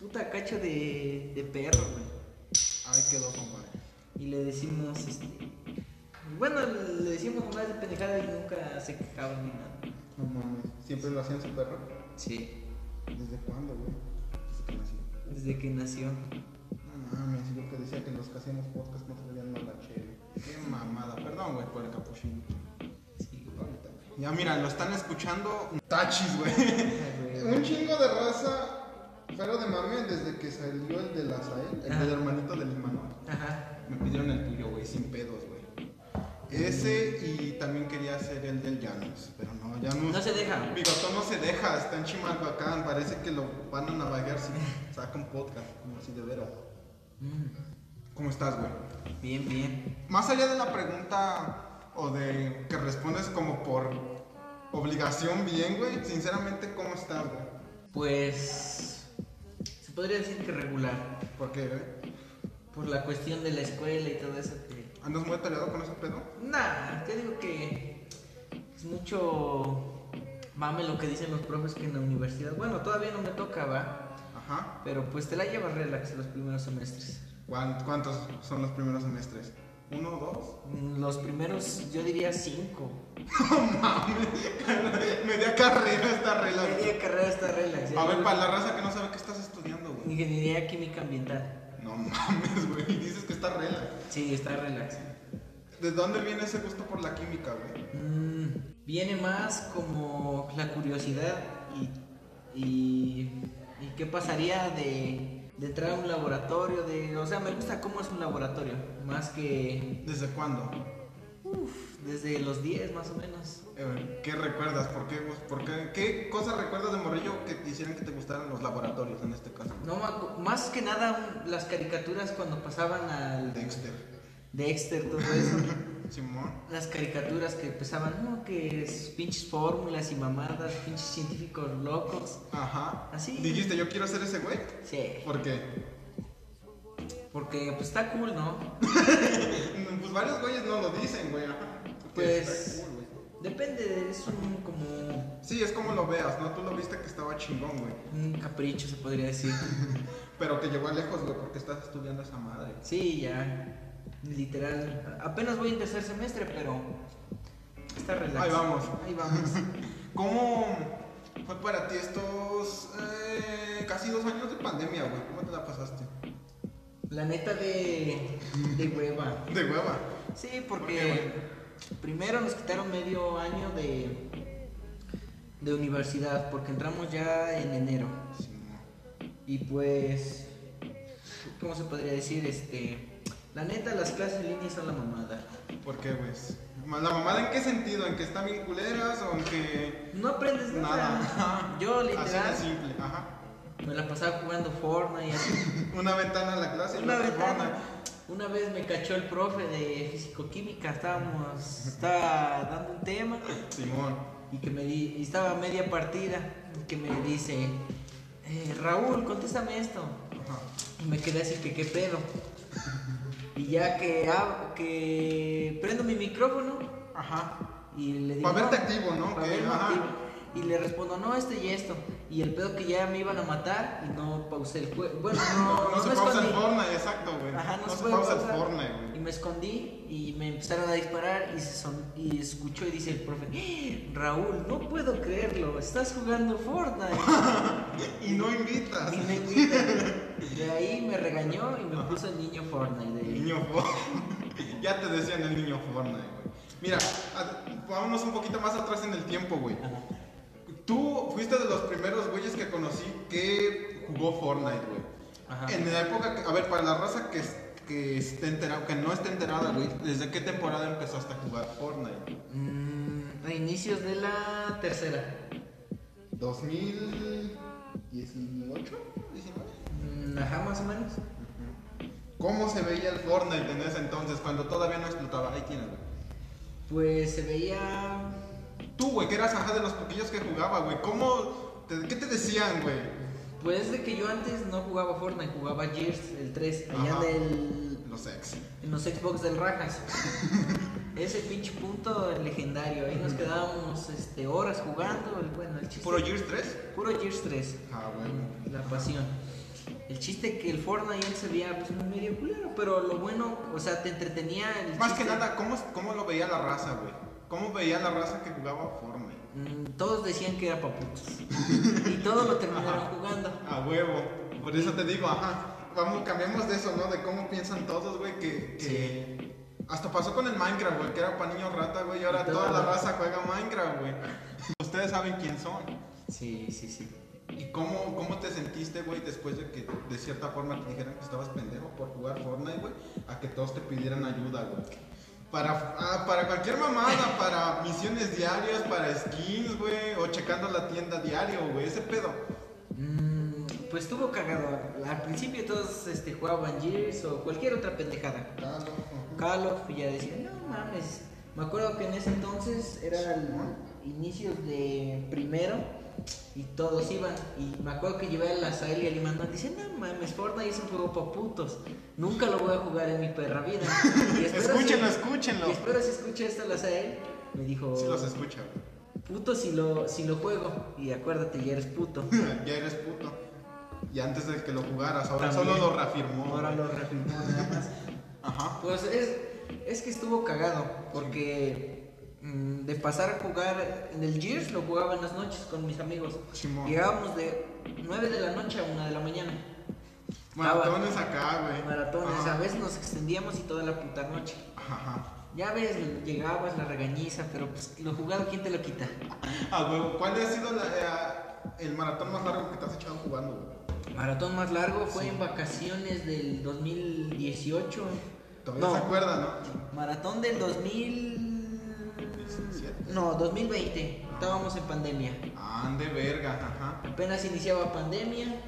puta cacho de, de perro, güey. Ahí quedó, compadre. Y le decimos, este. Bueno, le decimos nomás de pendejada y nunca se quejaban ni nada. No mames. ¿Siempre lo hacían su perro? Sí. ¿Desde cuándo, güey? Desde que nací. Desde que nació. No mames, yo que decía que los que hacíamos podcast no traían más la chela. Qué mamada. Perdón, güey, por el capuchino. Sí, güey. Ahorita. Ya mira, lo están escuchando tachis, güey. Ay, güey. Un chingo de raza, pero de mame, desde que salió el de la Sael, el Ajá. del hermanito del hermano. Ajá. Me pidieron el tuyo, güey, sin pedos, güey. Ese y también quería hacer el del Janus, pero no, Janus. No se deja. Bigotón no se deja, está en Chimalhuacán, parece que lo van a navegar si saca un podcast, como si de veras. Mm, ¿Cómo estás, güey? Bien, bien. Más allá de la pregunta o de que respondes como por obligación bien, güey, sinceramente, ¿cómo estás, güey? Pues. Se podría decir que regular. ¿Por qué, güey? Por la cuestión de la escuela y todo eso que. ¿Andas muy atareado con ese pedo? Nah, te digo que es mucho mame lo que dicen los profes que en la universidad. Bueno, todavía no me toca, va. Ajá. Pero pues te la llevas relax los primeros semestres. ¿Cuán- ¿Cuántos son los primeros semestres? ¿Uno o dos? Mm, Los primeros, yo diría cinco. Media carrera esta relación. Media carrera está relax. A ya ver, digo, para la raza que no sabe qué estás estudiando, güey. Ingeniería química ambiental. No mames, güey. Dices que está relax. Sí, está relax. ¿De dónde viene ese gusto por la química, güey? Mm, viene más como la curiosidad y, y, y qué pasaría de, de entrar a un laboratorio, de, o sea, me gusta cómo es un laboratorio, más que ¿Desde cuándo? uf, desde los 10 más o menos. Eh, ¿Qué recuerdas? ¿Por qué, gus- por qué, qué cosas recuerdas de morrillo que te hicieran que te gustaran los laboratorios en este caso? No, me acu- más que nada un- las caricaturas cuando pasaban al Dexter. Dexter, todo eso. Simón. Las caricaturas que empezaban, no, que es pinches fórmulas y mamadas, pinches científicos locos. Ajá. Así. Dijiste, yo quiero ser ese güey. Sí, ¿Por qué? porque pues está cool, ¿no? Mm, Pues varios güeyes no lo dicen, güey. Ajá. Que Pues- está cool, güey. Depende, es un como Sí, es como lo veas, ¿no? Tú lo viste que estaba chingón, güey. un capricho se podría decir. Pero que llegó lejos, güey, porque estás estudiando esa madre. Sí, ya. Literal. Apenas voy en tercer semestre, pero está relax. Ahí vamos. Ahí vamos. ¿Cómo fue para ti estos eh, casi dos años de pandemia, güey? ¿Cómo te la pasaste? La neta de de hueva. De hueva. Sí, ¿Por porque qué, primero nos quitaron medio año de de universidad porque entramos ya en enero Sí, no. y pues ¿cómo se podría decir este? La neta las clases en línea son la mamada. ¿Por qué, güey? ¿La mamada en qué sentido? ¿En que están bien culeras o en que No aprendes nada. nada? Yo Así de literal simple, ajá. me la pasaba jugando Fortnite y así. Una ventana a la clase. y Una otra ventana. forma. Una vez me cachó el profe de fisicoquímica, estábamos estaba dando un tema Simón. y que me di, y estaba a media partida y que me dice, "Eh, Raúl, contéstame esto. Ajá. Y me quedé así que qué pedo. Y ya que, ab- que prendo mi micrófono Ajá. y le digo... Para verte "No, activo, ¿no? para Que, verme ajá. activo". Y le respondo, no, esto y esto. Y el pedo que ya me iban a matar y no pausé el juego. Bueno, no, No, se me pausa el escondí. Fortnite, exacto, güey. Ajá, no, no se se puede pausa el pausar. Fortnite, güey. Y me escondí y me empezaron a disparar y, se son- y escuchó y dice el profe, "Eh, Raúl, no puedo creerlo, estás jugando Fortnite. Y no invitas. y me invitan. De ahí me regañó y me puso el niño Fortnite. de- Niño Fortnite. ya te decían el niño Fortnite, güey. Mira, a- vámonos un poquito más atrás en el tiempo, güey. Ajá. Tú fuiste de los primeros güeyes que conocí que jugó Fortnite, güey. Ajá. En la época, que- a ver, para la raza que, es- que, esté entera- que no esté enterada, güey, ¿desde qué temporada empezaste a jugar Fortnite? Mm, a inicios de la tercera. ¿2018? ¿19? Mm, ajá, más o menos. ¿Cómo se veía el Fortnite en ese entonces cuando todavía no explotaba? Ahí tienes, güey. Pues se veía... Tú, güey, que eras ajá de los poquillos que jugaba, güey. ¿Cómo? te- ¿Qué te decían, güey? Pues de que yo antes no jugaba Fortnite, jugaba Gears, el 3, allá Ajá. del Los ex. En los Xbox del Rajas. Ese pinche punto legendario. Ahí nos quedábamos este, horas jugando. El, bueno, el chiste. ¿Puro Gears 3? Puro Gears 3. Ah, güey. La pasión. El chiste que el Fortnite se veía pues medio culero, pero lo bueno, o sea, te entretenía. el Más que chiste. nada, ¿cómo, ¿cómo lo veía la raza, güey? ¿Cómo veía la raza que jugaba Fortnite? Mm, Todos decían que era papuchos. y todos lo terminaron jugando. A huevo. Por eso te digo, ajá. Vamos, cambiamos de eso, ¿no? De cómo piensan todos, güey, que... que- Hasta pasó con el Minecraft, güey, que era para niños rata, güey, y ahora Toda toda la la- raza juega Minecraft, güey. Ustedes saben quién son. Sí, sí, sí. ¿Y cómo, cómo te sentiste, güey, después de que de cierta forma te dijeran que estabas pendejo por jugar Fortnite, güey? A que todos te pidieran ayuda, güey. Para, ah, para cualquier mamada, para misiones diarias, para skins, güey, o checando la tienda diario, güey, ese pedo. Mm, pues estuvo cagado. Al principio todos este, jugaban Gears o cualquier otra pendejada. Ah, no, ajá. Call of, y ya decía, no mames. Me acuerdo que en ese entonces era el inicios de primero y todos iban. Y me acuerdo que llevé a la Sally al imán. Dice, no mames, Fortnite es un juego pa' putos. Nunca lo voy a jugar en mi perra vida. Y espero si- Escúchenlo, escúchenlo. Y espero si escucha esto la Sahel. Me dijo, Sí los escucha, güey. puto si lo, si lo juego. Y acuérdate, ya eres puto. ya eres puto. Y antes de que lo jugaras, ahora También. solo lo reafirmó. Ahora lo güey. reafirmó nada más. Ajá. Pues es, es que estuvo cagado, porque mm, de pasar a jugar en el Gears lo jugaba en las noches con mis amigos. Simón. Llegábamos de 9 de la noche a 1 de la mañana. Maratones acá, güey. Maratones, Ajá. a veces nos extendíamos y toda la puta noche. Ajá. Ya ves, llegabas la regañiza, pero pues lo jugado, ¿quién te lo quita? Ah, huevo. ¿Cuál ha sido la- eh, el maratón más largo que te has echado jugando, güey? Maratón más largo fue en vacaciones del 2018. Todavía se acuerda, ¿no? Maratón del 2000. 17. No, 2020. Estábamos en pandemia. Ande Ah, verga, ajá. Apenas iniciaba pandemia.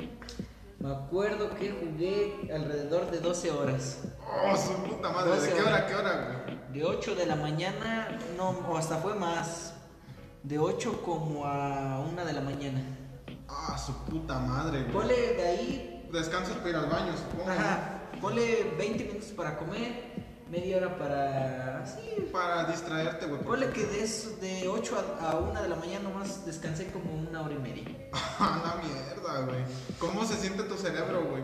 Me acuerdo que jugué alrededor de 12 horas. Oh, su puta madre. ¿De Doce qué horas. hora, a qué hora, güey? De 8 de la mañana, no, o hasta fue más. De 8 como a 1 de la mañana. Ah, su puta madre, güey. Ponle de ahí, Descansas para ir al baño, supongo. ajá, ponle 20 minutos para comer, media hora para. Sí, Para distraerte, güey. porque- ponle que de, eso- de 8 a, 1 de la mañana nomás descansé como una hora y media. Ah, la mierda, güey. ¿Cómo se siente tu cerebro, güey?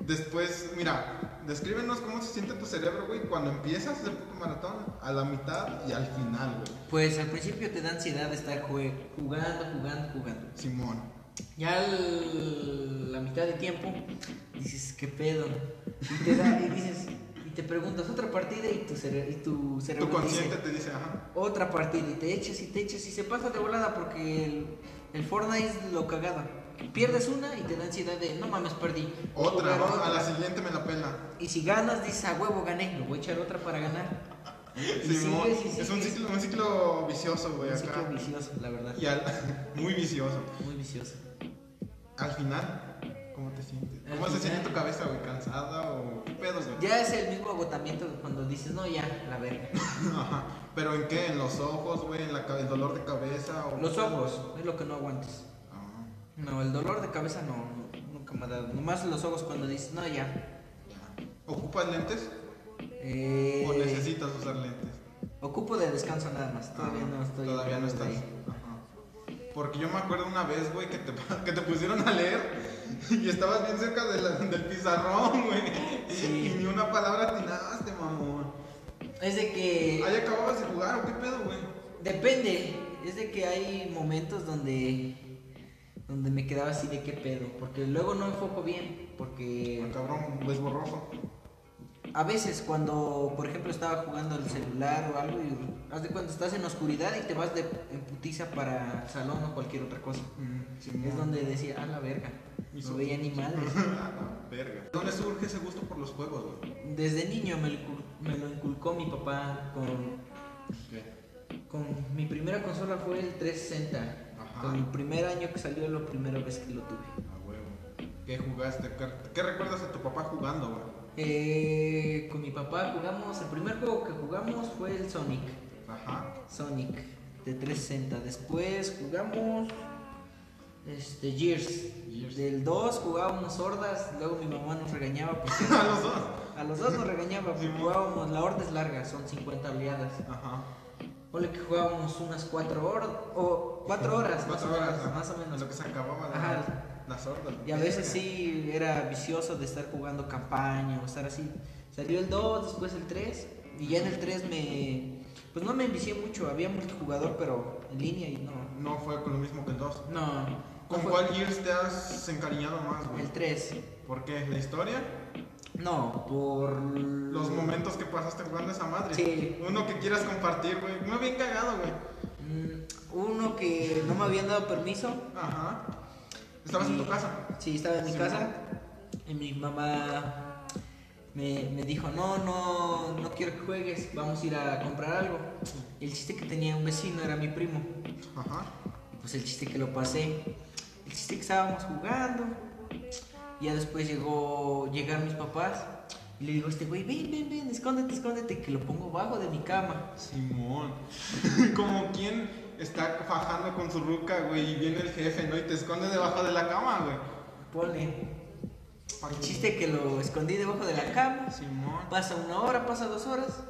Después, mira, descríbenos cómo se siente tu cerebro, güey, cuando empiezas el puto maratón, a la mitad y al final, güey. Pues al principio te da ansiedad estar jue- jugando, jugando, jugando. Simón. Ya al- la mitad de tiempo dices, ¿qué pedo? Y te, da- y dices, y te preguntas otra partida y tu, cere- y tu cerebro Tu te consciente dice, te dice, ajá. otra partida y te echas y te echas y se pasa de volada porque el, el Fortnite es lo cagado. Pierdes una y te da ansiedad de, no mames, perdí. Voy a Otra, jugar ¿no? otra". A la siguiente me la pela. Y si ganas, dices, a huevo, gané, me voy a echar otra para ganar. Y Simón, sigues, y es un sigues. ciclo, un ciclo vicioso, güey, Un acá. ciclo vicioso, la verdad. Y al- muy vicioso. Muy vicioso. Al final, ¿cómo te sientes? Al ¿Cómo se final. siente tu cabeza, güey? ¿Cansada o qué pedos, güey? Ya es el mismo agotamiento de cuando dices, no, ya, la verga. Ajá. ¿Pero en qué? ¿En los ojos, güey? ¿En la, ca- el dolor de cabeza? O... Los ojos, es lo que no aguantes. Ah, No, el dolor de cabeza no, no, nunca me ha dado. Nomás los ojos cuando dices, no, ya. ya. ¿Ocupas lentes? Eh, ¿O necesitas usar lentes? Ocupo de descanso nada más. Todavía Ah, no estoy. Todavía no de estás. ahí. Ajá. Porque yo me acuerdo una vez, güey, que te, que te pusieron a leer y estabas bien cerca de la- del pizarrón, güey. Sí. Y ni una palabra atinaste, mamón. Es de que. Ahí acababas de jugar, ¿o qué pedo, güey? Depende. Es de que hay momentos donde. Donde me quedaba así de qué pedo. Porque luego no enfoco bien. Porque. El Ah, cabrón, ves borroso. A veces cuando, por ejemplo, estaba jugando el celular o algo y haz de cuando estás en oscuridad y te vas de en putiza para el salón o cualquier otra cosa. Mm. Es donde decía, a la verga, Y no su- veía ni madres. Ah, no, verga. ¿De ¿Dónde surge ese gusto por los juegos, güey? Desde niño me lo, incul- me lo inculcó mi papá con, con... Mi primera consola fue el 360. Ajá. Con el primer año que salió, la primera vez que lo tuve. A huevo. ¿Qué jugaste? ¿Qué, qué recuerdas a tu papá jugando, güey? Eh, con mi papá jugamos, el primer juego que jugamos fue el Sonic. Ajá. Sonic de 360. Después jugamos este Gears. Gears. Del 2 jugábamos sordas, luego mi mamá nos regañaba porque a los dos. a los dos nos regañaba porque Simón. jugábamos, la horda es larga, son 50 oleadas. Ajá. Ponle que jugábamos unas 4 horas o 4 horas, Cuatro más, o horas, menos, ajá. más o menos. Lo que se acababa de Ajá, Las hordas. Y a veces sí era vicioso de estar jugando campaña o estar así. Salió el 2, después el 3. Y ya en el 3 me. Pues no me envicié mucho. Había multijugador, pero en línea y no. No fue con lo mismo que el 2. No. ¿Con no fue- cuál Gears te has encariñado más, güey? El 3. ¿Por qué? ¿La historia? No, por. Los momentos que pasaste jugando esa madre. Sí. Uno que quieras compartir, güey. Muy bien cagado, güey. Mm, Uno que no me habían dado permiso. Ajá. Estabas en tu casa. Sí, estaba en mi Sí. casa. Y mi mamá me, me dijo, no, no, no quiero que juegues, vamos a ir a comprar algo. Y el chiste que tenía un vecino era mi primo. Ajá. Y pues el chiste que lo pasé. El chiste que estábamos jugando. Ya después llegó, llegaron mis papás. Y le digo a este güey, ven, ven, ven, escóndete, escóndete, que lo pongo bajo de mi cama. Simón. Como quien está fajando con su ruca, güey, y viene el jefe, ¿no? Y te esconde debajo de la cama, güey. Pone. El chiste que lo escondí debajo de la cama. Simón. Pasa una hora, pasa dos horas.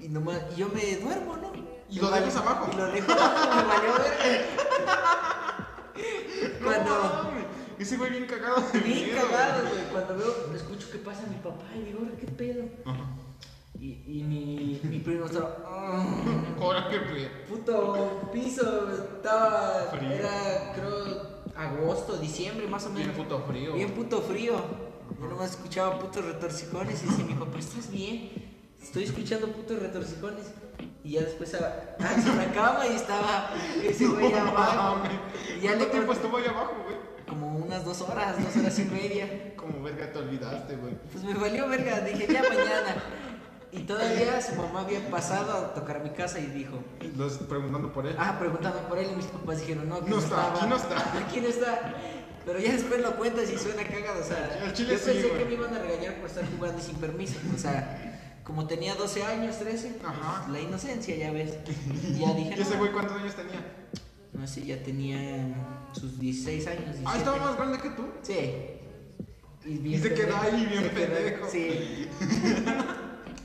Y nomás, y yo me duermo, ¿no? Y lo Me dejas vale- abajo. Y lo dejo abajo, me valió verga. No Cuando. mames, Ese güey bien cagado de Bien miedo, cagado, güey. Cuando veo, escucho que pasa mi papá y digo, "Ahora, ¿qué pedo? güey. Ajá. Y, y mi, mi primo estaba. "Ah, Ahora que fue. Puto piso, estaba. Frío. Era, creo, agosto, diciembre más o Bien menos. puto frío. Bien puto frío. Yo nomás escuchaba putos retorcijones y dice mi papá, ¿estás bien? Estoy escuchando putos retorcijones. Y ya después a- ah, se me acaba y estaba ese güey No abajo. mames. Y ya ¿Cuánto le conté tiempo estuvo ahí abajo, güey? como unas dos horas, dos horas y media. Como verga te olvidaste, güey. Pues me valió verga, dije ya mañana. Y todavía su mamá había pasado a tocar mi casa y dijo, Los preguntando por él. ah, preguntando por él y mis papás dijeron, no, que No está, estaba. aquí no está. Aquí no está. Pero ya después lo cuentas y suena cagado, o sea, Al chile yo sí, pensé güey. que me iban a regañar por estar jugando y sin permiso, o sea, como tenía 12 años, 13, pues, Ajá. la inocencia, ya ves. Y ya dije, ¿Y ese "No". güey cuántos años tenía? no sé, ya tenía sus 16 años, 17. Ah, estaba más grande que tú. Sí. Y, se pendejo. quedó ahí bien Se quedó- pendejo. Sí,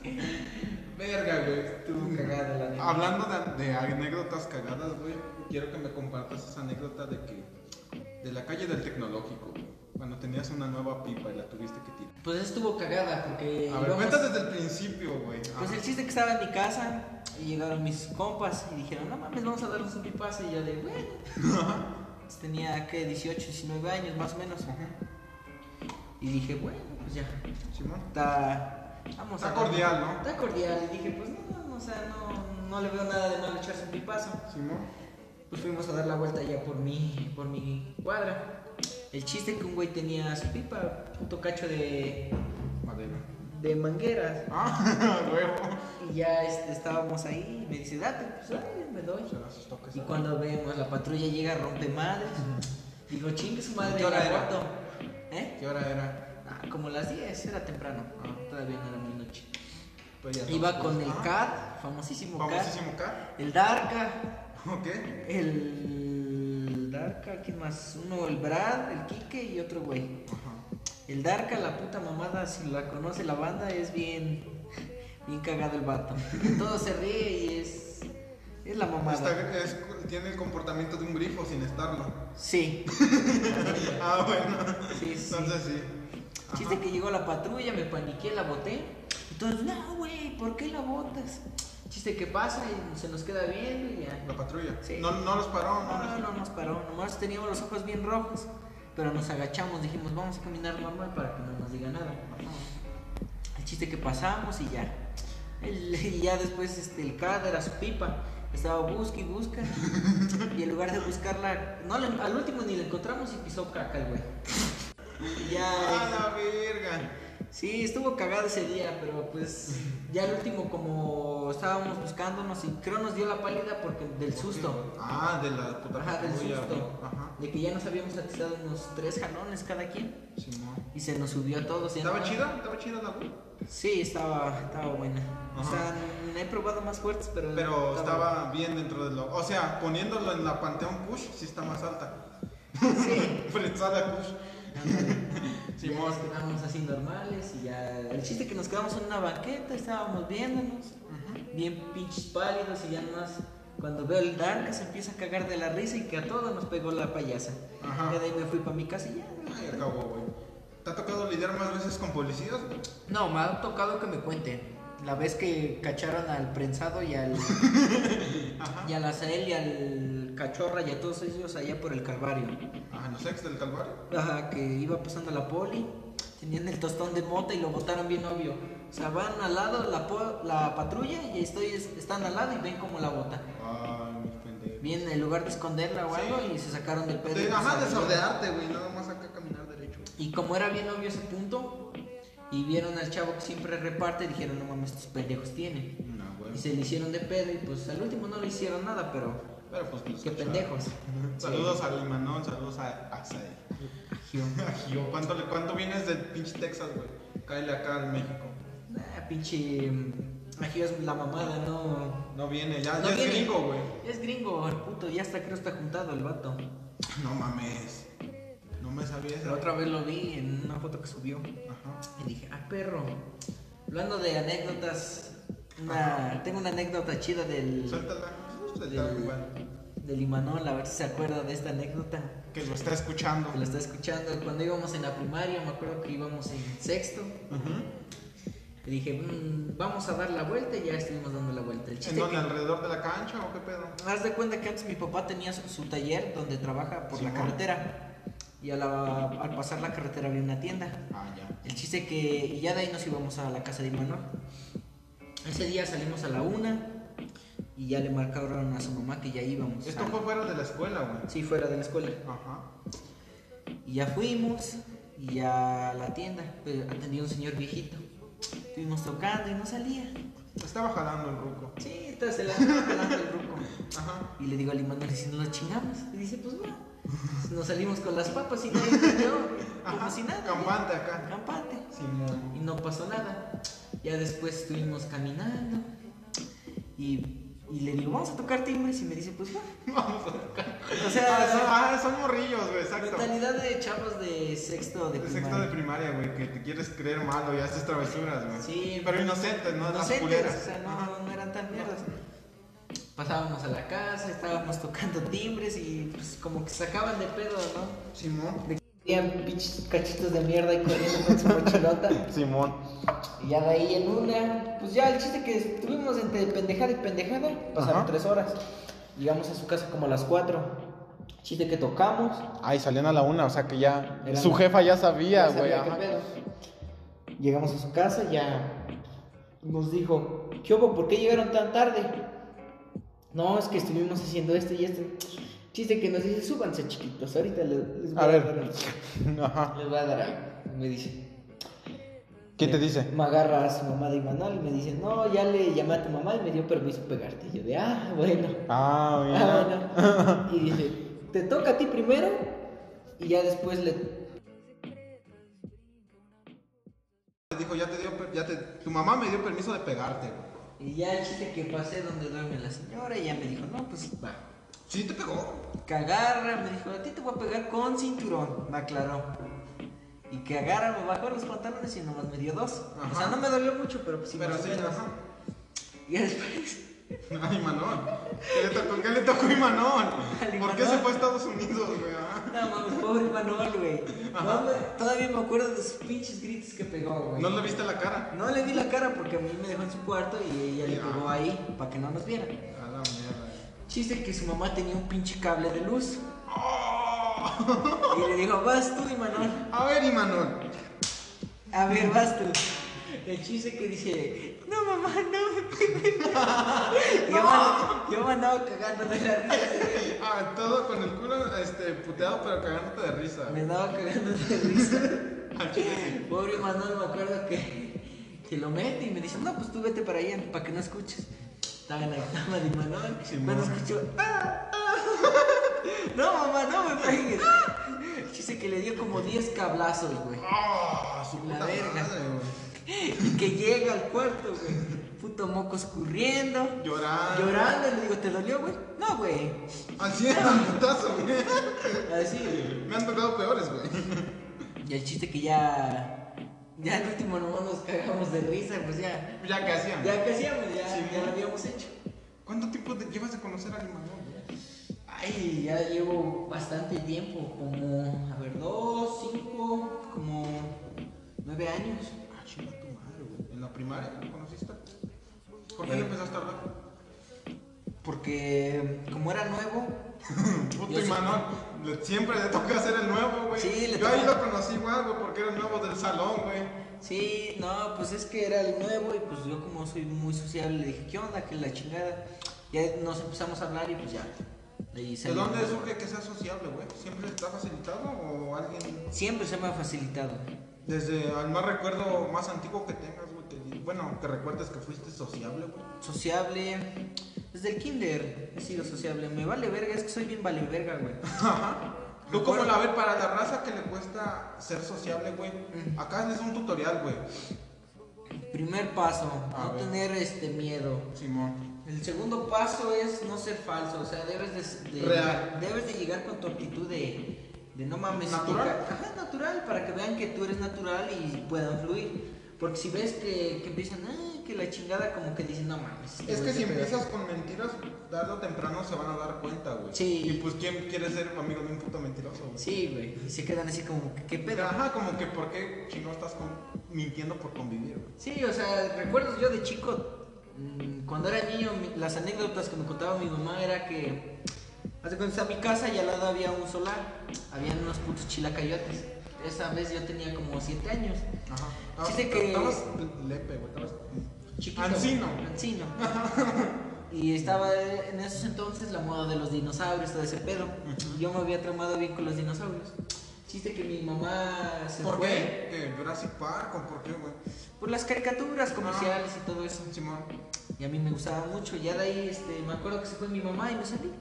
Verga, güey. estuvo cagada la neta. Hablando de, de anécdotas cagadas, güey, quiero que me compartas esa anécdota de que de la calle del tecnológico, güey, cuando tenías una nueva pipa y la tuviste que tirar. Pues estuvo cagada porque... A ver, íbamos- cuenta desde el principio, güey. Pues el Ajá. chiste que estaba en mi casa y llegaron mis compas y dijeron, no mames, vamos a darnos un pipazo. Y yo de, bueno. Pues Tenía, ¿qué? 18, 19 años más o menos. Y dije, bueno, pues ya. Simón. Está, vamos Está cordial, ¿no? Está cordial. Y dije, pues no, o sea, no, no le veo nada de malo echarse un pipazo. Simón. Pues fuimos a dar la vuelta ya por mi, por mi cuadra. El chiste que un güey tenía su pipa, puto cacho de, Madera. de mangueras. Ah, huevo. Y ya este, estábamos ahí, y me dice, date, pues dale, me doy. Se las toques. Y cuando vemos la patrulla llega rompe madres, digo, chingue su madre, ¿Qué hora la era? moto". ¿Eh? ¿Qué hora era? Ah, como las 10, era temprano, Ah. todavía no era muy noche. Pues ya no. Iba con el Ah, CAD, famosísimo CAD, Famosísimo K. el Darka, Ok. el Darka, ¿quién más? Uno, el Brad, el Quique y otro güey. Ajá. El Darka, la puta mamada, si la conoce la banda, es bien, bien cagado el vato. Todo se ríe y es, es la mamada. Está- es- tiene el comportamiento de un grifo sin estarlo. Sí. Ah, bueno. Sí, sí. Entonces sí. Ajá. Chiste que llegó la patrulla, me paniqué, la boté. Y todos, no, güey, ¿por qué la botas? Chiste que pasa y se nos queda viendo y ya. La patrulla. Sí. No, no los paró, no. No, no, no nos paró, nomás teníamos los ojos bien rojos. Pero nos agachamos, dijimos, vamos a caminar normal para que no nos diga nada. El chiste que pasamos y ya. El- y ya después este, el CAD era su pipa. Estaba busca y busca. Y en lugar de buscarla, no, la- al último ni la encontramos y pisó caca el güey. Y ya. A Ah, la verga. Sí, estuvo cagado ese día, pero pues ya el último como estábamos buscándonos y creo nos dio la pálida porque del susto. Ah, de la puta Ajá, del patrulla, susto. güey. Ajá. De que ya nos habíamos atizado unos tres jalones cada quien Simón. y se nos subió a todos. y ¿Estaba nada- chida? ¿Estaba chida la güey? Sí, estaba, estaba buena. O Ajá. sea, n- he probado más fuertes, pero... Pero estaba bien dentro de lo. O sea, poniéndolo en la Panteón Push, sí está más alta. Sí. Prensada Push. Ándale. Ya Simón. nos quedamos así normales y ya... El chiste que nos quedamos en una banqueta, estábamos viéndonos. Ajá. bien pinches pálidos y ya nomás Cuando veo el Dark se empieza a cagar de la risa y que a todos nos pegó la payasa. Ajá. Ya de ahí me fui para mi casa y ya. Ay, acabó, güey. ¿Te ha tocado lidiar más veces con policías, güey? No, me ha tocado que me cuenten. La vez que cacharon al prensado y al. Y a la Zael y al Cachorra y a todos ellos allá por el Calvario. Ajá, no sé, Ah, ex del Calvario. Ajá, que iba pasando la poli, tenían el tostón de mota y lo botaron bien obvio. O sea, van al lado la, po- la patrulla y estoy, están al lado y ven como la bota. Ay, mis pendejos. Bien, en lugar de esconderla o Sí. algo y se sacaron del pedo. y Te- pues, Ajá, salió. desordearte, güey. Nada más acá caminar derecho. Y como era bien obvio ese punto, y vieron al chavo que siempre reparte, dijeron, no mames, estos pendejos tienen. No, güey. Y se le hicieron de pedo y pues al último no le hicieron nada, pero Pero pues nos qué cacharon. pendejos. Saludos a Limanón, saludos a Asael. A Gio, ¿cuánto, le- ¿cuánto vienes del pinche Texas, güey? Cáele acá al México. Ah, pinche... mm, Ajío es la mamada, no... No viene, ya, No ya es viene. gringo, güey. Es gringo, el puto, ya hasta creo está juntado el vato. No mames. No me sabía esa. La otra vez lo vi en una foto que subió Ajá. y dije, ah, perro. Hablando de anécdotas, una- tengo una anécdota chida del, Suéltala. Suéltala, del, güey. del Imanol, a ver si se acuerda de esta anécdota. Que lo está escuchando. Que lo está escuchando. Cuando íbamos en la primaria, me acuerdo que íbamos en sexto. Ujú. Y dije, "Mm, vamos a dar la vuelta y ya estuvimos dando la vuelta. El ¿En chiste dónde? Este que- ¿Alrededor de la cancha o qué pedo? Haz de cuenta que antes mi papá tenía su, su taller donde trabaja por la Simón. carretera. Y a la- al pasar la carretera había una tienda. Ah, ya. El chiste que y ya de ahí nos íbamos a la casa de Imanol. Ese día salimos a la una y ya le marcaron a su mamá que ya íbamos. Esto a- fue fuera de la escuela, güey. Sí, fuera de la escuela. Ajá. Y ya fuimos y ya a la tienda. Pero atendía un señor viejito. Estuvimos tocando y no salía. Estaba jalando el ruco. Sí, entonces se la estaba jalando el ruco. Ajá. Y le digo al Imanol, si nos la chingamos. Y dice, pues va. Nos salimos con las papas y nadie nos vio. Como Ajá. si nada. Campante acá. Campante. Simón. Y no pasó nada. Ya después estuvimos caminando. Y, y le digo, vamos a tocar timbres. Y me dice, pues va. Vamos a tocar. O Ah, son, sea, ah, son morrillos, güey, exacto. mentalidad de chavos de sexto de De sexto de primaria. primaria, güey, que te quieres creer malo y haces travesuras, güey. Sí. Pero inocentes, ¿no? Las Inocentes, culeras. o sea, Ajá. no, no eran tan mierdas. Pasábamos a la casa, estábamos tocando timbres y pues como que sacaban de pedo, ¿no? Simón. Tenían pinches cachitos de mierda y corriendo con su mochilota. Simón. Y ya de ahí en una, pues ya el chiste que estuvimos entre pendejada y pendejada, pasaron Ajá. tres horas. Llegamos a su casa como a las cuatro. Chiste que tocamos. Ay, salían a la una, o sea que ya. Eran- Su jefa ya ya sabía, sabía güey. qué ajá. pedo. Llegamos a su casa, ya nos dijo, ¿qué hubo? ¿Por qué llegaron tan tarde? No, es que estuvimos haciendo esto y esto. Chiste que nos dice, súbanse chiquitos, ahorita les, les voy a, A ver. dar. algo". Ajá. Les voy a dar. algo, Me dice. ¿Qué te dice? Me agarra a su mamá de Imanol y me dice, no, ya le llamé a tu mamá y me dio permiso pegarte. Y yo de, ah, bueno. Ah, bien. Ah, bueno. Y dice, te toca a ti primero y ya después le... Dijo, ya te dio. per- Ya te, tu mamá me dio permiso de pegarte, güey. Y ya el chiste que pasé donde duerme la señora y ya me dijo, no, pues va. Sí, te pegó. Que agarra, me dijo, a ti te voy a pegar con cinturón, me aclaró. Y que agarra, me bajó los pantalones y nomás me dio dos. O sea, Ajá. no me dolió mucho, pero pues sí, Pero más o sí, menos. ajá. Y ya después... Ay, Manón. ¿Qué le tocó, qué le tocó a Imanol? Al ¿Por qué Imanol. se fue a Estados Unidos, güey? ah? No mames, pobre Manuel, güey. No Ajá. me- todavía me acuerdo de sus pinches gritos que pegó, güey. ¿No le viste la cara? No le vi la cara porque a mí me dejó en su cuarto y ella le Ya. pegó ahí para que no nos viera. A la mierda. Chiste que su mamá tenía un pinche cable de luz ¡Oh! y le dijo, vas tú, Imanol. A ver, Imanol. A ver, vas tú. El chiste que dice, no mamá, no me pegues". yo, man- yo mandaba cagando de la risa. Ah, todo con el culo este, puteado, pero cagándote de risa. Me andaba cagando de risa. Al chile. Pobre Manuel, me acuerdo que, que lo mete y me dice, no, pues tú vete para allá, para que no escuches. Estaba en la cama de Manuel, Sí, cuando mamá. escuchó, "Ah, ah". no mamá, no me pegues. Dice que le dio como 10 cablazos, güey. ¡Oh! Su La puta verga. madre, güey. Y que llega al cuarto, güey. Puto moco escurriendo, Llorando. llorando, y le digo, ¿te dolió, güey? No, güey. Así es, un putazo, güey. Así, Me han tocado peores, güey. Y el chiste que ya, ya al último nomás nos cagamos de risa, pues ya. Ya que hacían. Ya que hacíamos, ya, Sí, ya lo mo. habíamos hecho. ¿Cuánto tiempo te llevas de conocer al Imanol, güey? Ay, ya llevo bastante tiempo, como, a ver, dos, cinco, como nueve años. Ah, chinga tu madre, güey. ¿En la primaria lo conociste? ¿Por qué le Eh. empezaste a hablar? Porque como era nuevo, Puto Yo sí. Imanol, le- siempre le toca hacer el nuevo, güey. Sí, le Yo ahí toca. lo conocí igual, güey, porque era el nuevo del salón, güey. sí, no, pues es que era el nuevo y pues yo como soy muy sociable le dije, ¿qué onda? Que la chingada. Ya nos empezamos a hablar y pues ya. ahí ¿De salió. dónde surge que sea sociable, güey? ¿Siempre está facilitado o alguien...? Siempre se me ha facilitado. Desde al más recuerdo más antiguo que tengas, güey, que- bueno, que recuerdes que fuiste sociable, güey. Sociable. Desde el kinder he sido sociable. Me vale verga, es que soy bien vale verga, güey. Tú como la ves para la raza que le cuesta ser sociable, güey. Acá es un tutorial, güey. Primer paso, A no ver. tener este miedo. Simón. El segundo paso es no ser falso, o sea, debes de, de- Real. debes de llegar con tu actitud de, de no mames. Natural. tú ca- Ajá, natural, para que vean que tú eres natural y puedan fluir. Porque si ves que, que empiezan, ah, que la chingada, como que dicen, no mames. este Es que güey si se pega". empiezas con mentiras, tarde o temprano se van a dar cuenta, güey. Sí. Y pues, ¿quién quiere ser amigo de un puto mentiroso, güey? Sí, güey, y se quedan así como, que, ¿qué pedo? Ajá, como que ¿por qué chino estás con- mintiendo por convivir, güey? Sí, o sea, recuerdo yo de chico, mm, cuando era niño, mi- las anécdotas que me contaba mi mamá era que, hace cuando estaba mi casa y al lado había un solar, habían unos putos chilacayotes. Esa vez yo tenía como 7 años. Ajá. Ah, Dice pero que- Estabas lepe, güey. Estabas... Chiquito. Ancino. Ancino. Y estaba eh, en esos entonces la moda de los dinosaurios, todo ese pedo. Yo me había tramado bien con los dinosaurios. Chiste que mi mamá se ¿Por fue qué? ¿Qué? ¿Jurassic Park o por qué, güey? por las caricaturas comerciales Ah. y todo eso. Simón. Y a mí me gustaba mucho. Ya de ahí este, me acuerdo que se fue mi mamá y me salí.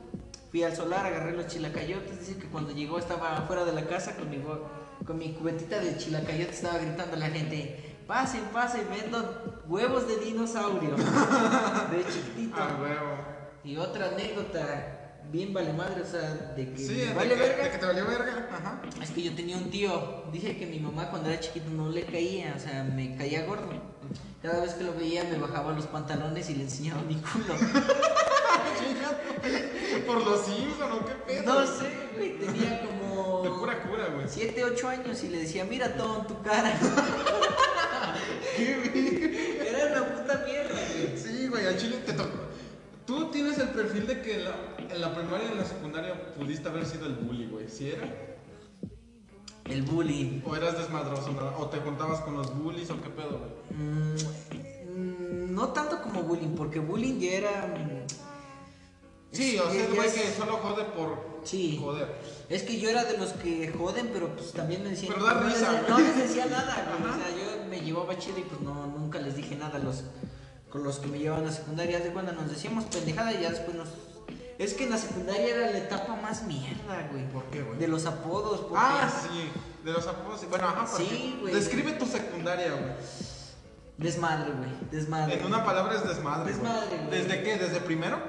Fui al solar, agarré los chilacayotes. Dice que cuando llegó estaba fuera de la casa con mi, bo- con mi cubetita de chilacayotes. Estaba gritando a la gente: Pasen, pasen, vendo huevos de dinosaurio. de chiquitito. Ah, huevo. Y otra anécdota, bien vale madre, o sea, de que Sí, me de vale que, verga. de que te valió verga. Ajá. Es que yo tenía un tío, dije que mi mamá cuando era chiquito no le caía, o sea, me caía gordo. Cada vez que lo veía me bajaba los pantalones y le enseñaba mi culo. Por los Simpson o qué pedo. No güey? sé, güey, tenía De como pura cura, güey. 7, 8 años y le decía, mira todo en tu cara. Era una puta mierda, güey. Sí, güey, al chile te tocó. Tú tienes el perfil de que en la, en la primaria y en la secundaria pudiste haber sido el bully, güey. ¿Sí era? El bullying. ¿O eras desmadroso? nada? ¿O te juntabas con los bullies o qué pedo, güey? Mm, mm, no tanto como bullying, porque bullying ya era... mm, Sí, o ya- sea, el ya güey es- que solo jode por Sí. joder. Es que yo era de los que joden, pero pues también me decían. Pero da no, risa, les, güey. no les decía nada, güey. O Ajá. sea, yo me llevaba chido y pues no, nunca les dije nada a los, con los que me llevaban a la secundaria. De cuando nos decíamos pendejada y ya después nos. Es que en la secundaria era la etapa más mierda, güey. ¿Por qué, güey? De los apodos, porque. Ah, sí. De los apodos. sí. Bueno, ajá, ¿por Sí, qué? güey. Describe tu secundaria, güey. Desmadre, güey. Desmadre. En una palabra es desmadre. güey. Desmadre, güey. ¿Desde qué? ¿Desde primero?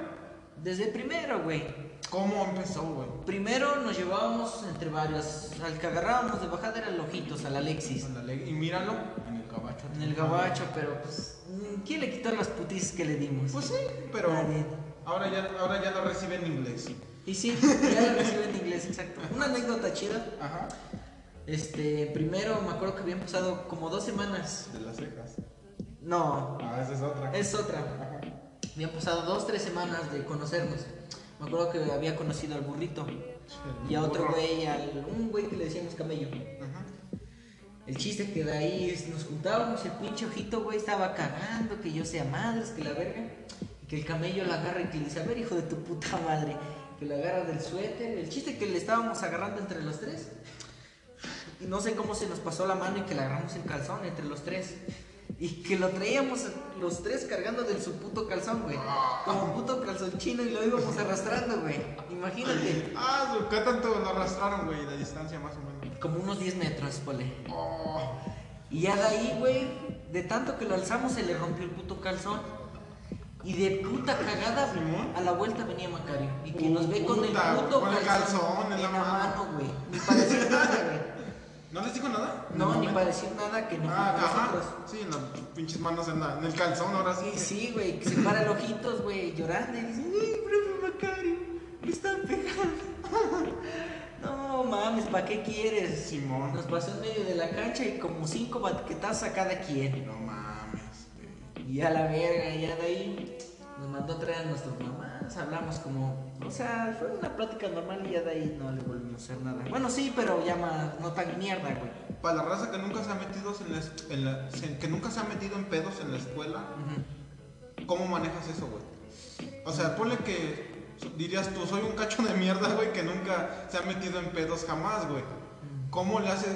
Desde primero, güey. ¿Cómo empezó, güey? Primero nos llevábamos entre varios. Al que agarrábamos de bajada era el Ojitos, al Alexis. Ándale, Y míralo en el gabacho. En el gabacho, pero pues. mm, ¿Quién le quitó las putis que le dimos? Pues sí, pero Nadie. ahora ya, ahora ya lo recibe en inglés. Y sí, ya lo recibo en inglés, exacto. Una anécdota chida. Ajá. Este, primero me acuerdo que habían pasado como dos semanas. De las cejas. No, Ah, esa es otra. es otra. Ajá. Habían pasado dos, tres semanas de conocernos. Me acuerdo que había conocido al burrito y a otro Burro. güey, al un güey que le decíamos camello. Ajá. El chiste es que de ahí es- nos juntábamos, el pinche ojito, güey, estaba cagando, que yo sea madres, que la verga. Y que el camello la agarra y que le dice, a ver, hijo de tu puta madre. Que la agarra del suéter. El chiste es que le estábamos agarrando entre los tres. Y no sé cómo se nos pasó la mano y que le agarramos el calzón entre los tres. Y que lo traíamos los tres cargando de su puto calzón, güey. Como puto calzón chino y lo íbamos arrastrando, güey. Imagínate. Ah, su- ¿qué tanto lo arrastraron, güey? La distancia más o menos. Como unos 10 metros, pole. Oh. Y ya de ahí, güey, de tanto que lo alzamos se le rompió el puto calzón. Y de puta cagada, Simón. a la vuelta venía Macario. Y que nos ve con el Puta, puto con el calzón, calzón en en la la mano. mano, güey. Ni parecía nada, güey. ¿No les dijo nada? No, ni me- para decir nada que no Ah, fue con ajá. nosotros. Sí, en las pinches manos en, la- en el calzón ahora sí. Sí, sí, güey, que se para ojitos, güey, llorando y dice, ¡Ey, profe Macario! ¡Me están pegando! no mames, ¿para qué quieres? Simón. Nos pasó en medio de la cancha y como cinco baquetazos a cada quien. No mames, güey. Y a la verga, ya de ahí nos mandó a traer a nuestras mamás, hablamos como, o sea, fue una plática normal y ya de ahí no le volvimos a hacer nada. Bueno, sí, pero ya más, no tan mierda, güey. Para la raza que nunca se ha metido en la, es- en la- se- que nunca se ha metido en pedos en la escuela, Ujú. ¿cómo manejas eso, güey? O sea, ponle que so- dirías tú, soy un cacho de mierda, güey, que nunca se ha metido en pedos jamás, güey. ¿Cómo le haces?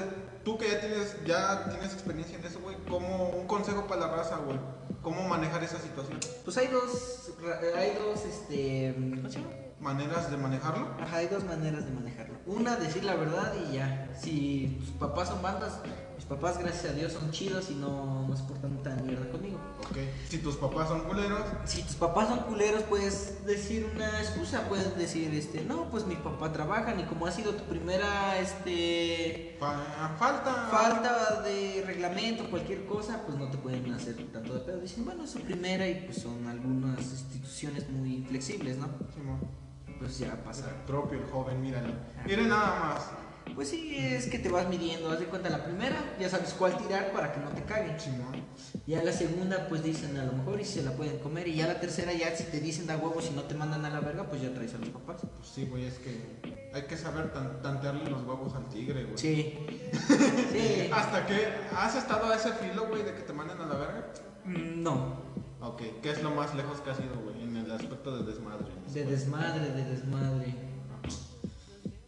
Tú que ya tienes, ya tienes experiencia en eso, güey, ¿cómo un consejo para la raza, güey? ¿Cómo manejar esa situación? Pues hay dos, ra- hay dos, este, ¿cómo se llama? ¿Maneras de manejarlo? Ajá, hay dos maneras de manejarlo. Una, decir la verdad y ya. Si tus papás son bandas, mis papás, gracias a Dios, son chidos y no, no se portan tan mierda conmigo. Ok. Si tus papás son culeros, Si tus papás son culeros, puedes decir una excusa, puedes decir, este, no, pues mis papás trabajan y como ha sido tu primera, este, fa- falta. falta de reglamento, cualquier cosa, pues no te pueden hacer tanto de pedo. Dicen, bueno, es su primera y pues son algunas instituciones muy flexibles, ¿no? Simón. Pues ya O pasa. sea, propio el joven, míralo. Miren nada más. Pues sí, es que te vas midiendo, haz de cuenta la primera, ya sabes cuál tirar para que no te caguen. Simón. Ya la segunda, pues dicen a lo mejor y se la pueden comer. Y ya la tercera, ya si te dicen da huevos y no te mandan a la verga, pues ya traes a los papás. Pues sí, güey, es que hay que saber tan- tantearle los huevos al tigre, güey. Sí. sí. ¿Hasta que has estado a ese filo, güey, de que te manden a la verga? Mm, No, Ok, ¿qué es lo más lejos que has ido, güey, en el aspecto de desmadre? de desmadre, de desmadre.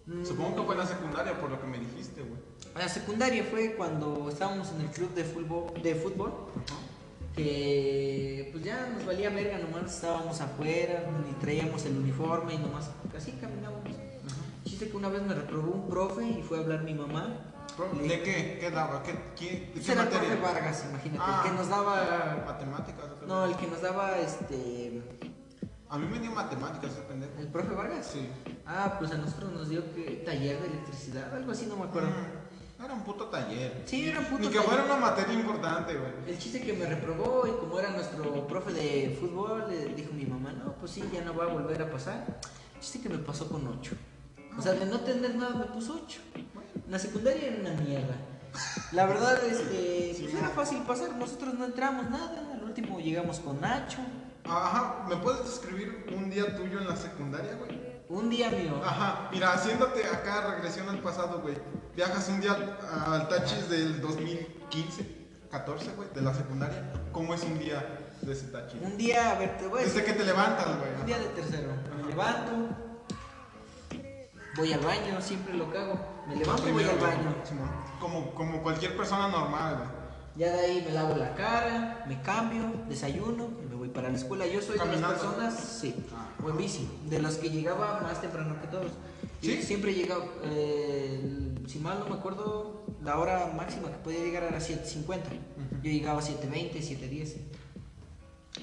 Mm, Supongo que fue en la secundaria, por lo que me dijiste, güey. La secundaria fue cuando estábamos en el club de fútbol, de fútbol que pues ya nos valía verga, nomás estábamos afuera, ni traíamos el uniforme y nomás así caminábamos. Chiste que una vez me reprobó un profe y fue a hablar mi mamá. Pro- Le- ¿De qué? ¿Qué daba? ¿Qué, qué, ¿De Ese qué era el materia? profe Vargas, imagínate, Ah. el que nos daba. ¿Matemáticas? ese No, el pendejo? que nos daba este. A mí me dio matemáticas ese pendejo. ¿El profe Vargas? Sí. Ah, pues a nosotros nos dio que taller de electricidad, algo así, no me acuerdo. Mm, Era un puto taller. Sí, era un puto Ni que taller. fuera una materia importante, güey. El chiste que me reprobó y como era nuestro profe de fútbol, le dijo mi mamá, no, pues sí, ya no va a volver a pasar. El chiste que me pasó con 8. O sea, de no tener nada me puso 8. La secundaria era una mierda. La verdad, este, Sí, pues no. era fácil pasar. Nosotros no entramos nada. Al último llegamos con Nacho. Ajá, ¿me puedes describir un día tuyo en la secundaria, güey? Un día mío. Ajá, mira, haciéndote acá regresión al pasado, güey. Viajas un día al- al Tachis del 2015, 14, güey, de la secundaria. ¿Cómo es un día de ese Tachis? Un día, a ver, te voy a Desde decir, que te levantas, Un güey. día de tercero. Me levanto. Voy al baño, siempre lo cago. Me levanto y voy Primero, al güey, baño. Simón. Como, como cualquier persona normal, güey. Ya de ahí me lavo la cara, me cambio, desayuno y me voy para la escuela. Yo soy de Caminando. las personas, sí, Ah. o en bici, de los que llegaba más temprano que todos. Yo ¿Sí? siempre llegaba, eh, el- si mal no me acuerdo, la hora máxima que podía llegar era 7.50. Yo llegaba a 7.20, 7.10.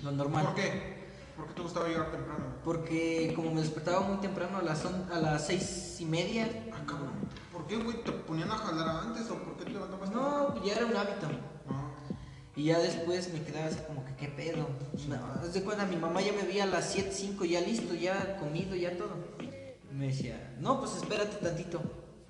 Lo normal. ¿Por qué? ¿Por qué te gustaba llegar temprano? Porque como me despertaba muy temprano a las, on- a las seis y media. Ah, cabrón. ¿Por qué, güey? ¿Te ponían a jalar antes o por qué te levantabas temprano? pues No, ya era un hábito. Ah, Y ya después me quedaba así como que, ¿qué pedo? No, haz de cuenta, mi mamá ya me veía a las 7, 5, ya listo, ya comido, ya todo. Me decía, no, pues espérate tantito,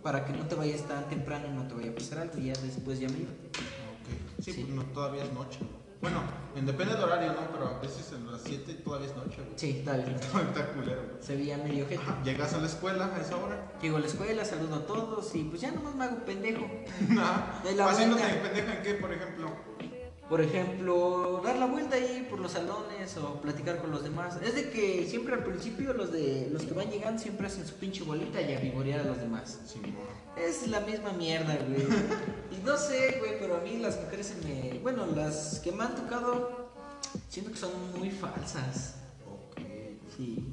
para que no te vayas tan temprano y no te vaya a pasar algo. Y ya después ya me iba. ok. Sí, Sí. pues no, todavía es noche, güey. Bueno, en- depende del horario, ¿no? Pero a veces en las 7 todavía es noche, güey. Sí, tal vez. Está culero, güey. Se veía medio gente. Ajá, Llegas a la escuela a esa hora. Llego a la escuela, saludo a todos y pues ya nomás me hago pendejo. Nada. De la Haciéndote vuelta. pendejo en qué, por ejemplo. Por ejemplo, dar la vuelta ahí por los salones o platicar con los demás. Es de que siempre al principio los de los que van llegando siempre hacen su pinche bolita y a vivorear a los demás. Simón. Es la misma mierda, güey. Y no sé, güey, pero a mí las mujeres se me. Bueno, las que me han tocado, siento que son muy falsas. Ok. Sí.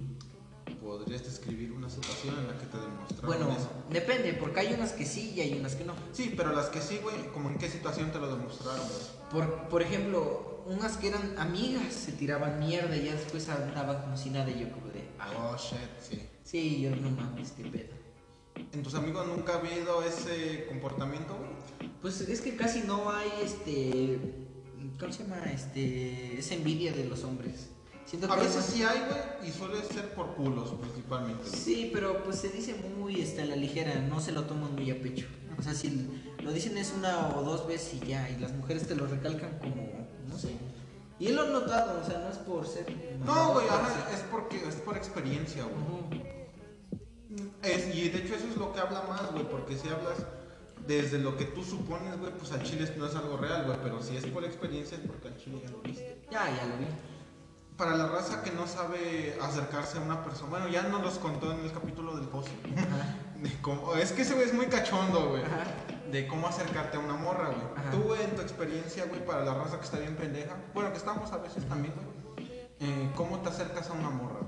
¿Podrías describir una situación en la que te demostraron Bueno, eso? depende, porque hay unas que sí y hay unas que no. Sí, pero las que sí, güey, como en qué situación te lo demostraron, güey. Por, por ejemplo, unas que eran amigas se tiraban mierda y ya después andaban como si nada y yo como de. "Ah, Oh, Ah, shit, sí. Sí, yo no mames, qué pedo. ¿En tus amigos nunca ha habido ese comportamiento, güey? Pues es que casi no hay este. ¿Cómo se llama? Este. Esa envidia de los hombres. Siento A que es veces más- sí hay, güey, y suele ser por culos principalmente. güey. Sí, pero pues se dice muy este, a la ligera, no se lo toman muy a pecho. O sea, si lo dicen es una o dos veces y ya, y las mujeres te lo recalcan como, no sé. Y él lo ha notado, o sea, no es por ser. No, güey, por ajá, ser- es porque es por experiencia, güey. Ujú. Es- y de hecho eso es lo que habla más, güey, porque si hablas desde lo que tú supones, güey, pues al chile no es algo real, güey, pero si es por experiencia es porque al chile ya lo viste. Ya, ya lo vi. Para la raza que no sabe acercarse a una persona, bueno, ya nos los contó en el capítulo del pozo. Ajá, De cómo- es que ese güey es muy cachondo, güey. ajá. De cómo acercarte a una morra, güey. Ajá. Tú, güey, en tu experiencia, güey, para la raza que está bien pendeja, bueno, que estamos a veces también, güey, eh, ¿cómo te acercas a una morra?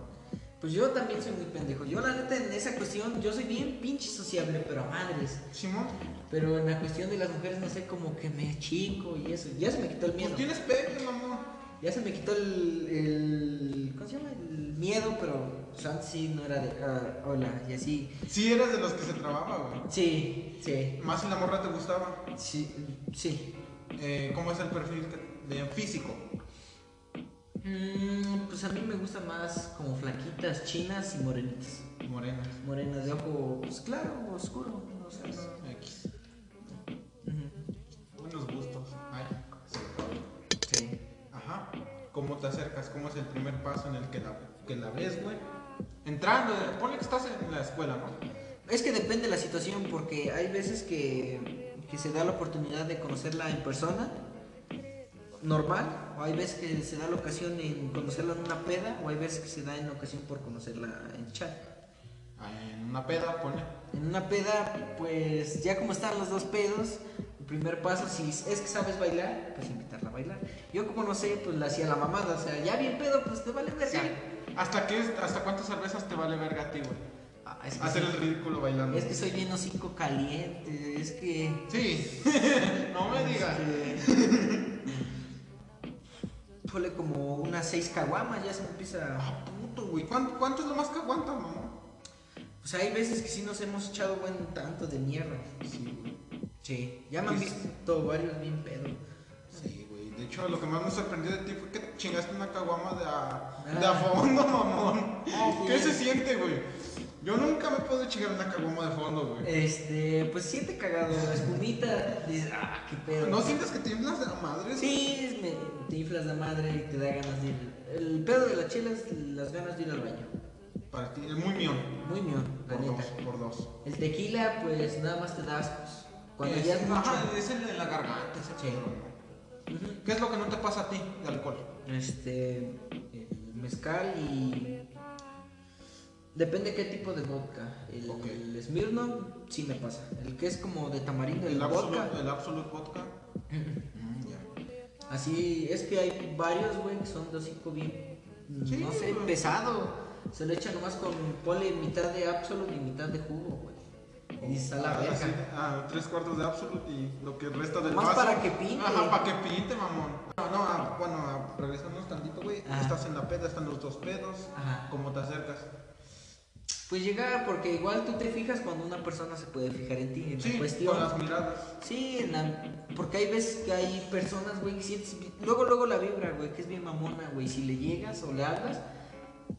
Pues yo también soy muy pendejo. Yo, la neta, en esa cuestión, yo soy bien pinche sociable, pero a madres. Simón, Pero en la cuestión de las mujeres, no sé, como que me chico y eso. Ya se me quitó el miedo. pues tienes pegue, mamón. Ya se me quitó el, el- ¿Cómo se llama? El miedo, pero pues, antes sí no era de. ah, hola, y así. Sí, eres de los que se trababa, güey. Sí, sí, Más si la morra te gustaba. sí, sí. Eh, ¿Cómo es el perfil que- de físico? Mm, pues a mí me gustan más como flaquitas, chinas y morenitas. Morena. Morenas de ojo, pues claro, oscuro, no sé. no- X. Ujú. Buenos gustos. Ay. sí. Sí. Ajá. ¿Cómo te acercas? ¿Cómo es el primer paso en el que la, que la ves, güey? Entrando, eh, ponle que estás en la escuela, ¿no? Es que depende de la situación, porque hay veces que, que se da la oportunidad de conocerla en persona, normal, o hay veces que se da la ocasión en conocerla en una peda, o hay veces que se da en la ocasión por conocerla en chat. Ah, En una peda, pone. En una peda, pues ya como están los dos pedos, el primer paso, si es que sabes bailar, pues invitarla a bailar. Yo como no sé, pues la hacía la mamada, o sea, ya bien pedo, pues te vale verga. ¿Hasta, qué, ¿Hasta cuántas cervezas te vale verga a ti, güey? Ah, es, que Hacer el soy, ridículo bailando. es que soy bien hocico caliente, es que... Sí. no me digas. Ponle como unas seis caguamas, ya se me empieza. Ah, puto, güey. ¿Cuánto, ¿Cuánto es lo más que aguanta, mamá? Pues hay veces que sí nos hemos echado buen tanto de mierda. Sí, güey. Sí, ya me han Pues- visto varios bien pedo. Sí, güey. De hecho, lo que más me sorprendió de ti fue que te chingaste una caguama de a, de Ah. a fondo, mamón. Ah, sí. ¿Qué se siente, güey? Yo nunca me puedo chingar una caguama de fondo, güey. Este, pues siete cagado, la espumita, dices, ah, qué pedo. ¿No sientes que tiemblas de la madre? Sí, es- me, te inflas la madre y te da ganas de ir. El pedo de las chelas, las ganas de ir al baño. Para ti, es muy mío. Muy mío, la Por dos, neta. por dos. El tequila, pues nada más te da ascos. Cuando es, ya es mucho. ajá, es el de la garganta, ese Sí. pedo, ¿no? Ujú. ¿Qué es lo que no te pasa a ti de alcohol? Este. El mezcal y. Depende qué tipo de vodka. El, Ok. el Smirnoff sí me pasa. El que es como de tamarindo, el, vodka. Absolute, el Absolute Vodka. Mm, ya. Así es que hay varios, güey, que son de hocico bien. mm, Sí, no sé, güey. pesado. Se lo echan nomás con pole mitad de Absolute y mitad de jugo, güey. Y dices, a la Ah, sí, verga. ah, tres cuartos de Absolute y lo que resta del Más vaso. para que pinte. Ajá, para que pinte, mamón. No, no, ah, bueno, ah, regresamos tantito, güey. Ajá. Estás en la peda, están los dos pedos. Ajá. ¿Cómo te acercas? Pues llega, porque igual tú te fijas cuando una persona se puede fijar en ti. En la Sí, cuestión. con las miradas. Sí, en la- porque hay veces que hay personas, güey, que sientes. Luego, luego la vibra, güey, que es bien mamona, güey. Si le llegas o le hablas,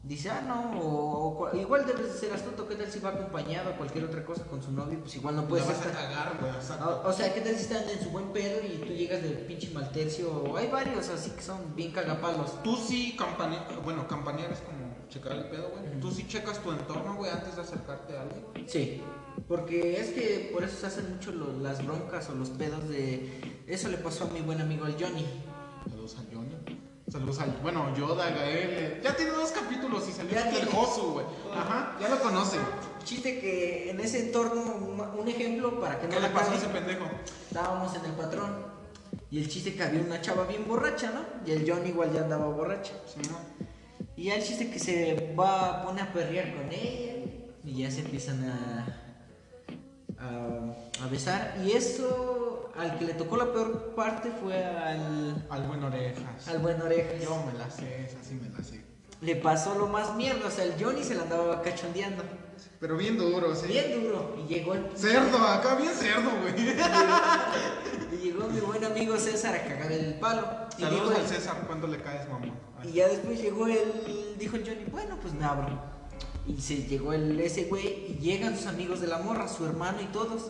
dice, ah, no, o, o cua- igual debes de ser astuto. ¿Qué tal si va acompañado a cualquier otra cosa con su novio? Pues Ah. igual no puedes la vas a estar. cagar, güey. Exacto. O, o sea, ¿qué tal si están en su buen pedo y tú llegas del pinche maltercio? Hay varios así que son bien cagapalos. Tú sí campaneas, bueno, campanear es como checar el pedo, güey. Tú sí checas tu entorno, güey, antes de acercarte a alguien. Sí, porque es que por eso se hacen mucho lo- las broncas o los pedos de. Eso le pasó a mi buen amigo el Johnny. Saludos a Johnny. Saludos al. Bueno, Yoda, Gael. eh. Ya tiene dos capítulos y salió este Ya el tiene. Ah. Josu, güey. Ajá, ya lo conocen. Chiste que en ese entorno, un- un ejemplo para que no ¿Qué le la pasó a ese caguen, pendejo? estábamos en el patrón. Y el chiste que había una chava bien borracha, ¿no? Y el John igual ya andaba borracha. Sí, no. Y ya el chiste que se va, pone a perrear con ella. Y ya se empiezan a, a, a besar. Y eso, al que le tocó la peor parte fue al, Al buen orejas. al buen orejas. Yo me la sé, esa sí me la sé. Le pasó lo más mierda, o sea, el Johnny se la andaba cachondeando. Pero bien duro, sí. Bien duro. Y llegó el. Cerdo, acá bien cerdo, güey. Y llegó mi buen amigo César a cagar el palo. Y, dijo Saludos al el- César, ¿cuándo le caes, mamón? y ya después llegó el. Dijo el Johnny, bueno, pues nada, bro. Y se llegó el ese güey y llegan sus amigos de la morra, su hermano y todos.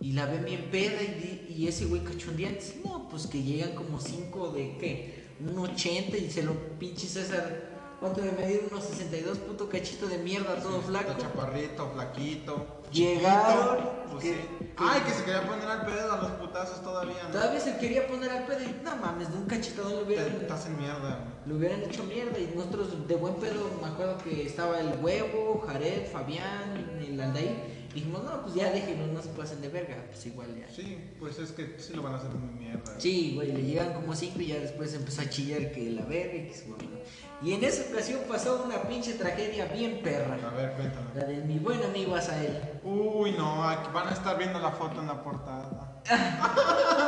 Y la ven bien peda y, di- y ese güey cachondeante. dice, No, pues que llegan como cinco de qué? Un 80 y se lo pinche César. ¿Cuánto de medir? Unos 62 puto cachito de mierda, todo flaco. Está Chaparrito, flaquito. Llegaron, chiquito, pues que- sí. que- Ay, que se quería poner al pedo a los putazos todavía, ¿no? Todavía se quería poner al pedo y no mames, de un cachetadón lo Te- hubieran, Estás en mierda, güey. lo hubieran hecho mierda. Y nosotros de buen pedo, me acuerdo que estaba el huevo, Jared, Fabián, el Aldair. Dijimos, no, pues ya déjenlo, no se pasen de verga. Pues igual ya. Sí, pues es que sí lo van a hacer muy mierda. Sí, güey, le llegan como cinco y ya después empezó a chillar que la verga y que su mamá. Y en esa ocasión pasó una pinche tragedia bien A perra. ver, cuéntame. La de mi buen amigo Azael. Uy, no, aquí van a estar viendo la foto en la portada.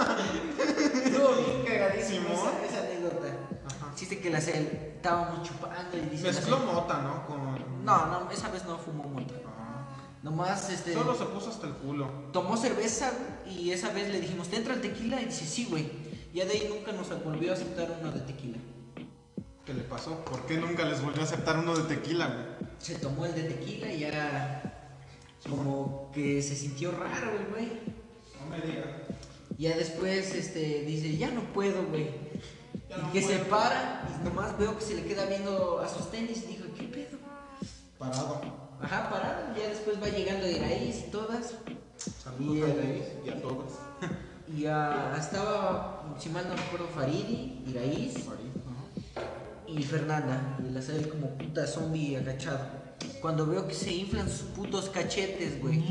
Estuvo bien cagadísimo Simón. esa, esa anécdota. Ajá. Chiste que la Azael estábamos chupando y dice. Mezcló mota, ¿no? Con... No, no, esa vez no fumó mota. Ah. Nomás, este, Solo se puso hasta el culo. tomó cerveza güey, y esa vez le dijimos, ¿te entra el tequila? Y dice, sí, güey. Ya de ahí nunca nos volvió a aceptar uno de tequila. ¿Qué le pasó? ¿Por qué nunca les volvió a aceptar uno de tequila, güey? Se tomó el de tequila y ya como que se sintió raro, el güey. No me digas. Ya después, este, dice, ya no puedo, güey. Ya y no que se puedo. para y nomás veo que se le queda viendo a sus tenis y dijo, ¿qué pedo? Parado. Ajá, parado. Ya después va llegando de raíz y todas. Y Saludos el- a Iraíz y a todos. Y ah, estaba, si mal no recuerdo, Faridi, Iraíz y Fernanda. Y la sale como puta zombie agachado. Cuando veo que se inflan sus putos cachetes, güey.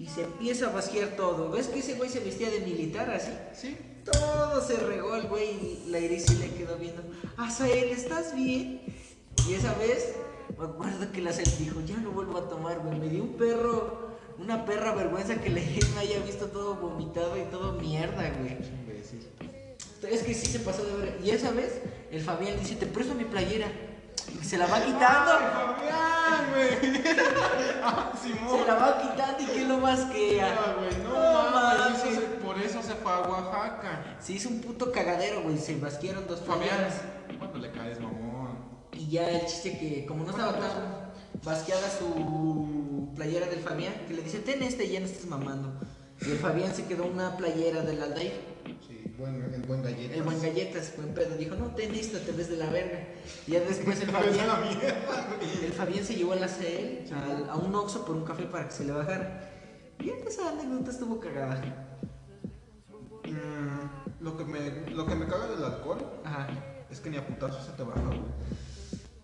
Y se empieza a vaciar todo. ¿Ves que ese güey se vestía de militar así? Sí. Todo se regó al güey y la Iris se le quedó viendo. Azael, ¿estás bien? Y esa vez me acuerdo que la Azael dijo, ya no vuelvo a tomar, güey. Me dio un perro, una perra vergüenza que le me haya visto todo vomitado y todo mierda, güey. Imbécil. Es que sí se pasó de ver. Y esa vez el Fabián dice, te presto mi playera. Y se la va quitando. Fabián, güey! ¡Ah, Simón! Se la va quitando y que lo más que... Ah, güey, no, mames, eso se- por eso se fue a Oaxaca. Se hizo un puto cagadero, güey. Se basquearon dos Fabián, playeras. ¿cuándo le caes, mamón? Y ya el chiste que, como no estaba tan basqueada su playera del Fabián, que le dice, ten este, ya no estés mamando. Y el Fabián se quedó una playera del Aldair. Sí, buen, el buen galleta. El buen galletas, buen pedo. Dijo, no, ten esta, te ves de la verga. Y ya después el Es la Fabián, mierda, güey. el Fabián se llevó a la CL, al- a, un Oxxo por un café para que se le bajara. Y pues, esa anécdota estuvo cagada. Mm, lo, que me, lo que me caga del alcohol Ajá. es que ni a putazo se te baja, güey.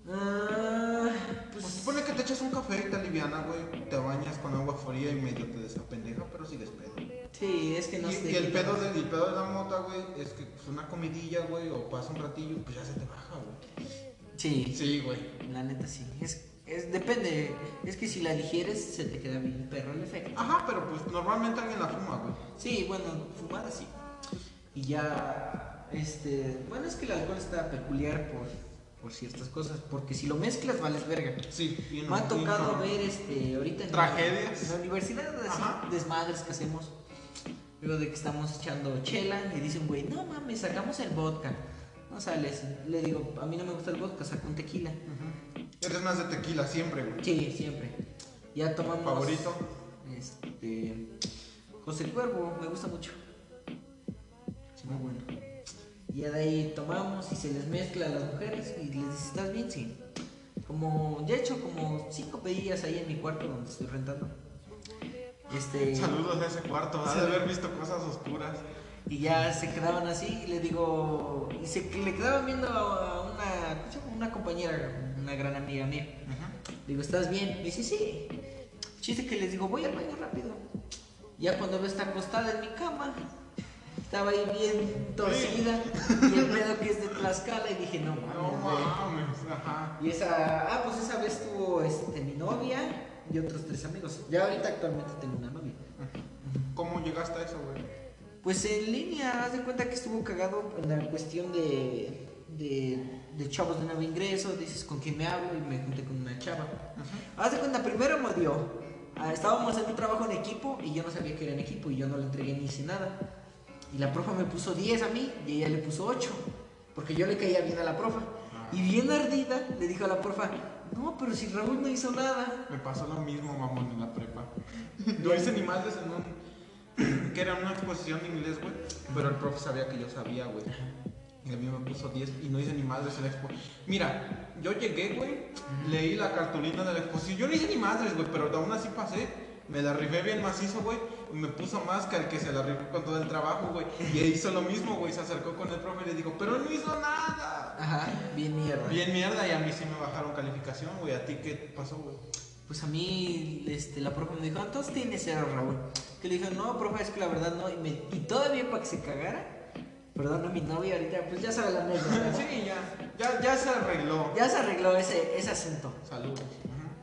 Ah, Pues pues, supone que te echas un café y te aliviana, güey. Te bañas con agua fría y medio te desapendeja, pero sigues pedo. sí, es que no y, sé. y el pedo de, el pedo de la mota, güey, es que pues, una comidilla, güey, o pasa un ratillo, pues ya se te baja, güey. Sí. Sí, güey. La neta sí. Es, es- depende. Es que si la digieres, se te queda bien perro el efecto. Ajá, pero pues normalmente alguien la fuma, güey. Sí, bueno, fumada sí. Y ya. Este. Bueno, es que el alcohol está peculiar por, por ciertas cosas. Porque si lo mezclas, vales verga. Sí, bien. Me ha bien, tocado cabrón. ver este. Ahorita en Tragedias. La, en la universidad, así, Ajá. desmadres que hacemos. Luego de que estamos echando chela, y dicen, güey, no mames, sacamos el vodka. No sales. Le digo, a mí no me gusta el vodka, saco un tequila. Ujú. Eres más de tequila siempre, güey. Sí, siempre. Ya tomamos. Favorito. Este. José Cuervo, me gusta mucho. Es muy bueno. Ya de ahí tomamos y se les mezcla a las mujeres y les dices, ¿estás bien? Sí. Como, ya he hecho como cinco pedillas ahí en mi cuarto donde estoy rentando. Este. Saludos de ese cuarto, has de haber visto cosas oscuras. Y ya se quedaban así y le digo. Y se le quedaban viendo a una, ¿cómo se llama? una compañera, una gran amiga mía. Ujú. Digo, ¿estás bien? Me dice, sí. Chiste que les digo, voy al baño rápido. Ya cuando veo está acostada en mi cama, estaba ahí bien torcida. Y el pedo que es de Tlaxcala, y dije, no mames. No güey". mames, ajá. Y esa, ah, pues esa vez tuvo este, mi novia y otros tres amigos. Ya ahorita actualmente tengo una novia. ¿Cómo llegaste a eso, güey? Pues en línea, haz de cuenta que estuvo cagado en la cuestión de, de, de chavos de nuevo ingreso, dices con quién me hablo y me junté con una chava. Haz de cuenta, primero me odió. Ah, estábamos en un trabajo en equipo y yo no sabía que era en equipo y yo no le entregué ni hice nada. Y la profa me puso 10 a mí y ella le puso 8, porque yo le caía bien a la profa. Y bien ardida le dijo a la profa, no, pero si Raúl no hizo nada. Me pasó lo mismo, mamón, en la prepa. No hice ni madres en un. que era una exposición de inglés, güey. Pero el profe sabía que yo sabía, güey. Y a mí me puso 10 y no hice ni madres en la expo. Mira, yo llegué, güey. Leí la cartulina de la exposición. Yo no hice ni madres, güey, pero aún así pasé. Me la rifé bien macizo, güey. y Me puso más que al que se la rifó con todo el trabajo, güey. Y él hizo lo mismo, güey. Se acercó con el profe y le dijo, pero no hizo nada. Ajá, bien mierda. Bien mierda, y a mí sí me bajaron calificación, güey. ¿A ti qué te pasó, güey? Pues a mí este, la profe me dijo, "Ah, entonces tienes cero, Raúl. Que le dije, no, profe, es que la verdad no. Y, me, y todavía para que se cagara, perdón a mi novia ahorita, pues ya sabe la anécdota. ¿no? Sí, ya. Ya, ya se arregló. Ya se arregló ese, ese acento. Saludos.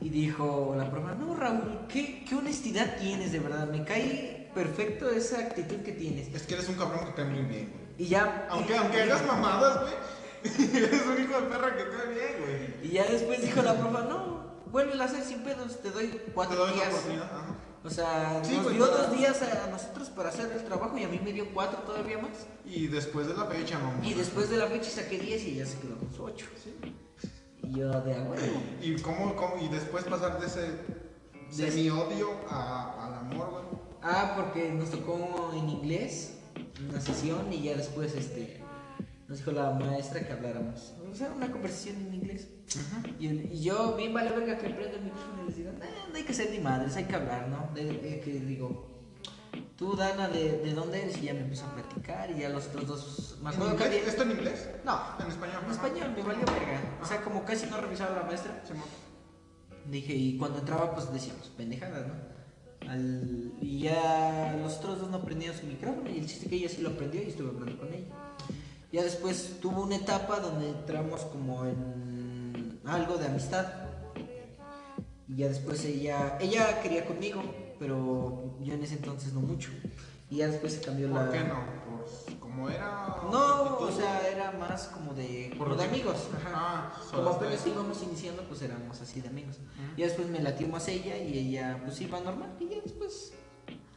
Y dijo la profe, no, Raúl, ¿qué, qué honestidad tienes de verdad. Me cae perfecto esa actitud que tienes. Es que eres un cabrón que cae muy bien, güey. Y ya... Aunque, y- aunque hagas mamadas, güey. Eres un hijo de perra que cae bien, güey. Y ya después dijo la profa, no, vuelve a hacer sin pedos, te doy Te cuatro doy la días. oportunidad. ajá. O sea, Sí, nos güey, dio para- dos días a, a nosotros para hacer el trabajo y a mí me dio cuatro todavía más. Y después de la fecha, mamón. Y después de la fecha saqué 10 y ella se quedó con su 8. Y yo de "Ah, a huevo. ¿Y, cómo, cómo- y después pasar de ese De- semi-odio a- al amor, güey. Ah, porque nos tocó en inglés una sesión y ya después este nos dijo la maestra que habláramos. O sea, una conversación en inglés. Y, el- y yo, bien vale verga que prendo el micrófono y les digo, "Nah, no hay que ser ni madres, hay que hablar, ¿no? De, de- que digo, tú, Dana, de, de dónde eres? Y ya me empezó a platicar y ya los otros dos... Me ¿En acuerdo que inglés? había- ¿Esto en inglés? Ah, No, En español. en ajá. español, me valió verga. O sea, como casi no revisaba la maestra. Simón. Dije, y cuando entraba, pues decíamos pendejadas, ¿no? Al- y ya los otros dos no prendían su micrófono, y el chiste que ella sí lo prendió y estuve hablando con ella. Ya después tuvo una etapa donde entramos como en algo de amistad. Y ya después ella, ella quería conmigo, pero yo en ese entonces no mucho. Y ya después se cambió la. ¿Por qué no? Pues, como era. No, actitud, o sea, era más como de, como Por de lo que- amigos. Ajá. Ah, Como solo apenas hasta ahí. íbamos iniciando, pues éramos así de amigos. Ujú. Y después me latió más ella y ella pues iba normal. Y ya después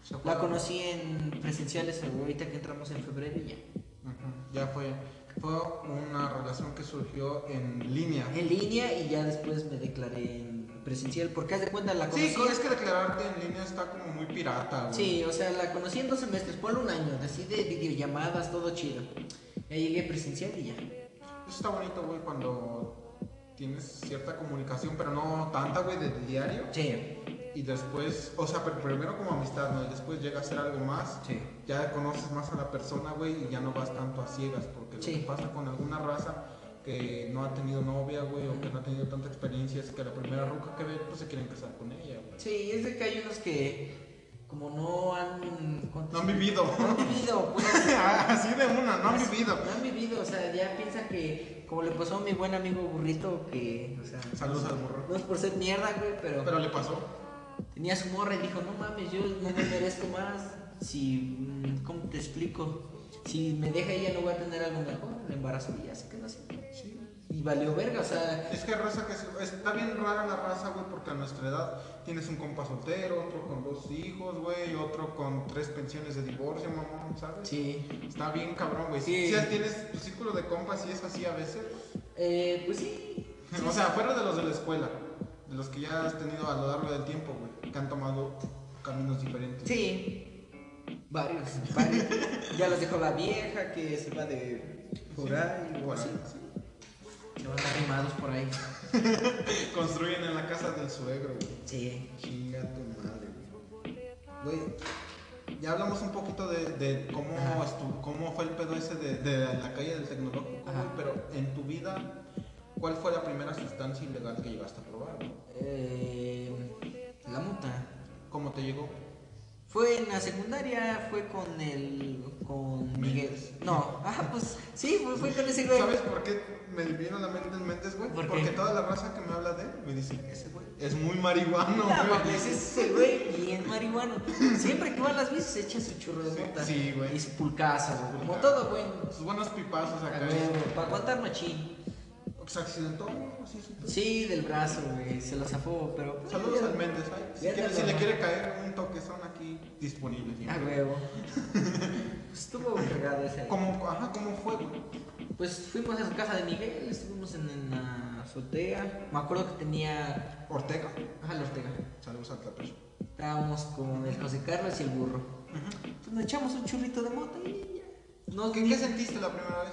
Se fue. la conocí en presenciales ahorita que entramos en febrero y ya. Ujú, Ya fue. Fue una relación que surgió en línea. En línea y ya después me declaré en presencial. Porque haz de cuenta la conocí. Sí, co- es que declararte en línea está como muy pirata, güey. Sí, o sea, la conocí en dos semestres, por un año, así de videollamadas, todo chido. Ya llegué presencial y ya. Eso está bonito, güey, cuando tienes cierta comunicación, pero no tanta, güey, de diario. Sí, Y después, o sea, pero primero como amistad, ¿no? Y después llega a ser algo más. sí. Ya conoces más a la persona, güey, y ya no vas tanto a ciegas, porque Sí. lo que pasa con alguna raza que no ha tenido novia, güey, o que no ha tenido tanta experiencia, es que la primera ruca que ve, pues se quiere casar con ella, güey. Sí, es de que hay unos que como no han... No han vivido. No han vivido, pues. Así Ah, de una, no han vivido. No han vivido, o sea, ya piensan que, como le pasó a mi buen amigo burrito, que, o sea, Saludos al burro. no es por ser mierda, güey, pero, Pero le pasó. tenía su morra y dijo, no mames, yo no me merezco más. Si, mm, ¿cómo te explico? Si me deja ella no voy a tener algo mejor, el embarazo y ya se quedó así. Y valió verga, o sea, Es que raza que se- está bien rara la raza, güey, porque a nuestra edad tienes un compa soltero, otro con dos hijos, güey, otro con tres pensiones de divorcio, mamón, ¿sabes? sí. Está bien cabrón, güey. Sí. Si ya tienes tu círculo de compas y es así a veces. Eh, pues sí. o sea, fuera de los de la escuela, de los que ya has tenido a lo largo del tiempo, güey, que han tomado caminos diferentes. Sí. Varios, varios. ya los dejó la vieja que se va de por ahí o por así. ahí, Se van arrimados por ahí. Construyen en la casa del suegro, güey. Sí. Chinga tu madre, güey. Güey, ya hablamos un poquito de, de cómo, Ajá. estu- cómo fue el pedo ese de, de la calle del tecnológico, güey, Ajá. pero en tu vida, ¿cuál fue la primera sustancia ilegal que llegaste a probar? güey? Eh, la muta. ¿Cómo te llegó? Fue en la secundaria, fue con el. con Miguel. Méndez. No, ah, pues sí, fue, fue con ese güey. ¿Sabes por qué me vino a la mente en Méndez, güey? ¿Por qué? Porque toda la raza que me habla de él me dice, ese güey es muy marihuano, No, güey. mames, Ah, pues, es ese güey bien marihuano. Siempre que va a las bicis se echa su churro de Sí, mota. sí, güey. Y su pulcaza, güey. Como Pulcaza. todo, güey. Sus buenos pipazos acá. Para aguantar machín. Se accidentó, güey, así súper. Sí, del brazo, güey. Se lo zafó, pero. pues, Saludos al Méndez, ¿eh? Si, Ya quiere- te si lo- Ah, le quiere caer un toque, son aquí disponibles. A siempre. huevo. Pues estuvo cargado ese. ¿Cómo, ajá, ¿cómo fue, güey? Pues fuimos a su casa de Miguel, estuvimos en, en la azotea. Me acuerdo que tenía. Ortega. Ajá, la Ortega. Saludos al Tlapecho. Estábamos con el José Carlos y el burro. Pues nos echamos un churrito de mota y ya. Nos- ¿Qué, qué sentiste la primera vez?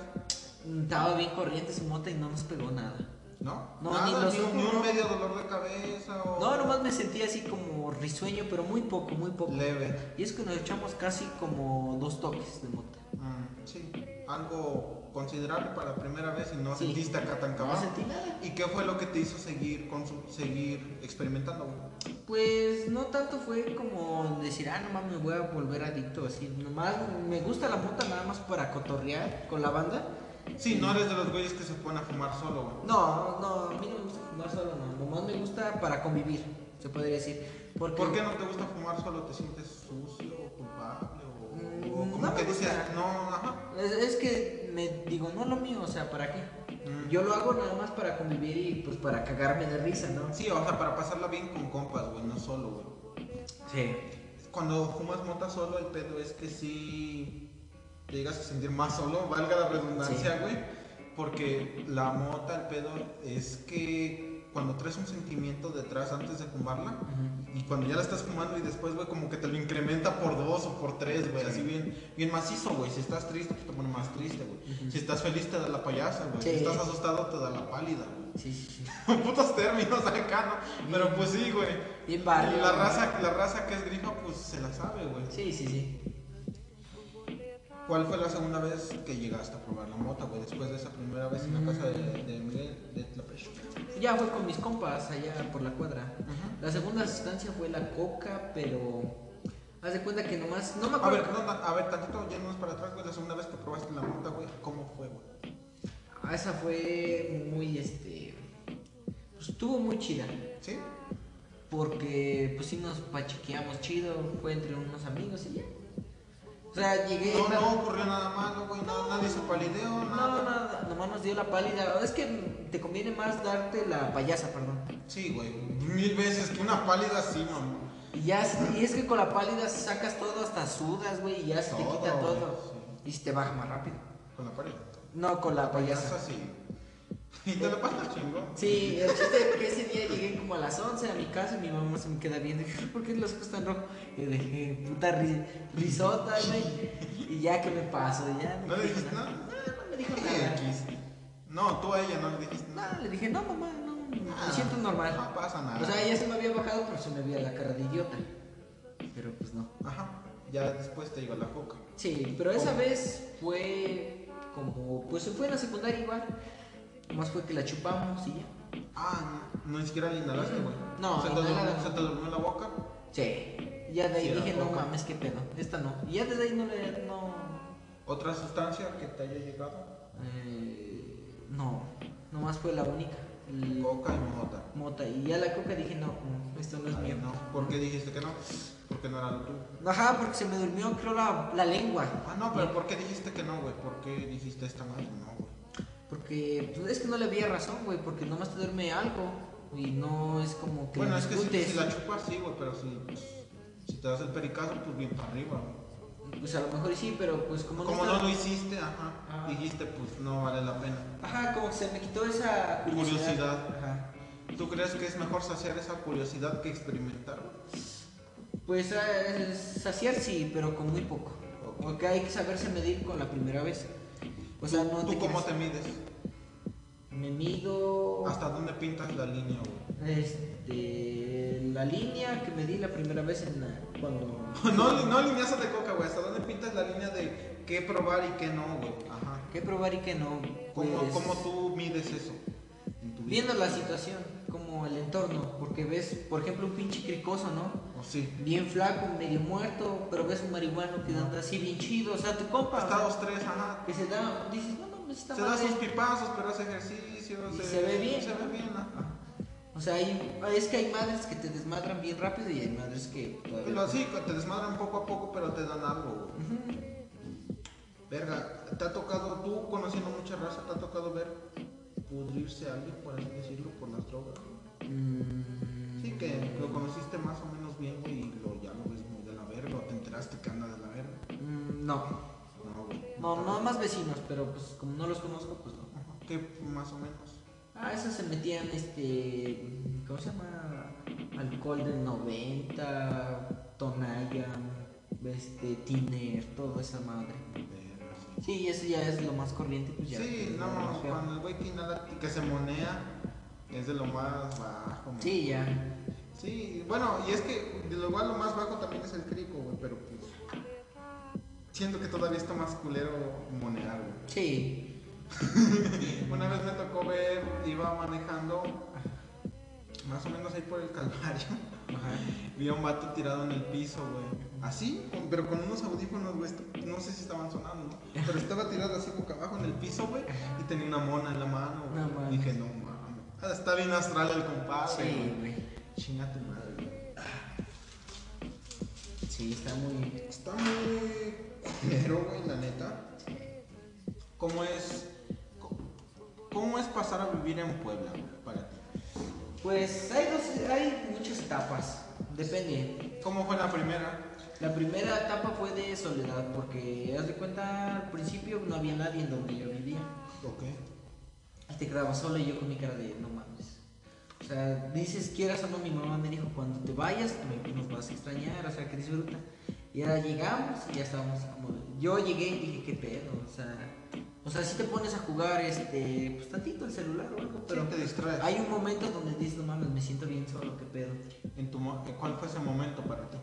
Estaba bien corriente su mota y no nos pegó nada. ¿No? No, Nada, ni los ojos, ni un no. medio dolor de cabeza o... No, nomás me sentía así como risueño, pero muy poco, muy poco. Leve. Y es que nos echamos casi como dos toques de mota. Mm, sí, algo considerable para la primera vez y no Sí. sentiste acá tan No cabrón. sentí nada. ¿Y qué fue lo que te hizo seguir, consu- seguir experimentando? güey? Pues no tanto fue como decir, ah, nomás me voy a volver adicto, así. Nomás me gusta la mota nada más para cotorrear con la banda. Sí, no eres de los güeyes que se ponen a fumar solo, güey. No, no, a mí no me gusta fumar solo, no. Nomás me gusta para convivir, se podría decir. Porque, ¿Por qué no te gusta fumar solo? ¿Te sientes sucio, culpable o, Mm, o como no me que dices, gusta. no, ajá? Es, es que me digo, no es lo mío, o sea, ¿para qué? Mm. Yo lo hago nada más para convivir y pues para cagarme de risa, ¿no? Sí, o sea, para pasarla bien con compas, güey, no solo, güey. Sí. Cuando fumas mota solo, el pedo es que sí te llegas a sentir más solo, valga la redundancia, güey. Porque la mota, el pedo, es que cuando traes un sentimiento detrás antes de fumarla, y cuando ya la estás fumando y después, güey, como que te lo incrementa por dos o por tres, güey, así bien, bien macizo, güey. Si estás triste, pues te pone más triste, güey. Ujú. Si estás feliz, te da la payasa, güey. Si Sí. estás asustado, te da la pálida, güey. Sí, sí, sí. Putos términos acá, ¿no? Pero pues sí, güey. Bien barrio. La güey. raza, la raza que es grija, pues se la sabe, güey. Sí, sí, sí. ¿Cuál fue la segunda vez que llegaste a probar la mota, güey? Después de esa primera vez en la casa de, de Miguel de Tlapecho. Ya fue con mis compas allá por la cuadra. La segunda sustancia fue la coca, pero. Haz de cuenta que nomás. No me A acuerdo. ver, no, ta- a ver, tantito, yéndonos para atrás, güey. La segunda vez que probaste la mota, güey, ¿cómo fue, güey? Ah, esa fue muy, este. Pues estuvo muy chida. ¿Sí? Porque, pues sí, nos pachequeamos chido. Fue entre unos amigos y ya. O sea, llegué. No, no ocurrió nada malo, güey. no- nadie se palideó, No, nada. no, nada, nomás nos dio la pálida. Es que te conviene más darte la payasa, perdón. Sí, güey. Mil veces que una pálida sí, mamá. Y ya, si- y es que con la pálida sacas todo, hasta sudas, güey, y ya se te Todo, quita güey, todo. Y se te baja más rápido. Con la pálida. No, con la Es payasa. así. Y te la pasas chingón. Sí, el chiste es que ese día llegué como a las 11 a mi casa y mi mamá se me queda viendo. ¿Por qué los ojos están rojos? Y yo dije, puta ri- risota, güey. Y ya que me paso, ya. ¿No le dije dijiste nada. nada? No, no me dijo nada. X. No, tú a ella no le dijiste nada. No, le dije, no, mamá, no, me Ah, siento normal. No pasa nada. O sea, ella se me había bajado, pero se me veía la cara de idiota. Pero pues no. Ajá. Ya después te llegó la coca. Sí, pero esa vez fue como. Pues fue en la secundaria igual. Nomás fue que la chupamos y ya. Ah, no, ni siquiera la inhalaste, güey. No, se te, inhalada durmió, no. se te durmió la boca. Sí. Ya de ahí Sí, era dije, no poca. mames, qué pedo. Esta no. Y ya desde ahí no le. No. Otra sustancia que te haya llegado. eh, no. Nomás fue la única. el Coca y mota. Mota. Y ya la coca dije, no, mm, esto no es Ay, mío. no. ¿Por qué dijiste que no? Porque no era lo tuyo. Ajá, porque se me durmió, creo, la, la lengua. Ah, no, pero ¿por qué dijiste que no, güey? ¿Por qué dijiste esta madre no, güey? Porque pues, es que no le había razón, güey, porque nomás te duerme algo y no es como que Bueno, lo es que si, disfrutes. si la chupas, sí, güey, pero si, si te das el pericazo, pues bien para arriba, güey. Pues a lo mejor sí, pero pues como Como estaba- no lo hiciste, ajá, Ah. dijiste, pues no vale la pena. Ajá, como que se me quitó esa curiosidad. Curiosidad. Ajá. ¿Tú crees que es mejor saciar esa curiosidad que experimentar? Pues ah, es- es saciar sí, pero con muy poco. Ok. Porque hay que saberse medir con la primera vez. O sea, no ¿Tú cómo quieres- te mides? Me mido... ¿Hasta dónde pintas la línea, güey? Este... La línea que medí la primera vez en la... Cuando... No, no lineazo de coca, güey. ¿Hasta dónde pintas la línea de qué probar y qué no, güey? Ajá. ¿Qué probar y qué no? ¿Cómo, Pues, cómo tú mides eso? en tu vida? Viendo la situación, como... como el entorno, porque ves, por ejemplo, un pinche cricoso, ¿no? O Oh, sí. Bien flaco, medio muerto, pero ves un marihuano que anda así bien chido, o sea, tu compa. Hasta ¿no? dos, tres, ajá. Que se da, dices, no mames, Ah, está Se da madre". sus pipazos, pero hace ejercicio. Y se ve bien, Se ¿no? ve bien, ajá. O sea, hay- es que hay madres que te desmadran bien rápido y hay madres que todavía- Pero sí, te desmadran poco a poco, pero te dan algo. güey. Verga, ¿te ha tocado, tú conociendo mucha raza, te ha tocado ver pudrirse a alguien, por así decirlo, por las drogas? Mm, Sí, que lo conociste más o menos bien, güey, y lo, ya lo ves muy de la verga, o te enteraste que anda de la verga. mm, no, No, güey. no, no más vecinos, pero pues como no los conozco, pues no. Ajá, Que más o menos. Ah, esos se metían, este, ¿cómo se llama? Alcohol del 90, tonalla, este, tiner, toda esa madre. Verga, sí. Sí, eso ya es lo más corriente, pues ya. Sí, lo más no, feo. cuando el güey que inhala- que se monea es de lo más bajo. man. Sí, ya. Sí, bueno, y es que de lo igual lo más bajo también es el crico, güey, pero pues siento que todavía está más culero monear, güey. Sí. Una vez me tocó ver, iba manejando más o menos ahí por el Calvario. Ajá. Vi a un vato tirado en el piso, güey. Así, con- pero con unos audífonos, güey. esto- No sé si estaban sonando, ¿no? Pero estaba tirado así boca abajo en el piso, güey. Y tenía una mona en la mano, güey. No mames. Dije, no mames. Ah, Está bien astral el compadre, Sí, güey. güey. Chinga tu madre, güey. Sí, está muy. Está muy culero, güey, la neta. ¿Cómo es, co- ¿Cómo es pasar a vivir en Puebla, güey, para ti? Pues hay, dos, hay muchas etapas, depende. ¿Cómo fue la primera? La primera etapa fue de soledad, porque haz de cuenta, al principio no había nadie en donde yo vivía. Ok. Y te quedabas solo y yo con mi cara de no mames. O sea, dices, quieras o no, mi mamá me dijo, cuando te vayas me- nos vas a extrañar, o sea, que disfruta. Y ahora llegamos y ya estábamos como... Yo llegué y dije, qué pedo, o sea... O sea, si te pones a jugar, este, pues tantito el celular o algo, Pero pero te distraes. hay un momento donde dices, no mames, me siento bien solo, qué pedo. En tu, mo- eh, ¿Cuál fue ese momento para ti?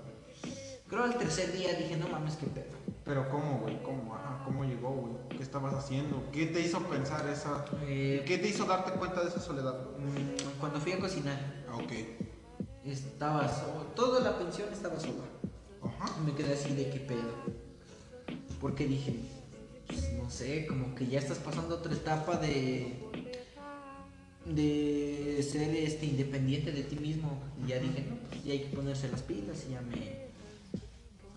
Creo al tercer día dije, no mames, qué pedo. Pero ¿cómo, güey? ¿Cómo? Ajá, ¿cómo llegó, güey? ¿Qué estabas haciendo? ¿Qué te hizo pensar esa... Eh, ¿Qué te hizo darte cuenta de esa soledad? mm, Cuando fui a cocinar, Ah, ok. estaba solo, toda la pensión estaba sola. Ajá. Me quedé así de qué pedo. Porque dije, pues, no sé, como que ya estás pasando otra etapa de de ser este independiente de ti mismo y ya dije, no, pues ya hay que ponerse las pilas y ya me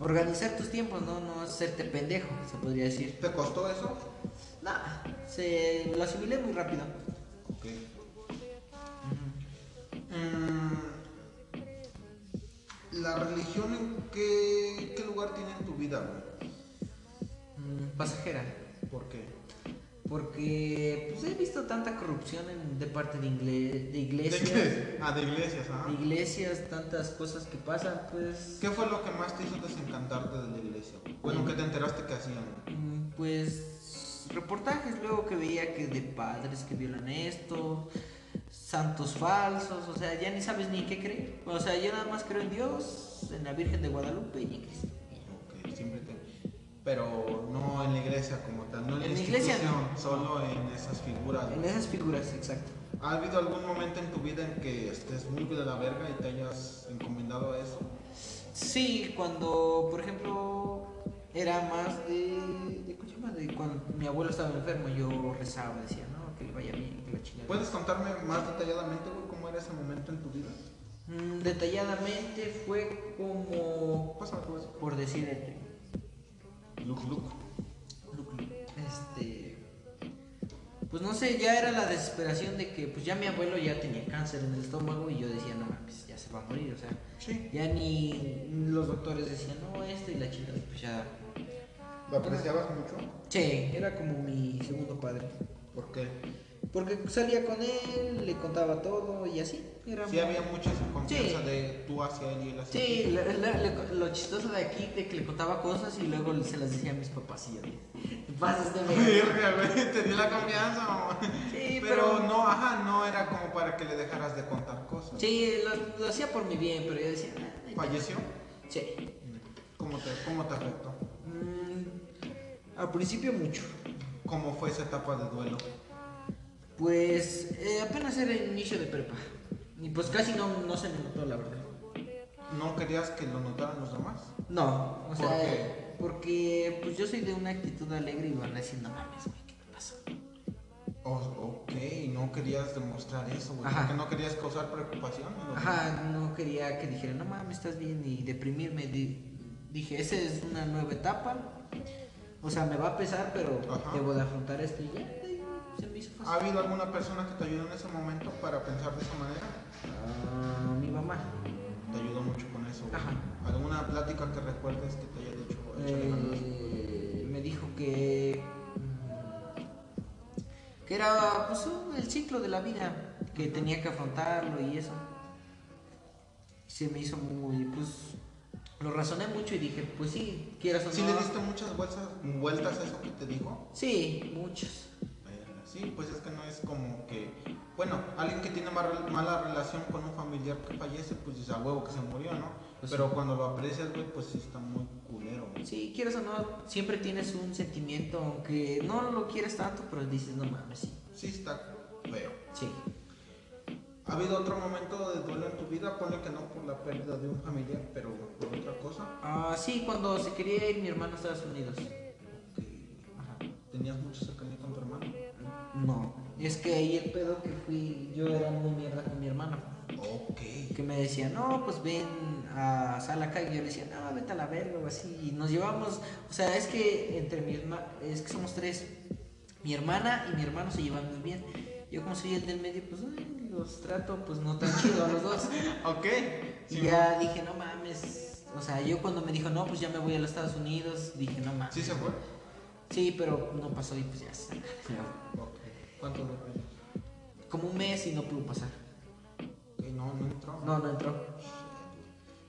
organizar tus tiempos, no no hacerte pendejo, se podría decir. ¿Te costó eso? Nah, se lo asimilé muy rápido. Ok. Mm, ¿La religión en qué, qué lugar tiene en tu vida, güey? Mm, pasajera, ¿Por qué? porque pues he visto tanta corrupción en- de parte de, ingle- de iglesias. qué? Ah, de iglesias, ajá. iglesias, tantas cosas que pasan, pues, ¿Qué fue lo que más te hizo desencantarte de la iglesia? güey? Bueno, ¿qué te enteraste que hacían? güey? mm, pues reportajes luego que veía que de padres que violan esto, santos falsos, o sea, ya ni sabes ni en qué creer. O sea, yo nada más creo en Dios, en la Virgen de Guadalupe y en Cristo. Ok, siempre te... Pero no en la iglesia como tal, no en la En la iglesia, institución, solo en esas figuras. güey. En esas figuras, exacto. ¿Ha habido algún momento en tu vida en que estés muy de la verga y te hayas encomendado a eso? Sí, cuando, por ejemplo, era más de, de, ¿cómo se llama? de cuando mi abuelo estaba enfermo, yo rezaba, decía, no, que le vaya bien, que la chingada. ¿Puedes contarme más detalladamente, güey, cómo era ese momento en tu vida? Mm, detalladamente fue como Pásame tu vaso. por decir este, Luke, Luke. este pues no sé ya era la desesperación de que pues ya mi abuelo ya tenía cáncer en el estómago y yo decía no mames ya se va a morir o sea Sí. ya ni los doctores decían no este y la chica pues ya ¿Lo apreciabas mucho? che era como mi segundo padre ¿Por qué? porque salía con él le contaba todo y así era Sí muy- había mucha esa confianza Sí. de tú hacia él y él hacia Sí, ti. la- la- le- lo chistoso de aquí de que le contaba cosas y luego se las decía a mis papás y yo dije, "Te pasas de verga". Verga, güey, te di la confianza, mamá. Sí, pero... pero- no, ajá, no era como para que le dejaras de contar cosas. Sí, lo, lo hacía por mi bien, pero yo decía, "Ah, ay, ¿Falleció? Sí. ¿Cómo te, cómo te afectó? Mm, al principio mucho. ¿Cómo fue esa etapa de duelo? Pues eh, apenas era el inicio de prepa. Y pues casi no, no se me notó, la verdad. ¿No querías que lo notaran los demás? No, o ¿Por sea, qué? porque pues yo soy de una actitud alegre y van a decir, no mames, güey, ¿qué te pasó? Oh, ok, no querías demostrar eso, güey. Ajá. Porque no querías causar preocupación. güey. Ajá, no quería que dijera, no mames, estás bien y deprimirme. Di- dije, esa es una nueva etapa. O sea, me va a pesar, pero Ajá. debo de afrontar esto y ya. y Se me hizo ¿Ha fácil. habido alguna persona que te ayudó en ese momento para pensar de esa manera? Ah, mi mamá. Te ayudó mucho con eso. güey. Ajá. ¿Alguna plática que recuerdes que te haya dicho? échale ganas? eh, me dijo que. mm, que era pues, un- el ciclo de la vida, que tenía que afrontarlo y eso. Se me hizo muy. pues. lo razoné mucho y dije, pues sí, quieras o ¿Sí no. le diste muchas vueltas, vueltas a eso que te dijo? Sí, muchos. Verga, Sí, pues es que no es como que, bueno, alguien que tiene mar- mala relación con un familiar que fallece, pues dice a huevo que se murió, ¿no? Pues Pero cuando lo aprecias, güey, pues sí está muy culero, güey. Sí, quieres o no, siempre tienes un sentimiento, aunque no lo quieres tanto, pero dices, no mames, sí. Sí está feo. Sí. ¿Ha habido otro momento de duelo en tu vida? Ponle que no por la pérdida de un familiar, pero por otra cosa. Ah, sí, cuando se quería ir mi hermano a Estados Unidos. Ajá. ¿Tenías mucho cercanía con tu hermano? No, es que ahí el pedo que fui, yo era muy mierda con mi hermano. Ok. Que me decía, no, pues ven a Salaca. Y yo le decía, no, vete a la verga o así. Y nos llevamos, o sea, es que entre mi herma- es que somos tres. Mi hermana y mi hermano se llevan muy bien. Yo, como soy el del medio, pues ay, los trato, pues no tan chido a los dos. Ok. Y Sí, ya dije, no mames. O sea, yo cuando me dijo, no, pues ya me voy a los Estados Unidos, dije, no mames. ¿Sí se fue? Sí, pero no pasó y pues ya se saca. Ok. ¿Cuánto duró? Ok, Como un mes y no pudo pasar. no, no entró. No, no entró.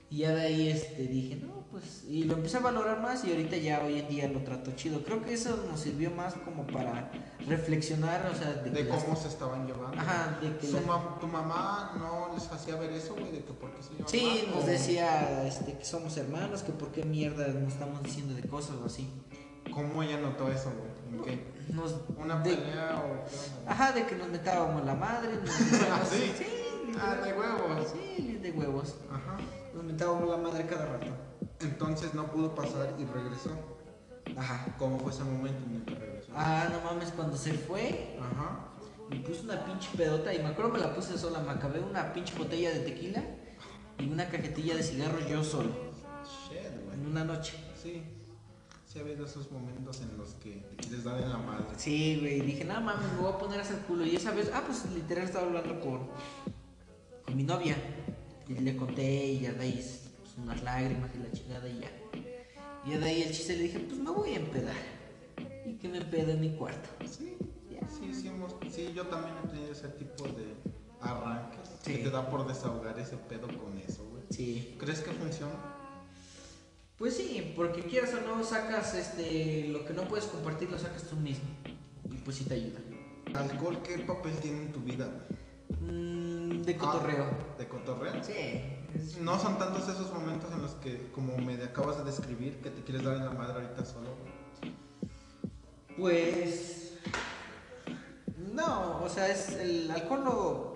Y ya de ahí este, dije, no, pues. Y lo empecé a valorar más y ahorita ya hoy en día lo trato chido. Creo que eso nos sirvió más como para reflexionar, o sea, de, que De las- cómo se estaban llevando. Ajá, de que Su las- mam- ¿Tu mamá no les hacía ver eso, güey? ¿De que por qué se llevan Sí, pues, mal, nos o- decía este, que somos hermanos, que por qué mierda nos estamos diciendo de cosas o así. ¿Cómo ella notó eso, güey? ¿En qué? Nos, ¿Una de- pelea o qué onda? Ajá, de que nos metábamos la madre. Nos metábamos, ¿Sí? Sí, Ah, de huevos. Sí, de huevos. Ajá. Nos metábamos la madre cada rato. Entonces no pudo pasar y regresó. Ajá. ¿Cómo fue ese momento en el que regresó? Ah, no mames, cuando se fue, Ajá. me puse una pinche pedota y me acuerdo me la puse sola. Me acabé una pinche botella de tequila y una cajetilla de cigarros yo solo. Shit, güey. En una noche. Sí. Sí ha habido esos momentos en los que te quieres dar en la madre. Sí, güey, dije, nada mames, me voy a poner hasta el culo. Y esa vez, ah, pues literal estaba hablando con, con mi novia. Y le conté y ya de ahí pues, unas lágrimas y la chingada y ya. Y ya de ahí el chiste le dije, pues me voy a empedar. Y que me empedo en mi cuarto. Sí. Ya. Sí, sí, hemos- sí, yo también he tenido ese tipo de arranques. Sí. Que te da por desahogar ese pedo con eso, güey. Sí. ¿Crees que funciona? Pues sí, porque quieras o no, sacas este, lo que no puedes compartir, lo sacas tú mismo. Y pues sí te ayuda. ¿Alcohol qué papel tiene en tu vida? güey? Mm, de cotorreo. Ah, ¿De cotorreo? Sí. es- No son tantos esos momentos en los que, como me acabas de describir, que te quieres dar en la madre ahorita solo. güey. Pues. No, o sea, es el alcohol lo-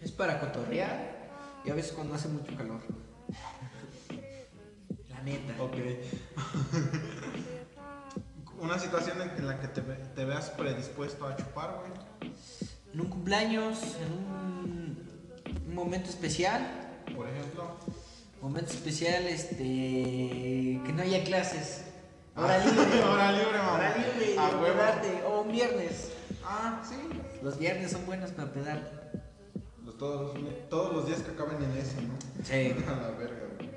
es para cotorrear y a veces cuando hace mucho calor. La neta. Ok. Una situación en en la que te, ve- te veas predispuesto a chupar, güey. En un cumpleaños, en un, un momento especial, Por ejemplo. momento especial, este, que no haya clases. Hora Ah, libre. hora libre, mamá. Hora libre, A de huevo. pedarte, o un viernes. Ah, sí. Los viernes son buenos para pedarte. Los- todos, los- todos los días que acaben en ese, ¿no? Sí. A la verga, güey.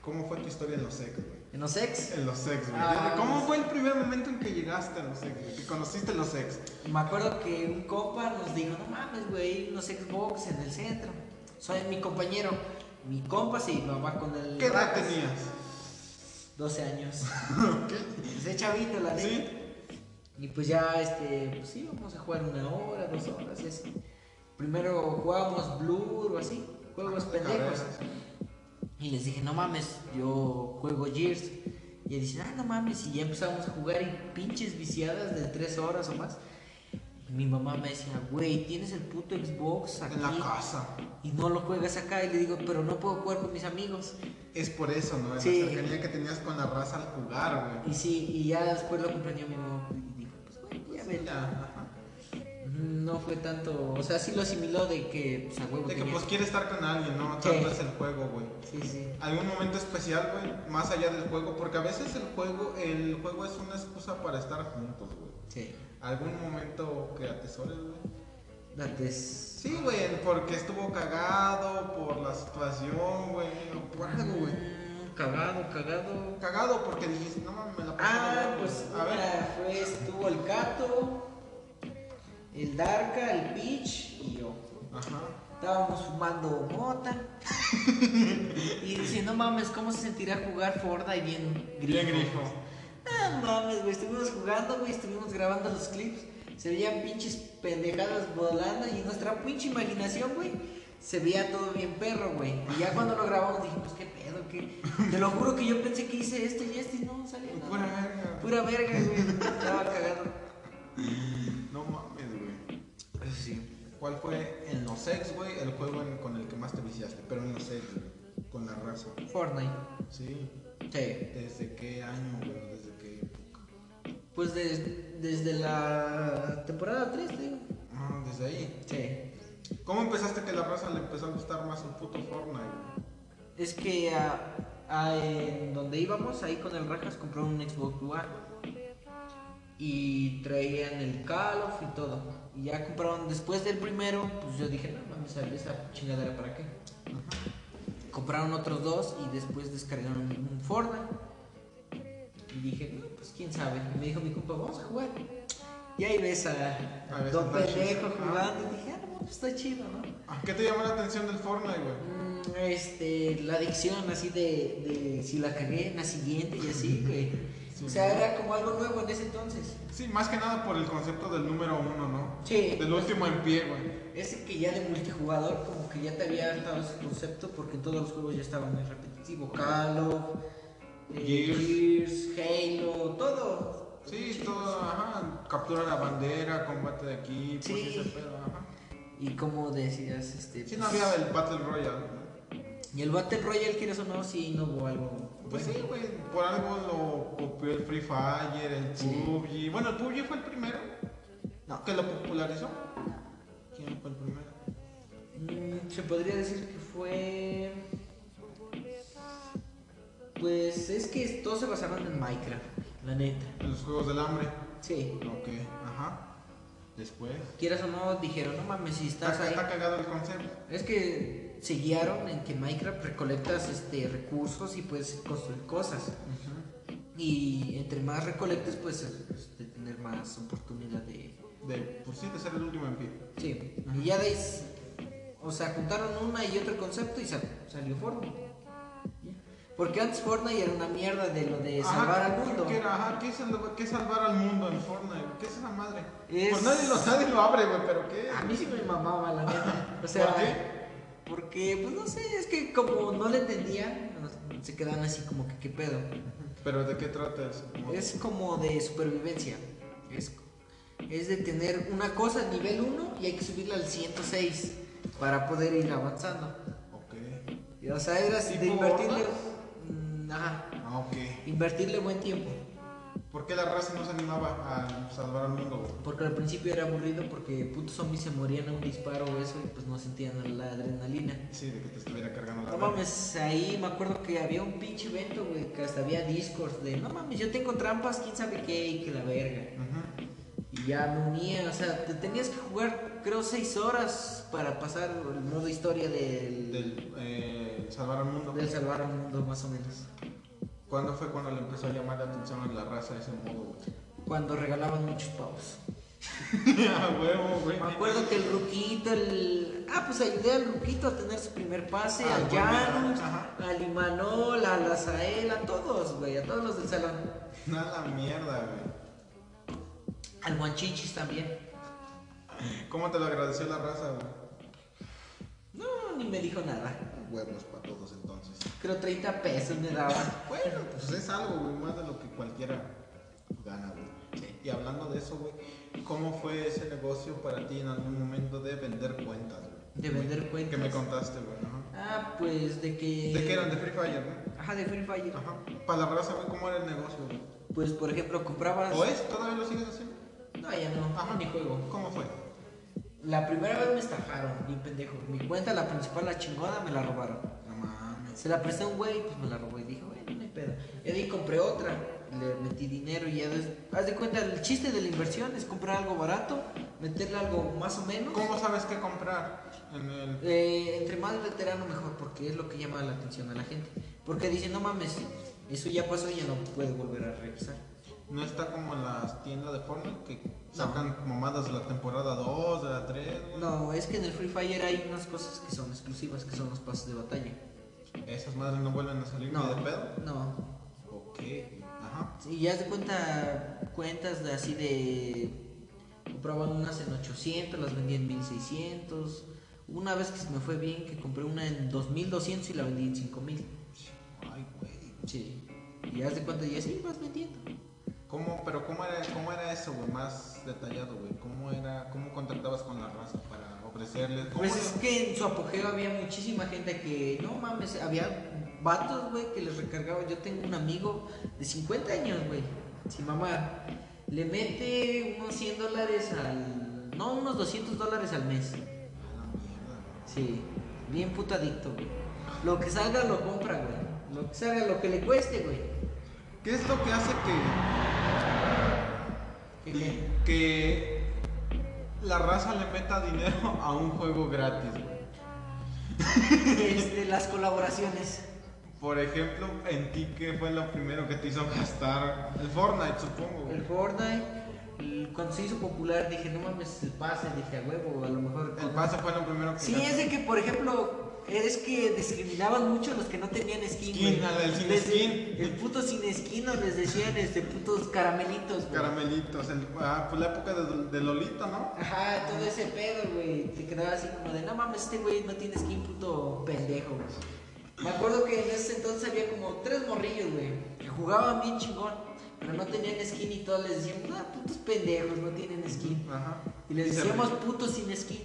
¿Cómo fue tu historia en los sex, güey? En los ex, En los sex, güey. Ah, ¿Cómo los- fue el primer momento en que llegaste a los sex, güey? Que conociste los sex. Me acuerdo que un compa nos dijo, no mames, güey, hay unos Xbox en el centro. Soy mi compañero. Mi compa se mamá con el... ¿Qué edad Ratas, tenías? 12 años. Ok. Se chavito, la Sí. neta. Y pues ya, este, pues sí, vamos a jugar una hora, dos horas, y así. Primero jugábamos Blur o así, juegos Ah, de pendejos. carreras. Y les dije, no mames, yo juego Gears. Y ellos dicen, ah, no mames, y ya empezamos a jugar y pinches viciadas de tres horas o más. Mi mamá me decía, güey, tienes el puto Xbox aquí En la casa. y no lo juegas acá. Y le digo, pero no puedo jugar con mis amigos. Es por eso, ¿no? Es Sí. la cercanía que tenías con la raza al jugar, Y güey. sí, y ya después lo comprendió mi mamá y dijo, pues bueno, ya Sí, ven. ya, ajá. No fue tanto, o sea, sí lo asimiló de que, pues a huevo De que tenía- pues quiere estar con alguien, ¿no? Sí. Tanto es el juego, güey. Sí, sí. algún momento especial, güey, más allá del juego, porque a veces el juego, el juego es una excusa para estar juntos, güey. Sí. Algún momento que atesores, güey. Antes. Sí, güey, porque estuvo cagado por la situación, güey, o por algo, güey. Mm, Cagado, cagado. Cagado porque dijiste, no mames, me la pasé Ah, mal, pues a ver. una fue, estuvo el Cato, el Darka, el Peach y yo. Ajá. Estábamos fumando mota. y dice, no mames, ¿cómo se sentirá jugar Fortnite bien grifo? Bien grifo. Ah, mames, güey, estuvimos jugando, güey, estuvimos grabando los clips. Se veían pinches pendejadas volando y nuestra pinche imaginación, güey, se veía todo bien perro, güey. Y ya cuando lo grabamos dijimos, qué pedo, qué. Te lo juro que yo pensé que hice esto y esto y no salió nada. Pura verga. Pura verga, güey. Estaba cagado. No mames, güey. Eso sí. ¿Cuál fue en los ex, güey, el juego en- con el que más te viciaste? Pero en los ex, güey, con la raza. Fortnite. Sí. Sí. ¿Desde qué año, güey? ¿Desde qué época? Pues des- desde la temporada 3, te digo. Ah, desde ahí. Sí. ¿Cómo empezaste que la raza le empezó a gustar más el puto Fortnite? Es que ah, ah, en donde íbamos, ahí con el Rajas, compró un Xbox One. Y traían el Call of y todo. Y ya compraron después del primero, pues yo dije, no mames, salió esa chingadera para qué. Compraron otros dos y después descargaron un Fortnite. Y dije, no, pues quién sabe. Y me dijo mi compa, vamos a jugar. Y ahí ves a, A ver, Don está chido. Pendejo jugando. Y dije, ah, no, pues está chido, ¿no? Ajá. ¿Qué te llamó la atención del Fortnite, güey? Mm, Este, la adicción así de, de si la cagué en la siguiente y así, güey. Sí. o sea, era como algo nuevo en ese entonces. Sí, más que nada por el concepto del número uno, ¿no? Sí. Del último en pie, güey. Ese que ya de multijugador, como que ya te había dado ese concepto porque en todos los juegos ya estaba muy repetitivo. Call of, eh, Gears, Halo, todo. Sí, todo, ajá. Captura la bandera, combate de aquí, pues Sí. ese pedo, ajá. Y como decías, este. Sí, no pues, había el Battle Royale, ¿no? Y el Battle Royale, quieres o no, sí, no hubo algo. Pues bueno. sí, güey. Por algo lo copió el Free Fire, el Sí. PUBG. Bueno, el PUBG fue el primero No. que lo popularizó. ¿Quién fue el primero? Mm, Se podría decir que fue. Pues es que todos se basaron en Minecraft, la neta. Los Juegos del Hambre. Sí. Ok, ajá. Después. Quieras o no, dijeron, no mames, si Está, estás ahí. está cagado el concepto. Es que se guiaron en que Minecraft recolectas este, recursos y puedes construir cosas. Y entre más recolectes, pues este, tener más oportunidad de. De, pues sí, de ser el último en pie. Sí. Y ya de ahí. s- O sea, juntaron una y otro concepto y sa- salió Fortnite. Porque antes Fortnite era una mierda de lo de salvar Ajá, al mundo. ¿Qué, era? Ajá, ¿qué es el- qué es salvar al mundo en Fortnite? ¿Qué es esa madre? Es- Ah. Pues nadie lo, nadie lo abre, güey, pero ¿qué? A mí sí me mamaba, la neta. O sea, ¿Por qué? Porque, pues no sé, es que como no le entendía, se quedan así como que qué pedo. ¿Pero de qué trata eso? Como- Es como de supervivencia. Es, es de tener una cosa al nivel 1 y hay que subirla al 106 para poder ir avanzando. Ok. Y, O sea, era así de ¿Tipo invertirle. hordas? Mm, ajá. Ah, ok. Invertirle buen tiempo. ¿Por qué la raza no se animaba a salvar al mundo, güey? Porque al principio era aburrido porque putos zombies se morían a un disparo o eso y pues no sentían la adrenalina. Sí, de que te estuviera cargando la No verga. mames, ahí me acuerdo que había un pinche evento, güey, que hasta había Discord de no mames, yo tengo trampas, quién sabe qué, y que la verga. Ajá. Y ya me unía, o sea, te tenías que jugar, creo, seis horas para pasar el modo historia del, del, Del eh, salvar al mundo. salvar al mundo, más o menos. ¿Cuándo fue cuando le empezó a llamar la atención a la raza de ese modo, Cuando regalaban muchos pavos. güey? a huevo, güey. Me acuerdo que el Ruquito, el. Ah, pues ayudé al Ruquito a tener su primer pase, Ah, al bueno, Janus, ajá. al Imanol, a la Zael, a todos, güey, a todos los del salón. Nada mierda, güey. Al Guanchichis también. ¿Cómo te lo agradeció la raza, güey? No, ni me dijo nada. Huevos para todos entonces. Creo 30 pesos me daba. Bueno, pues es algo, güey, más de lo que cualquiera gana, güey. Sí. Y Y hablando de eso, güey, ¿cómo fue ese negocio para ti en algún momento de vender cuentas, güey? De vender Que cuentas. me contaste, güey, ajá. Ah, pues de que. ¿De qué Ah. eran? ¿De Free Fire, no? Ajá, de Free Fire. Ajá. Para la raza, güey, ¿cómo era el negocio, güey? Pues por ejemplo, comprabas. ¿O es? ¿Todavía lo sigues haciendo? No, ya no, Ajá. ni juego. ¿Cómo fue? La primera vez me estafaron, bien pendejo. Mi cuenta, la principal, la chingona, me la robaron. No mames. Se la presté a un güey, pues me la robó y dije, bueno, no hay pedo. Y ahí compré otra, le metí dinero y ya des... Haz de cuenta, el chiste de la inversión es comprar algo barato, meterle algo más o menos. ¿Cómo sabes qué comprar en el Eh, entre más veterano mejor, porque es lo que llama la atención a la gente. Porque dice, no mames, eso ya pasó y ya no puede volver a regresar. No está como en las tiendas de Fortnite que sacan mamadas de la temporada 2, de la 3. No, es que en el Free Fire hay unas cosas que son exclusivas, que son los pases de batalla. Esas madres no vuelven a salir No, ni de pedo. no, Ok, ajá. Y ya de cuenta cuentas de así de. Compraban unas en 800, las vendía en 1600. Una vez que se me fue bien, que compré una en 2200 y la vendí en 5000. Ay, güey. Sí. Y haz de cuenta, y así vas vendiendo. ¿Cómo, pero cómo era, cómo era eso, güey? Más detallado, güey. ¿Cómo era, cómo contactabas con la raza para ofrecerles? ¿Cómo Pues era? es que en su apogeo había muchísima gente que, no mames, había vatos, güey, que les recargaba. Yo tengo un amigo de 50 años, güey, sin mamá. Le mete unos 100 dólares al. No, unos 200 dólares al mes. A Ah, la mierda, güey. Sí, bien puto adicto, güey. Lo que salga lo compra, güey. Lo que salga, lo que le cueste, güey. ¿Qué es lo que hace que, ¿Qué, qué? que la raza le meta dinero a un juego gratis, güey? Este, las colaboraciones. Por ejemplo, en ti, ¿qué fue lo primero que te hizo gastar? El Fortnite, supongo, güey. El Fortnite, el- cuando se hizo popular, dije, no mames, el pase, dije, a huevo, a lo mejor. El pase fue lo primero que Sí, gasté. es de que, por ejemplo, es que discriminaban mucho a los que no tenían skin. Skin, güey. al- al sin Les- skin. El puto sin skin o les decían, este, putos caramelitos, güey. Caramelitos, el, ah, pues la época de, de Lolita, ¿no? Ajá, todo ese pedo, güey. Te quedaba así como de, no mames, este güey no tiene skin, puto pendejo, güey. Me acuerdo que en ese entonces había como tres morrillos, güey, que jugaban bien chingón, pero no tenían skin y todos les decíamos, ah, putos pendejos, no tienen skin. Ajá. Y les se decíamos reía. putos sin skin.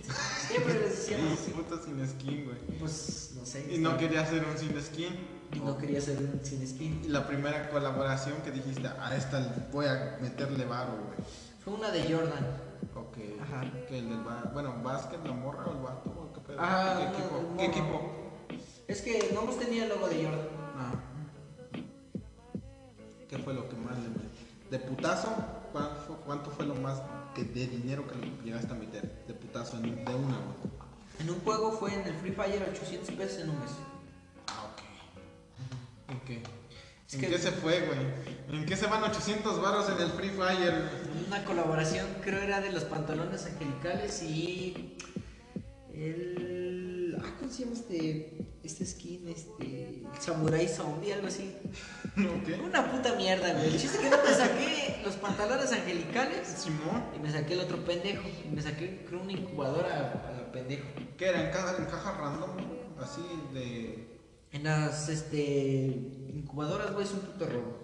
Siempre les decíamos Sí, así. puta sin skin, güey. Pues, no sé. Y no quería hacer un sin skin. y no quería ser un sin Y skin. la primera colaboración que dijiste, a esta le voy a meterle varo, güey. Fue una de Jordan. Ok. Ajá. Que el del ba- bueno, básquet, la morra o el vato, o qué pedo. Ajá, Ah, ¿Qué no, equipo? el ¿Qué morro. equipo? Es que no hemos tenido el logo de Jordan. Ah. ¿Qué fue lo que más le metí? ¿De putazo? ¿Cuánto, fue- cuánto fue lo más que de dinero que le llegaste a meter? De putazo, en- de una, güey. En un juego fue en el Free Fire 800 pesos en un mes. Ah, ok. ¿En qué? Es ¿En que- qué se fue, güey? ¿En qué se van 800 barras en el Free Fire? Una colaboración, creo era de los pantalones angelicales y. El. Ah, ¿cómo se llama este. Este skin? Este. El samurai zombie, algo así. ok. Una puta mierda, güey. El chiste es que no me saqué los pantalones angelicales Simón, y me saqué el otro pendejo. Y me saqué, creo, una incubadora al- al pendejo. ¿qué era? ¿En caja, en caja random? Así de. En las, este. Incubadoras, güey, es un puto robo.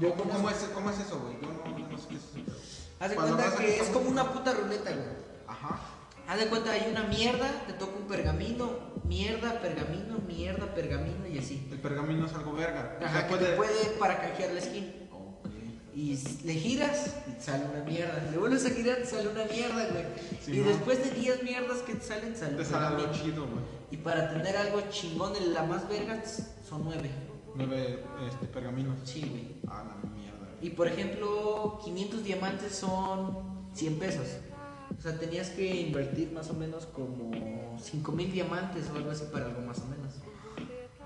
Yo ¿Cómo, conozco- cómo es, cómo es eso, güey? Yo no, no sé qué es eso. Haz de Cuando cuenta vas a que casa- es como una puta ruleta, güey. Ajá. Haz de cuenta, hay una mierda, te toca un pergamino, mierda, pergamino, mierda, pergamino y así. El pergamino es algo verga. O Ajá, sea, que te puede para canjear la skin. Ok. Y s- le giras y te sale una mierda. Le vuelves a girar te sale una mierda, güey. Sí, y ¿no? después de 10 mierdas que te salen, te sale Te un sale algo pergamino. chido, güey. Y para tener algo chingón en la más verga tss, son 9. Nueve este, pergaminos. Sí, güey. Ah, la mierda. Y por ejemplo, 500 diamantes son 100 pesos. O sea, tenías que invertir más o menos como 5 mil diamantes o algo así para algo más o menos.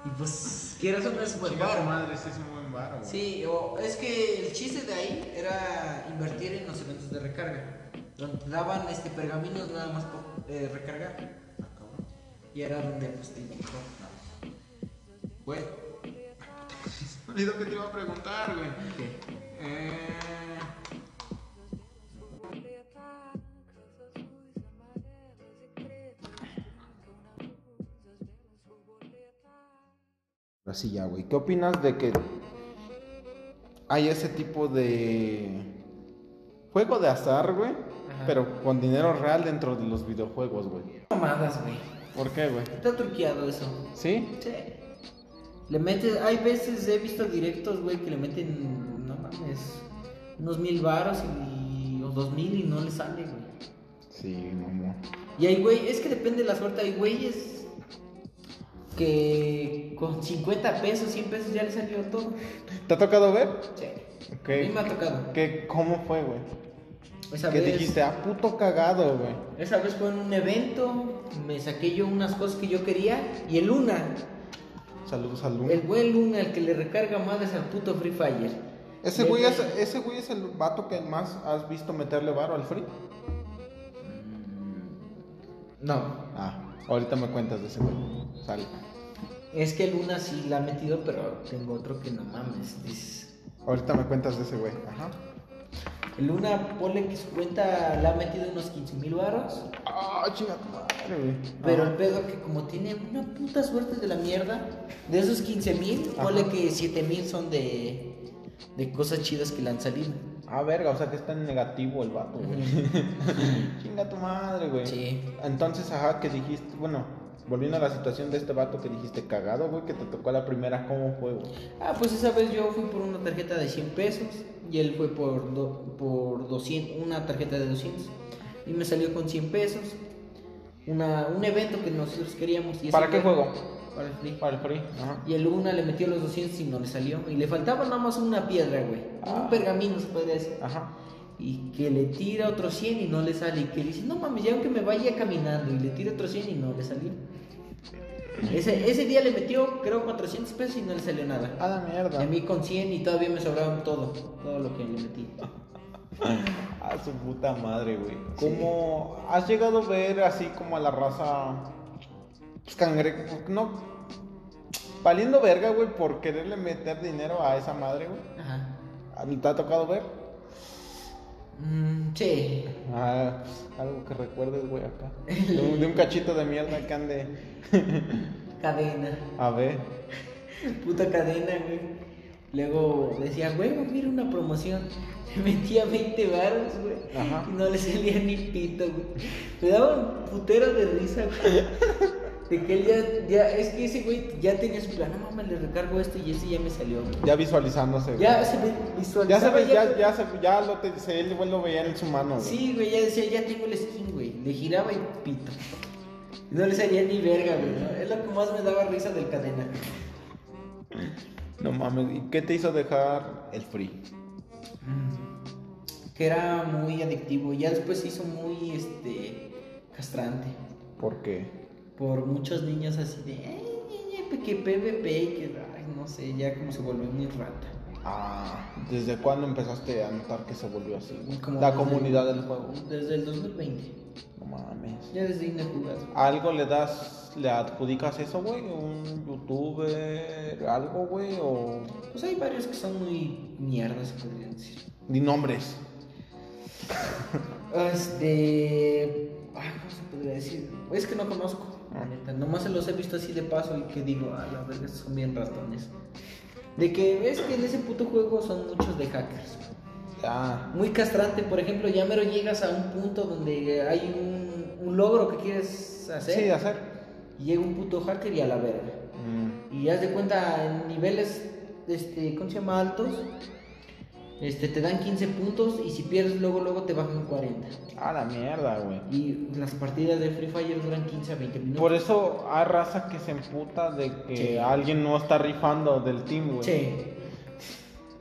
Y pues, quieras o no es buen Chinga tu varo. madre, sí es un buen varo, güey. Sí, o es que el chiste de ahí era invertir en los eventos de recarga. Donde te daban este, pergaminos nada más por eh, recargar. Ah, cabrón. Y era donde pues te mejor. Güey. Es lo que te iba a preguntar, güey. Eh, Así ya, güey. ¿Qué opinas de que hay ese tipo de juego de azar, güey, Ajá. pero con dinero real dentro de los videojuegos, güey. Mamadas, güey. ¿Por qué, güey? Está truqueado eso. ¿Sí? Sí. Le metes, hay veces he visto directos, güey, que le meten, no mames, unos mil varos y, o dos mil y no le sale, güey. Sí, mamón. Y hay güey, es que depende de la suerte, hay güeyes que con 50 pesos, 100 pesos ya le salió todo. ¿Te ha tocado ver? Sí. Ok. A mí me ha tocado. ¿Qué, ¿Cómo fue, güey? Esa Que vez, dijiste, ah, puto cagado, güey. Esa vez fue en un evento, me saqué yo unas cosas que yo quería y el Luna, Saludos al Luna. el buen Luna, el que le recarga madres al puto Free Fire. Ese Le- güey, es, ese güey es el vato que más has visto meterle varo al free. No, Ah, ahorita me cuentas de ese güey. Sale. es que el Luna sí la ha metido, pero tengo otro que no mames. dices, Ahorita me cuentas de ese güey. Ajá. El Luna, ponle que su cuenta la ha metido unos 15 mil baros. Ah, chinga tu madre, güey. Pero el Ajá. pedo que como tiene una puta suerte de la mierda, de esos 15 mil, Ajá. ponle que 7 mil son de, de cosas chidas que le han salido. Ah, verga, o sea que está en negativo el vato, güey. Chinga tu madre, güey. Sí. Entonces, ajá, que dijiste, bueno, volviendo a la situación de este vato que dijiste cagado, güey, que te tocó la primera, ¿cómo fue, güey? Ah, pues esa vez yo fui por una tarjeta de 100 pesos y él fue por, do- por 200, una tarjeta de 200. Y me salió con 100 pesos. Una, un evento que nosotros queríamos. y ese ¿Para qué evento- juego? Para el free. Para el free. Ajá. Y el Luna le metió los 200 y no le salió. Y le faltaba nada más una piedra, güey. Ah. Un pergamino, se podría decir. Ajá. y que le tira otro 100 y no le sale, y que le dice, no mames, ya aunque me vaya caminando, y le tira otro 100 y no le salió. Ese, ese día le metió, creo, 400 pesos y no le salió nada. Ah, la Y a mierda. mí con 100 y todavía me sobraron todo, todo lo que le metí. A su puta madre, güey. ¿Cómo has llegado a ver así como a la raza pues, cangre... No... Valiendo verga, güey, por quererle meter dinero a esa madre, güey. Ajá. ¿Te ha tocado ver? Mm, sí. Ah, pues, algo que recuerdes, güey, acá. De un, de un cachito de mierda que ande... Cadena. A ver. Puta cadena, güey. Luego decía, güey, mira una promoción. Le metía 20 baros, güey. Ajá. Y no le salía ni pito, güey. Me daba un putero de risa, güey. De que él ya, ya, es que ese güey ya tenía su plan, no mames, le recargo esto y ese ya me salió, güey. Ya visualizándose, güey. Ya se ve- Ya se visualizaba. ve, ya, ya se ya lo te, se, él güey, lo veía en su mano, güey. Sí, güey, ya decía, ya tengo el skin, güey. Le giraba y pito. Y No le salía ni verga, güey. ¿no? Es lo que más me daba risa del cadena. No mames, ¿y qué te hizo dejar el free? Mm. que era muy adictivo. Ya después se hizo muy este castrante ¿Por qué? por muchos niños así de "Ay, ay, ay, que PvP y que ay, no sé, ya como se volvió muy rata. Ah, ¿desde cuándo empezaste a notar que se volvió así? güey? Pues Como La desde- comunidad del juego. Desde el 2020. No mames. Ya desde ahí no he jugado. ¿Algo le das, le adjudicas eso, güey? ¿Un youtuber, algo, güey? ¿O...? Pues hay varios que son muy mierdas, se podrían decir. Ni nombres. Este. Pues Ay, ¿cómo se podría decir? Es que no conozco, la neta. Nomás se los he visto así de paso y que digo, a la verga, son bien ratones. De que ves que en ese puto juego son muchos de hackers. Ah, Muy castrante, por ejemplo, ya mero llegas a un punto donde hay un, un logro que quieres hacer. sí, hacer. Y llega un puto hacker y a la verga. Mm, Y haz de cuenta, en niveles, este, ¿cómo se llama? Altos. Este, te dan 15 puntos y si pierdes luego, luego te bajan 40. A la mierda, güey. Y las partidas de Free Fire duran 15 a 20 minutos. Por eso hay raza que se emputa de que Sí. alguien no está rifando del team, güey. Sí.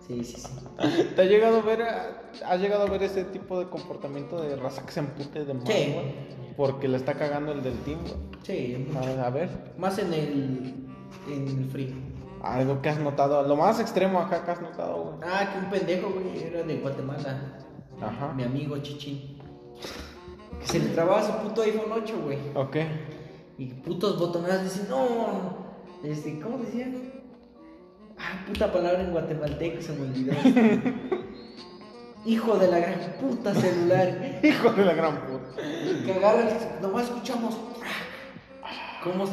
Sí, sí, sí. ¿Te ha llegado a ver, has llegado a ver ese tipo de comportamiento de raza que se empute de más, Sí. güey? Porque le está cagando el del team, güey. Sí, mucho. A, a ver, Más en el, en el Free. algo que has notado, lo más extremo acá que has notado, güey. Ah, que un pendejo, güey, era de Guatemala. Ajá. Mi amigo Chichín. Que se le trababa su puto iPhone 8, güey. Ok. Y putos botonadas dicen, no. Este, ¿cómo decían? Ah, puta palabra en guatemalteco, se me olvidó. Hijo de la gran puta celular. Hijo de la gran puta. que agarran, nomás escuchamos ¡frac! cómo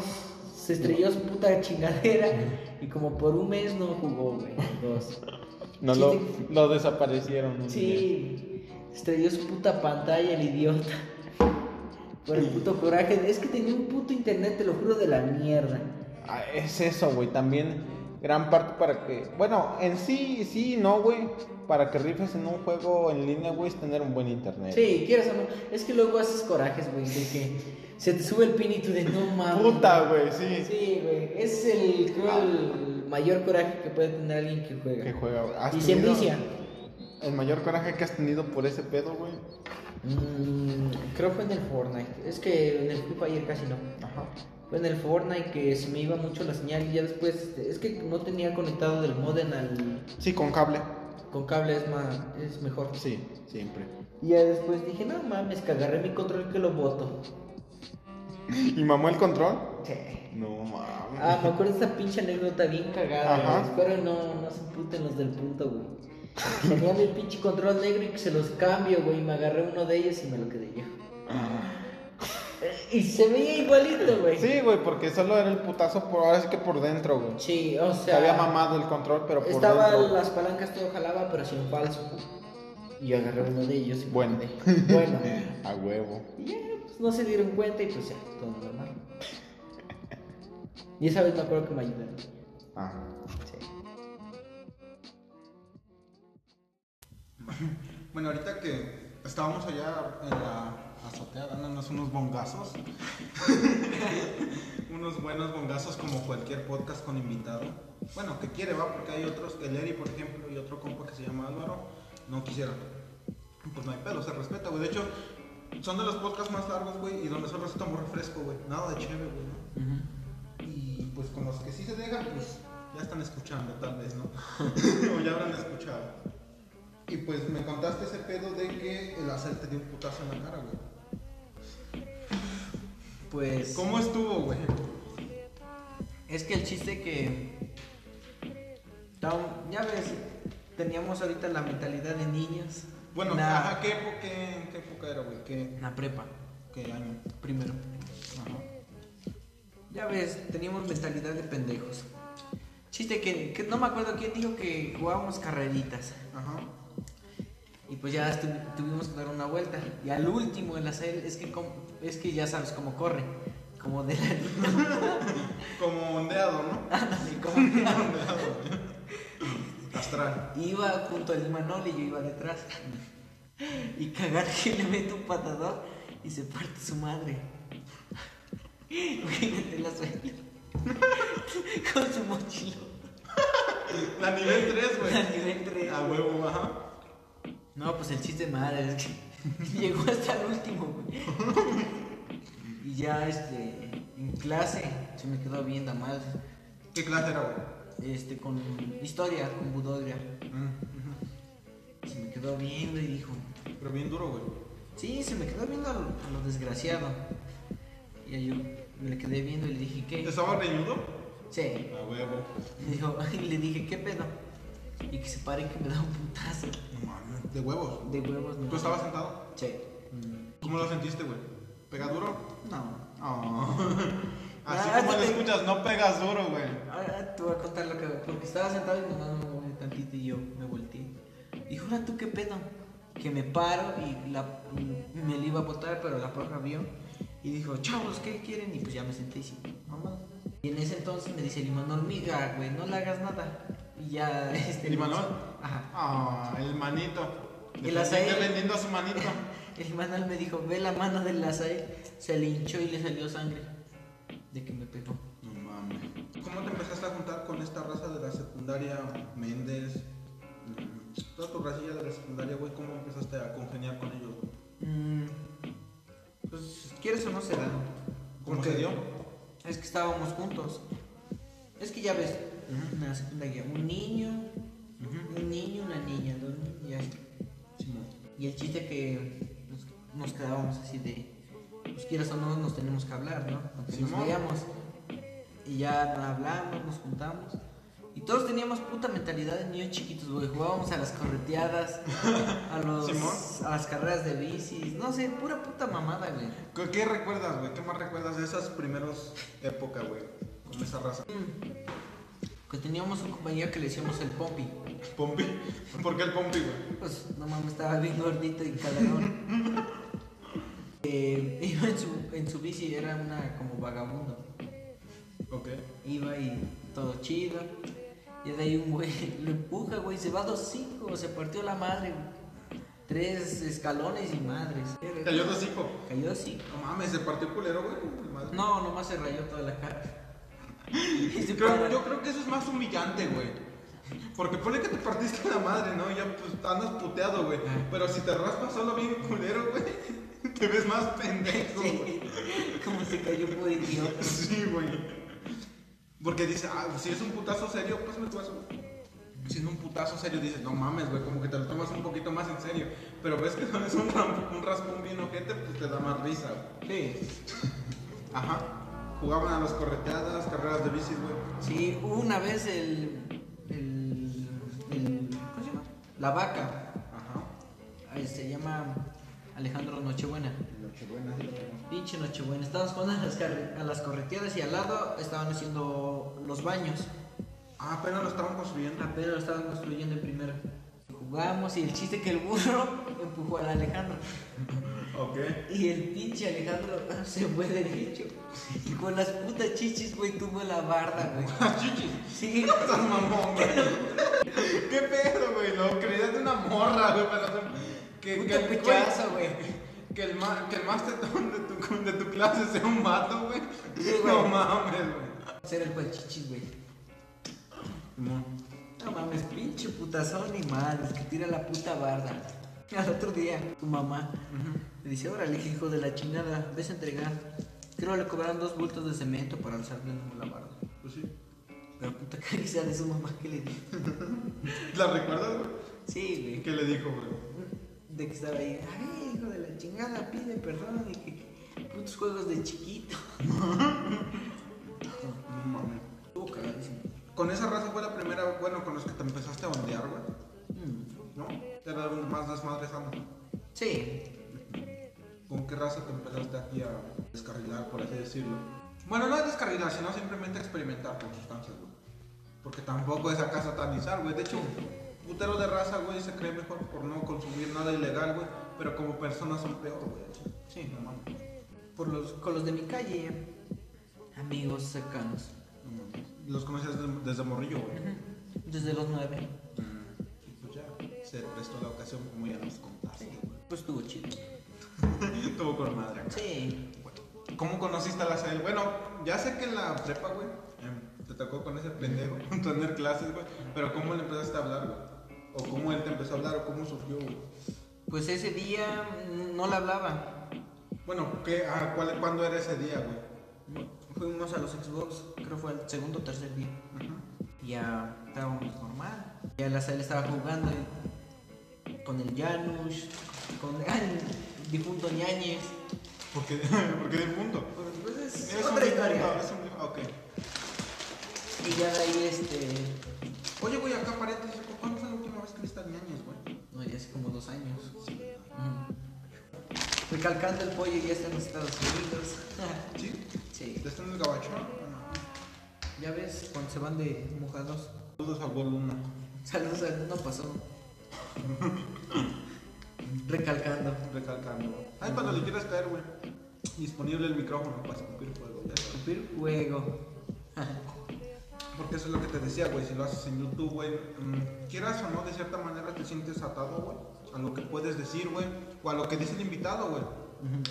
se estrelló su puta chingadera y como por un mes no jugó, güey, dos. No lo, Chiste. lo desaparecieron. un día. Sí, Estrelló su puta pantalla el idiota. Por el puto coraje. Es que tenía un puto internet, te lo juro, de la mierda. Ah, es eso, güey. También gran parte para que. Bueno, en sí, sí, no, güey. Para que rifes en un juego en línea, güey, es tener un buen internet. Sí, quieres o no. Es que luego haces corajes, güey. De que se te sube el pin y tú de no mames. Puta, güey, sí. Sí, güey. Es el, creo, el mayor coraje que puede tener alguien que juega. Que juega, güey. ¿Has Y se tenido vicia. El mayor coraje que has tenido por ese pedo, güey. Mm, creo fue en el Fortnite. Es que en el Free Fire casi no. Ajá. Fue en el Fortnite que se me iba mucho la señal y ya después. este, Es que no tenía conectado del modem al. Sí, con cable. Con cable es, más, es mejor. Sí, siempre. Y ya después dije, no mames, que agarré mi control que lo boto. ¿Y mamó el control? No mames. Ah, me acuerdo de esa pinche anécdota bien cagada. Ajá. güey. Espero no, no se puten los del punto, güey. Tenía mi pinche control negro y que se los cambio, güey. y Me agarré uno de ellos y me lo quedé yo. Y se veía igualito, güey. Ah. Sí, güey, porque solo era el putazo por ahora sí que por dentro, güey. Sí, o sea. Se había mamado el control, pero por Estaba dentro. las palancas todo jalaba, pero sin falso. Y yo agarré uno de ellos. y me Bueno. quedé. Bueno. A huevo. Y ya, pues no se dieron cuenta y pues ya, todo normal. Y esa vez me acuerdo que me ayudaron. Ah. Bueno, ahorita que estábamos allá en la azotea dándonos unos bongazos, unos buenos bongazos como cualquier podcast con invitado. Bueno, que quiere, va, porque hay otros, el Eri, por ejemplo, y otro compa que se llama Álvaro, no quisieron. Pues no hay pelo, se respeta, güey. De hecho, son de los podcasts más largos, güey, y donde solo se tomó refresco, güey. Nada de chévere, güey, ¿no? Y pues con los que sí se dejan, pues ya están escuchando tal vez, ¿no? o ya habrán escuchado. Y pues me contaste ese pedo de que el azar te dio un putazo en la cara, güey. Pues. ¿Cómo estuvo, güey? Es que el chiste que. Estaba- Ya ves, teníamos ahorita la mentalidad de niños. Bueno, la, ajá, ¿qué, epo- qué, qué época era, güey? ¿Qué, la prepa, ¿Qué año? primero. Ajá. Ya ves, teníamos mentalidad de pendejos. Chiste que, que no me acuerdo quién dijo que jugábamos carreritas. Ajá. Y pues ya estu- tuvimos que dar una vuelta. Y al último el hacer es que, com- es que ya sabes cómo corre. Como de Como ondeado, ¿no? Ándale, como que ondeado, güey. Astral. Iba junto al Imanol y yo iba detrás. Y cagar que le mete un patador y se parte su madre. Imagínate la suerte. Con su mochilo. La nivel 3, güey. La nivel tres, A güey. huevo, ajá. No, pues el chiste de madre es que llegó hasta el último, güey. Y ya este, en clase se me quedó viendo mal. ¿Qué clase era, güey? Este, con historia, con Budodria. Mm, ujú. Se me quedó viendo y dijo, Pero bien duro, güey. Sí, se me quedó viendo a lo, a lo desgraciado. Y ahí yo me le quedé viendo y le dije, ¿qué? ¿Estaba reñudo? Sí. A huevo. Y, dijo- y le dije, ¿qué pedo? Y que se pare y que me da un putazo. No mames. De huevos. De huevos, no. ¿Tú estabas sentado? Sí. ¿Cómo lo sentiste, güey? ¿Pega duro? No. Oh. Así Ah, como te lo pe- escuchas, no pegas duro, güey. Ahora Ah, te voy a contar lo que. Porque estaba sentado y nomás me moví tantito y yo me volteé. Dijo, ahora tú qué pedo. Que me paro y la, y me le iba a botar, pero la profa vio. Y dijo, chavos, ¿qué quieren? Y pues ya me senté y sí, mamá. Y en ese entonces me dice el Imanol, miga, güey, no le hagas nada. Y ya, este. ¿El Imanol? Ajá. Ah, el manito. Y las ahí- Dependiente vendiendo a su manito. El Imanol me dijo, ve la mano del Lazael. Se le hinchó y le salió sangre. De que me pegó. No mames. ¿Cómo te empezaste a juntar con esta raza de la secundaria, Méndez? mm, Toda tu racilla de la secundaria, güey, ¿cómo empezaste a congeniar con ellos? güey? Mm, pues, ¿quieres o no se da? ¿Cómo Porque se dio? Es que estábamos juntos. Es que ya ves, en la secundaria, un niño, un niño, una niña, dos niños, y así. Simón. Y el chiste que nos, nos quedábamos así de, pues quieras o no, nos tenemos que hablar, ¿no? Aunque nos Simón. veíamos. Y ya hablamos, nos juntamos. Y todos teníamos puta mentalidad de niños chiquitos, güey. Jugábamos a las correteadas, a, los, Simón. a las carreras de bicis, no sé, pura puta mamada, güey. ¿Qué, qué recuerdas, güey? ¿Qué más recuerdas de esas primeras épocas, güey? Con esa raza. Que teníamos un compañero que le decíamos el Pompi. Pompi. ¿Por qué el Pompi, güey? Pues no mames, estaba bien gordito y caladón. Eh, iba en su, en su bici, era una como vagabundo. Ok. Iba y todo chido. Y de ahí un güey lo empuja, güey, se va a dos cinco, se partió la madre, güey. Tres escalones y madres. Cayó dos hijos. Cayó dos cinco. No mames, se partió el culero, güey. Uy, madre. No, nomás se rayó toda la cara. Y se Creo- paró. yo creo que eso es más humillante, güey. Porque ponle que te partiste la madre, ¿no? Ya pues andas puteado, güey. Pero si te raspas solo bien culero, güey, te ves más pendejo, Sí. güey. Como se cayó por idiota. Sí, güey. Porque dice, ah, si es un putazo serio, pues me tuazo. Si es un putazo serio, dices, no mames, güey, como que te lo tomas un poquito más en serio. Pero ves que no es un, ram- un raspón bien ojete, pues te da más risa, güey. Sí. Ajá. Jugaban a las correteadas, carreras de bicis, güey. Sí, hubo una vez el, el, el- ¿Cómo se llama? La vaca. Ajá. Ay, se llama Alejandro Nochebuena. Nochebuena. Pinche Nochebuena. Estábamos jugando a las, carre- a las correteadas y al lado estaban haciendo los baños. Ah, apenas lo estaban construyendo. A Pedro lo estaban construyendo en primera. Jugamos y el chiste que el burro empujó al Alejandro. Ok. Y el pinche Alejandro se fue derecho. Y con las putas chichis, güey, tuvo la barda, güey. Chichis. Sí, Estás mamón, güey. ¿Qué pedo, güey? Lo creías de una morra, güey. Para hacer... que, puto el- pichazo, güey. Que el, ma- que el mastodón de tu, de tu clase sea un vato, güey. Sí, güey. No mames, güey. Ser el cual chichis, güey. No mames, pinche putazón y madres, que tira la puta barda. Al otro día, tu mamá le dice, órale, hijo de la chingada, ves a entregar. Creo le cobraron dos bultos de cemento para alzar bien como la barda. Pues sí. La puta caricia de su mamá que le dijo. ¿La recuerdas, güey? Sí, ¿Qué güey. le dijo, güey? De que estaba ahí, ay, hijo de la chingada, pide perdón y que putos juegos de chiquito. No mames. Estuvo cagadísimo. Con esa raza fue la primera, bueno, con los que te empezaste a ondear, güey. Mm, ¿No? Era donde más desmadres amo. Sí, ¿Con qué raza te empezaste aquí a descarrilar, por así decirlo? Bueno, no es descarrilar, sino simplemente experimentar con sustancias, güey. Porque tampoco es acá satanizar, güey. De hecho, un putero de raza, güey, se cree mejor por no consumir nada ilegal, güey. Pero como personas son peor, güey. Sí, no mames. por los, con los de mi calle, amigos cercanos. No mames. Los conocías desde, desde morrillo, güey. Desde los nueve. Mm, Y pues ya, se prestó la ocasión como ya nos contaste, güey. Pues estuvo chido. Estuvo con madre acá. Sí. ¿Cómo conociste a la Sael? Bueno, ya sé que en la prepa, güey, em, te tocó con ese pendejo tener clases, güey. Pero ¿cómo le empezaste a hablar, güey? ¿O cómo él te empezó a hablar? ¿O cómo surgió, güey? Pues ese día mm, no la hablaba. Bueno, ¿qué, ah, cuál, ¿cuándo era ese día, güey? Fuimos a los Xbox, creo fue el segundo o tercer día. Ya estábamos normal. Ya la sala estaba jugando eh, con el Janush, con ah, el difunto Ñañez. ¿Por qué, por qué difunto? Pues, pues, es Eres un otra difunto, historia. eres un difunto, ah, ok. Y ya de ahí este. Oye, güey, acá paréntesis, ¿cuándo fue la última vez que viste a Ñañez, güey? No, ya hace como dos años. Ujú. Recalcando el pollo ya está en Estados Unidos. ¿Sí? sí. ¿Ya está en el gabacho? Ya ves, cuando se van de mojados. Saludos a Gol Luna. Saludos a no pasó. Recalcando. Recalcando. Ay, cuando le quieras caer, güey. Disponible el micrófono para escupir fuego, ya sabes. Cumplir juego. Porque eso es lo que te decía, güey, si lo haces en YouTube, güey, mm, quieras o no, de cierta manera te sientes atado, güey, a lo que puedes decir, güey, o a lo que dice el invitado, güey.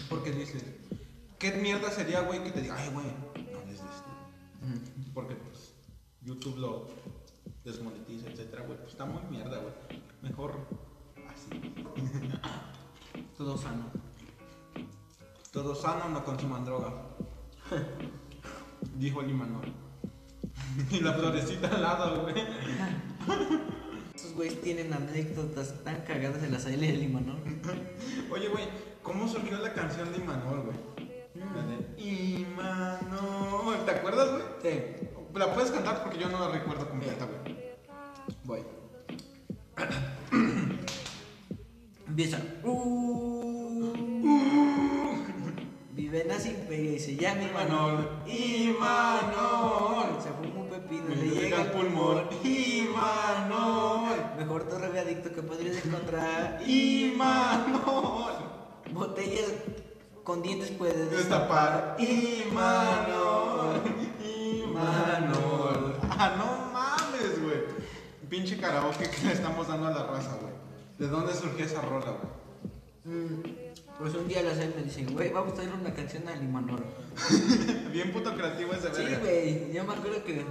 Porque dices, ¿qué mierda sería, güey, que te diga, ay, güey, no hables de esto? Porque, pues, YouTube lo desmonetiza, etcétera, güey, pues está muy mierda, güey. Mejor así. Todo sano. Todo sano, no consuman droga. Dijo el Imanol. y la florecita al lado, güey. Esos güeyes tienen anécdotas tan cagadas de las AL de Limanón. Oye, güey, ¿cómo surgió la canción de Imanol, güey? La de Imanol. ¿Te acuerdas, güey? Sí. La puedes cantar porque yo no la recuerdo completa, güey. Voy. Empieza. Uh, Viven así, y se llama Imanol. Imanol. Se fue un pepino. Me Le llega el pulmón. Imanol. mejor torre adicto que podrías encontrar. Y mano. Botellas con dientes puedes Destapar. Y mano. Y Imanol. mano. Ah, no mames, güey. Pinche karaoke que le estamos dando a la raza, güey. ¿De dónde surgió esa rola, güey? Mm, Pues un día la hacer me dicen, güey, vamos a hacer una canción al Imanol. Bien puto creativo ese Sí, verga. güey, yo me acuerdo que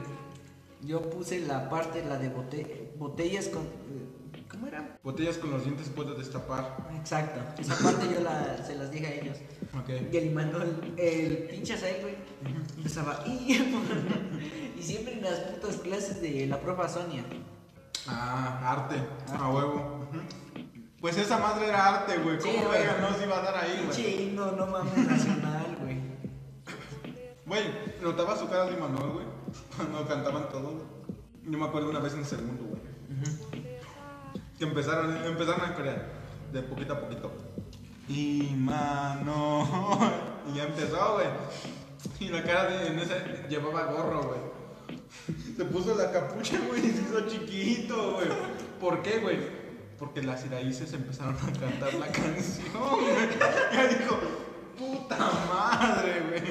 yo puse la parte, la de bote- botellas con... eh, ¿Cómo era? Botellas con los dientes puedes destapar. Exacto, esa parte yo la, se las dije a ellos. Ok. Y el Imanol, el pinche Sai, güey, empezaba, "Imanol". y siempre en las putas clases de la profa Sonia. Ah, arte. A huevo. Ujú. Pues esa madre era arte, güey. Sí, ¿Cómo güey. verga no se iba a dar ahí, güey? Pinche himno, no mames, nacional, güey. Güey, notaba su cara de Manuel, güey. Cuando cantaban todo, güey. Yo me acuerdo una vez en segundo, güey. Que empezaron, empezaron a crear. De poquito a poquito. Y mano. Y ya empezó, güey. Y la cara de en ese llevaba gorro, güey. Se puso la capucha, güey, y se hizo chiquito, güey. ¿Por qué, güey? Porque las iraíces empezaron a cantar la canción, güey. Ya dijo, puta madre, güey.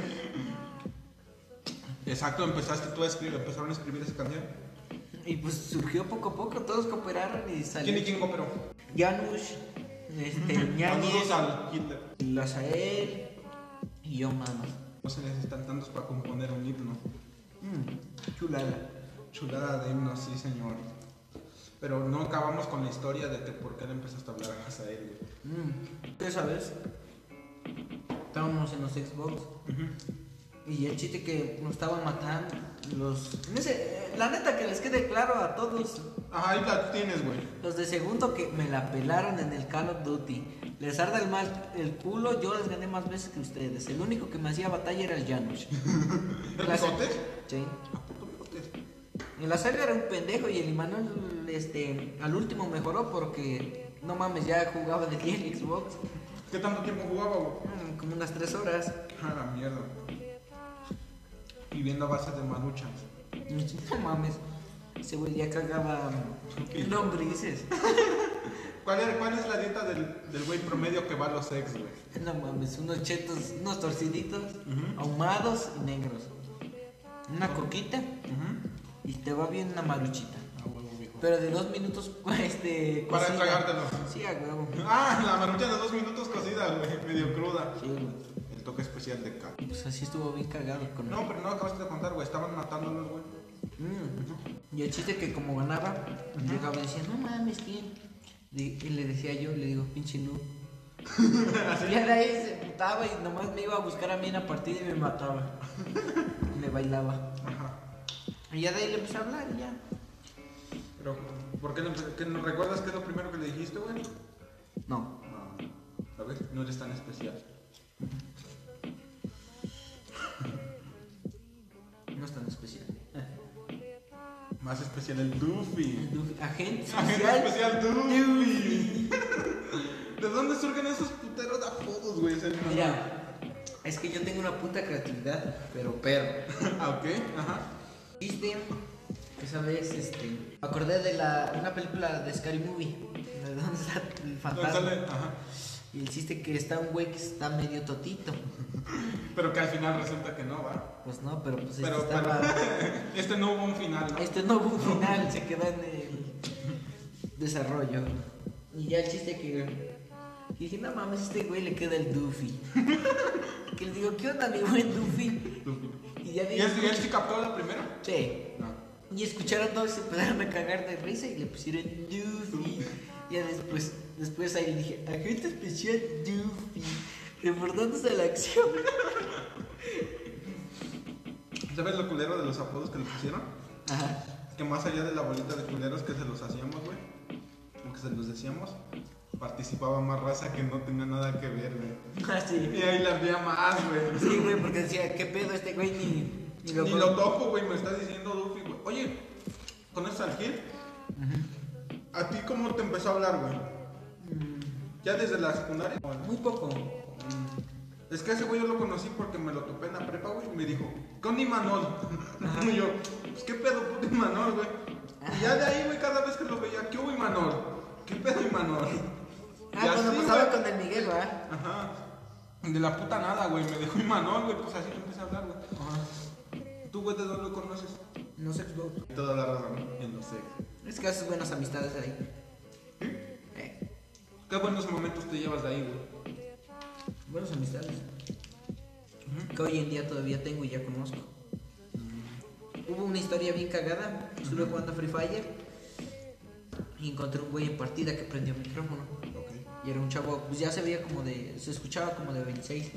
Exacto, empezaste tú a escribir, empezaron a escribir esa canción. Y pues surgió poco a poco, todos cooperaron y ¿Quién y salió. quién cooperó? Janusz, este, Ñañez, Saludos al Hitler. Lazael y yo, mano. No se necesitan tantos para componer un himno. Mm, chulada. Chulada de himno, sí, señor. Pero no acabamos con la historia de que por qué le empezaste a hablar a Hazael, güey. Mm, ¿Qué sabes? Estábamos en los Xbox y el chiste que nos estaban matando los... en ese- eh, la neta que les quede claro a todos Ajá, ahí la tienes, güey. los de segundo que me la pelaron en el Call of Duty. Les arda el mal el culo, yo les gané más veces que ustedes. El único que me hacía batalla era el Janusz. ¿El Clase- bigote? Sí. Ah, puto bigote. El Azario era un pendejo y el Imanol este, al último mejoró porque no mames, ya jugaba de 10 Xbox ¿Qué tanto tiempo jugaba, güey? mm, como unas 3 horas. A la mierda. Viviendo a base de maruchas. No mames. Ese güey ya cagaba mm, Ok. lombrices. ¿Cuál, era- ¿Cuál es la dieta del, del güey promedio que va a los ex, güey? No mames, unos chetos, unos torciditos, Ujú. ahumados y negros. Una coquita Ujú. y te va bien una maruchita. Ah, huevo, viejo. Pero de dos minutos, este. Para cocida. tragártelo. Sí, a huevo. Ah, la marucha de dos minutos cocida, güey, medio cruda. Sí, güey. El toque especial de K. Y Pues así estuvo bien cagado con No, pero no acabaste de contar, güey. Estaban matándonos, güey. Mm. Y el chiste que como ganaba, llegaba y decía, no mames, ¿quién? Di- Y le decía yo, le digo, pinche noob. y ahora ahí se putaba y nomás me iba a buscar a mí en la partida y me mataba. me bailaba. Ajá. Y ya de ahí le empecé a hablar y ya. Pero, ¿por qué no, que no recuerdas qué es lo primero que le dijiste, güey? No. No. A ver, no eres tan especial. No es tan especial. Más especial el Doofy. Agente Agente especial. especial Doofy. ¿De dónde surgen esos puteros de apodos, güey? Es el- Mira, es que yo tengo una puta creatividad, pero perro. Ah, ok. Ajá. Viste, esa vez, este, me acordé de la, una película de Scary Movie, de donde está el ¿Dónde sale? fantasma. Ajá. Y existe que está un güey que está medio totito. Pero que al final resulta que no, va. Pues no, pero pues Pero, este estaba. pero- este no hubo un final, ¿no? Este no hubo un final, se queda en el desarrollo. Y ya el chiste que. Y dije, no mames, a este güey le queda el Duffy. que le digo, ¿qué onda, mi buen Duffy? Doofy. Y ya ¿Y dije, él, y él sí captó la primera? "Sí". No. Y escucharon todos y se empezaron a cagar de risa y le pusieron Doofy. Y ya después, después ahí le dije, agente especial Doofy, reportándose a la acción. ¿Sabes lo culero de los apodos que le pusieron? Ajá. Que más allá de la bolita de culeros que se los hacíamos, güey, o que se los decíamos, participaba más raza que no tenía nada que ver, güey. Así. Y ahí la había más, güey. Sí, güey, porque decía, ¿qué pedo este güey? Ni, ni lo Ni lo topo, güey, me está diciendo Duffy, güey. Oye, ¿conoces al Gil? ¿A ti cómo te empezó a hablar, güey? Mm, ¿Ya desde la secundaria? Muy poco. Mm. Es que ese güey yo lo conocí porque me lo topé en la prepa, güey, y me dijo, ¿qué onda Imanol? y yo, pues qué pedo, puto Imanol, güey. Y ya de ahí, güey, cada vez que lo veía, ¿qué hubo, Imanol? ¿Qué pedo, Imanol? Y Ah, cuando así, pasaba güey. con el Miguel, ¿verdad? Ajá. De la puta nada, güey. Me dejó Imanol, güey. Pues así le empecé a hablar, güey. ¿Tú, güey, de dónde lo conoces? No sé, bro. Toda la razón. En los ex. Es que haces buenas amistades ahí. Eh, Qué buenos momentos te llevas de ahí, güey. Buenas amistades. Que hoy en día todavía tengo y ya conozco. Hubo una historia bien cagada. Estuve jugando Free Fire. Y encontré un güey en partida que prendió el micrófono. Ok. Y era un chavo, pues ya se veía como de. Se escuchaba como de 26.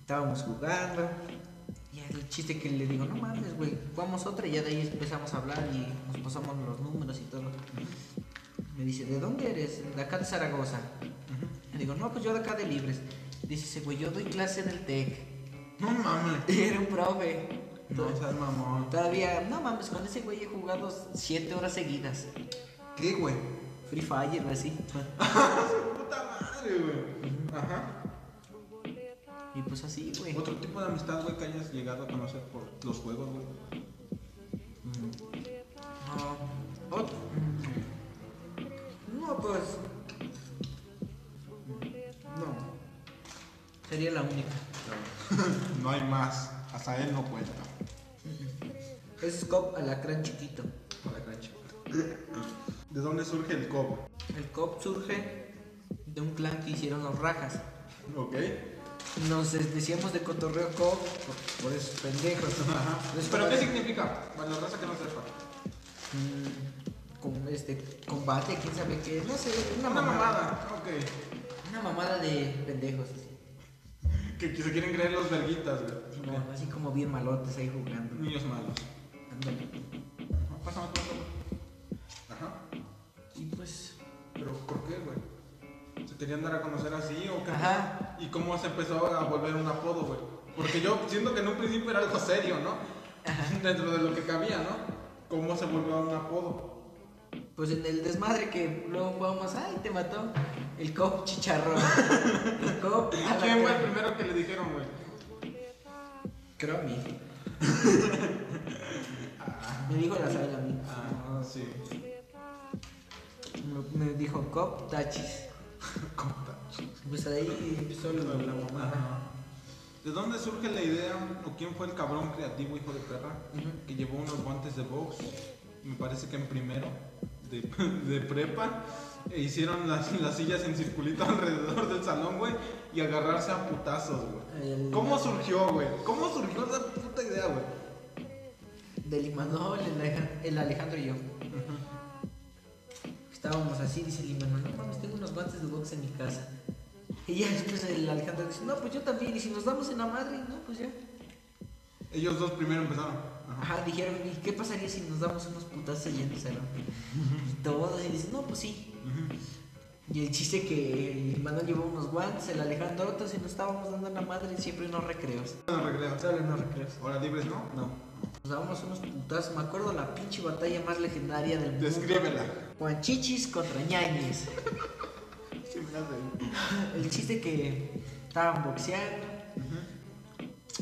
Estábamos jugando. Y el chiste que le digo, no mames, güey, jugamos otra. Y ya de ahí empezamos a hablar y nos pasamos los números y todo. Me dice, ¿de dónde eres? De acá de Zaragoza. Le digo, no, pues yo de acá de Libres. Dice ese güey, yo doy clase en el TEC. No mames. Y era un profe. No seas mamón. Todavía, no mames, con ese güey he jugado 7 horas seguidas. ¿Qué, güey? Free Fire, así. Puta madre, güey. Ajá. Y pues así, güey. Otro tipo de amistad, güey, que hayas llegado a conocer por los juegos, güey. No. Ah, Otro. No, pues. No. Sería la única. No hay más. Hasta él no cuenta. Es Cop Alacrán chiquito. Para la cancha. ¿De dónde surge el cobo? El Cop surge de un clan que hicieron los rajas. Ok. Nos decíamos de cotorreo Cop por, por esos pendejos. Es como ¿Pero qué de- significa? Para la raza que no sepa. mm, con este combate, quién sabe qué. No sé, una, Una mamada. mamada. Ok. Una mamada de pendejos. Que que se quieren creer los verguitas, güey. No, así como bien malotes ahí jugando. Niños malos. Ándale. Ajá, Pásame tu mano. Ajá. Y pues ¿Pero por qué, güey? ¿Se querían dar a conocer así o qué? Ajá. ¿Y cómo se empezó a volver un apodo, güey? Porque yo siento que en un principio era algo serio, ¿no? Dentro de lo que cabía, ¿no? ¿Cómo se volvió un apodo? Pues en el desmadre que luego jugamos, ay, te mató. El cop chicharrón. El cop. ¿Y a la quién fue el cara. primero que le dijeron, güey? Creo a mí. Me dijo la sal a mí. Ah, sí. Me, me dijo cop tachis. Cota. Pues ahí empezó lo de la mamá. Ajá. ¿De dónde surge la idea o quién fue el cabrón creativo hijo de perra Ujú. que llevó unos guantes de box? Me parece que en primero de, de prepa e hicieron las, las sillas en circulito alrededor del salón, güey, y agarrarse a putazos, güey. El- ¿Cómo surgió, güey? ¿Cómo surgió esa puta idea, güey? Del Imanol, el, Aleja- el Alejandro y yo. Estábamos así, dice el Imanol, no mames, tengo unos guantes de box en mi casa. Y ya después el Alejandro dice, no, pues yo también. Y si nos damos en la madre, no, pues ya. Ellos dos primero empezaron. Ajá. Ajá, dijeron, ¿y qué pasaría si nos damos unos putazos allá en el salón? Y todos, y dicen, no, pues sí. Y el chiste que el Manuel llevó unos guantes, el Alejandro otros, y nos estábamos dando la madre siempre en los recreos. Bueno, recreo. Solo en los recreos. Ahora libres, ¿no? No. Nos dábamos unos putazos, me acuerdo la pinche batalla más legendaria del mundo. Descríbela. Juan Chichis contra Ñañez. Sí, me hace. El chiste que estaban boxeando.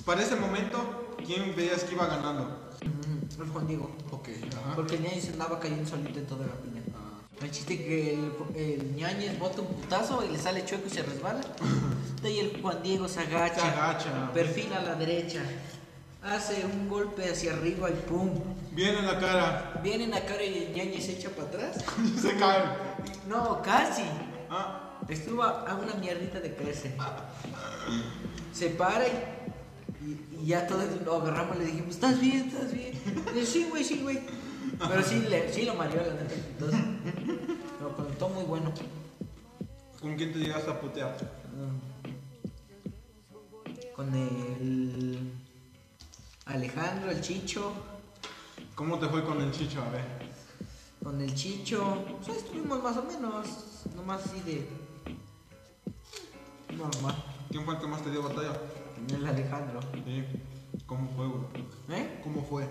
Para ese momento, ¿quién veías que iba ganando? Ujú, Mm, El Juan Diego. Ok, ajá. Porque el Ñañez andaba cayendo solito en toda la piña. Ah. El chiste que el, el Ñañez bota un putazo y le sale chueco y se resbala. De ahí el Juan Diego se agacha. Se agacha. Perfila a la derecha. Hace un golpe hacia arriba y pum. Bien en la cara. Viene en la cara y el Ñañez se echa para atrás. Se cae. No, casi. Ah, Estuvo a a una mierdita de crece. Se para y, y- y ya todos lo agarramos y le dijimos, ¿estás bien? ¿Estás bien? Y dice, sí, güey, sí, güey. Pero sí, le, sí lo mareó la neta. Entonces, lo conectó muy bueno. ¿con quién te llegaste a putear? Con el Alejandro, el Chicho, ¿Cómo te fue con el chicho? A ver. con el Chicho. O sea, estuvimos más o menos, nomás así de normal. ¿Quién fue el que más te dio batalla? El Alejandro. Sí. ¿Cómo fue, güey? ¿Eh? ¿Cómo fue?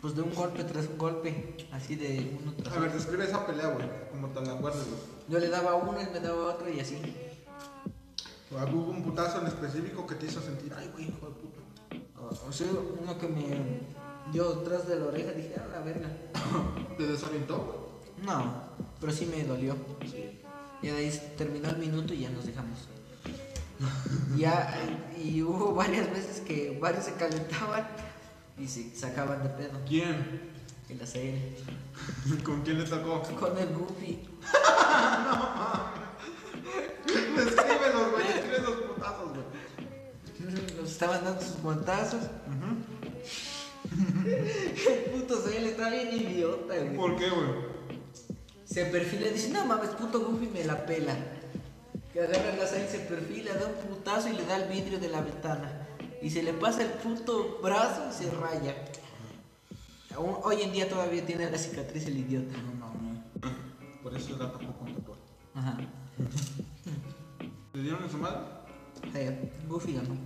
Pues de un golpe tras un golpe, así de uno tras A otro. ver, describe esa pelea, güey. Como te la acuerdas, güey. Yo le daba uno, él me daba otro y así. ¿Hubo un putazo en específico que te hizo sentir, ay, güey, hijo de puta? O o sea, uno que me Yo tras de la oreja dije, a la verga. ¿Te desorientó, güey? No, pero sí me dolió. Y de ahí se terminó el minuto y ya nos dejamos. ya, eh, y hubo varias veces que varios se calentaban y se sacaban de pedo. ¿Quién? El aceite ¿Con quién le tocó? Con el Goofy. Escríbenos, güey, escribe los putazos, güey. Nos estaban dando sus guantazos. el puto Cel está bien idiota, güey. ¿Por qué, güey? Se perfila y dice, no mames, puto Goofy me la pela. Que agarra el Azael, se perfila, da un putazo y le da el vidrio de la ventana. Y se le pasa el puto brazo y se raya. Aún- hoy en día todavía tiene la cicatriz el idiota, no mames. Ah, Por eso era tampoco con tatuaje. Ajá. ¿Le dieron en su madre? Sí, Goofy ganó.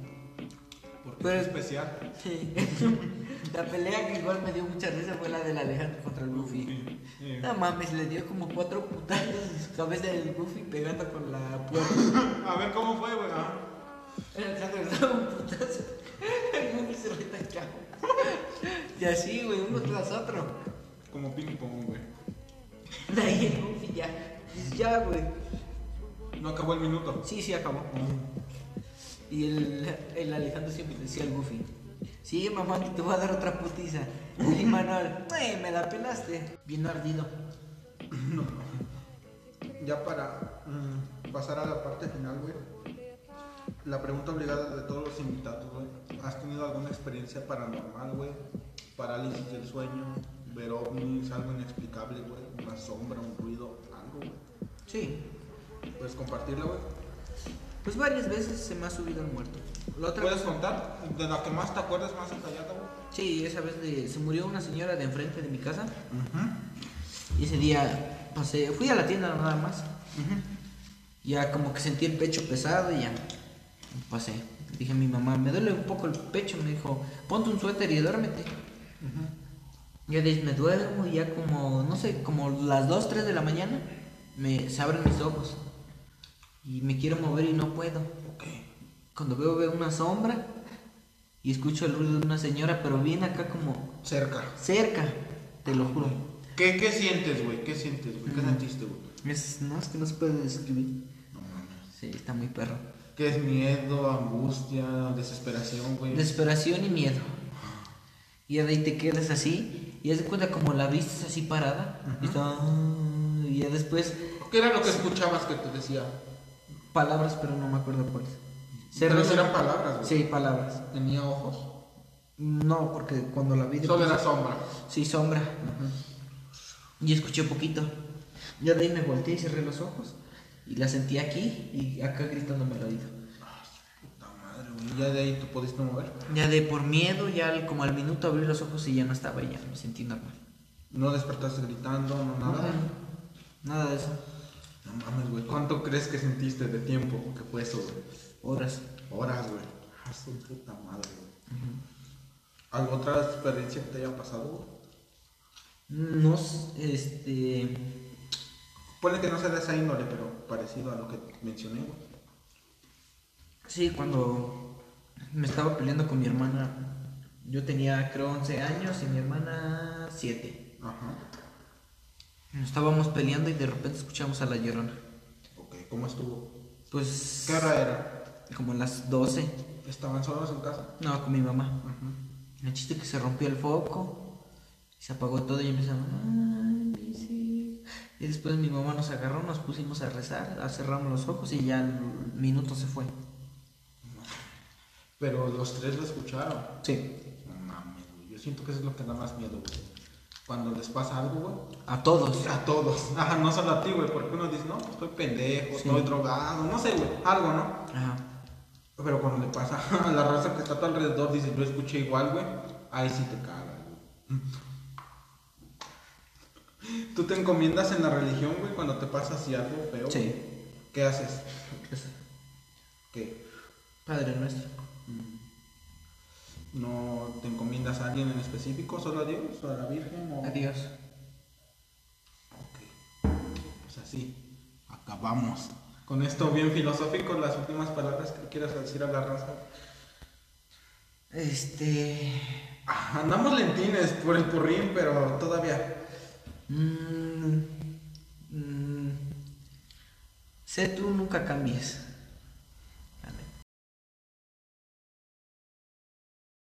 Porque Pero- es especial. Sí. la pelea que igual me dio mucha risa fue la del Alejandro contra el Goofy. Sí, sí. No mames, le dio como cuatro putazos en su cabeza del Goofy pegando con la puerta. A ver cómo fue, güey. ah. El Alejandro le daba un putazo. El Goofy se retachaba. Y así, güey, uno tras otro. Como ping pong, güey. De ahí el Goofy ya. Dice, ya, güey. No acabó el minuto. Sí, sí, acabó. Mm, Y el, el Alejandro siempre le decía al Goofy. Sí, mamá, que te voy a dar otra putiza. Y Manuel, "Eh, me la pelaste. Bien ardido. Ya para mm, pasar a la parte final, güey. La pregunta obligada de todos los invitados, güey. ¿Has tenido alguna experiencia paranormal, güey? Parálisis del sueño, ver ovnis, algo inexplicable, güey. Una sombra, un ruido, algo, güey. Sí. ¿Puedes compartirla, güey? Pues varias veces se me ha subido el muerto. La otra ¿Puedes vez- contar? De la que más te acuerdas, más detallada, güey. Sí, esa vez de- se murió una señora de enfrente de mi casa. Y ese día pasé, fui a la tienda nada más. Ya como que sentí el pecho pesado y ya pasé. Dije a mi mamá, me duele un poco el pecho. Me dijo, ponte un suéter y duérmete. Ya des- me duermo y ya como, no sé, como las 2, 3 de la mañana me, se abren mis ojos. Y me quiero mover y no puedo. Cuando veo, veo una sombra y escucho el ruido de una señora, pero bien acá como Cerca. cerca, te lo juro. ¿Qué, qué sientes, güey? ¿Qué sientes, güey? ¿Qué Ujú. sentiste, güey? Es, no, es que no se puede describir. No mames. Sí, está muy perro. ¿Qué es miedo, angustia, Ah, desesperación, güey? Desesperación y miedo. Y ya de ahí te quedas así y ya se cuenta como la viste así parada. Y, está- y ya después ¿Qué era lo que escuchabas que te decía? palabras, pero no me acuerdo cuáles. Pero Cerré- eran palabras, güey. Sí, palabras. ¿Tenía ojos? No, porque cuando la vi... de Solo pronto- era sombra. Sí, sombra. Y escuché poquito. Ya de ahí me volteé y cerré los ojos. Y la sentí aquí y acá gritándome al oído. Puta madre, güey. Ya de ahí tú pudiste mover. Ya de por miedo, ya al- como al minuto abrí los ojos y ya no estaba ella. Me sentí normal. No despertaste gritando, no nada. Nada de eso. No mames, güey. ¿Cuánto crees que sentiste de tiempo que fue eso, güey? Horas. Horas, güey. Ah, su puta madre, güey. ¿Alguna otra experiencia que te haya pasado, güey? No, s- este... Puede que no sea de esa índole, pero parecido a lo que mencioné, güey. Sí, cuando me estaba peleando con mi hermana. Yo tenía creo 11 años y mi hermana 7. Ajá. Nos estábamos peleando y de repente escuchamos a la llorona. Ok, ¿cómo estuvo? Pues... ¿Qué hora era? Como a las 12. ¿Estaban solos en casa? No, con mi mamá. Ajá. El chiste que se rompió el foco. y se apagó todo y empezaron. "Ay, mis hijos". Y después mi mamá nos agarró, nos pusimos a rezar, a- cerramos los ojos y ya el minuto se fue. Pero los tres lo escucharon. Sí. No mames, güey. Yo siento que eso es lo que da más miedo, güey. Cuando les pasa algo, güey. A todos. A todos. Ajá, no solo a ti, güey. Porque uno dice, no, pues estoy pendejo, Sí. estoy drogado, no sé, güey. Algo, ¿no? Ajá. Pero cuando le pasa a la raza que está a tu alrededor, dice, yo escuché igual, güey. Ahí sí te cagas, güey. ¿Tú te encomiendas en la religión, güey, cuando te pasa así algo feo? güey? Sí. ¿Qué haces? ¿Qué? Padre nuestro. ¿No te encomiendas a alguien en específico? ¿Solo a Dios? ¿O a la Virgen? O... Adiós. Ok. Pues así, acabamos. Con esto bien filosófico, las últimas palabras que quieras decir a la raza. Este. Ah, Andamos lentines por el porrín, pero todavía. mm, mm, sé tú, nunca cambies.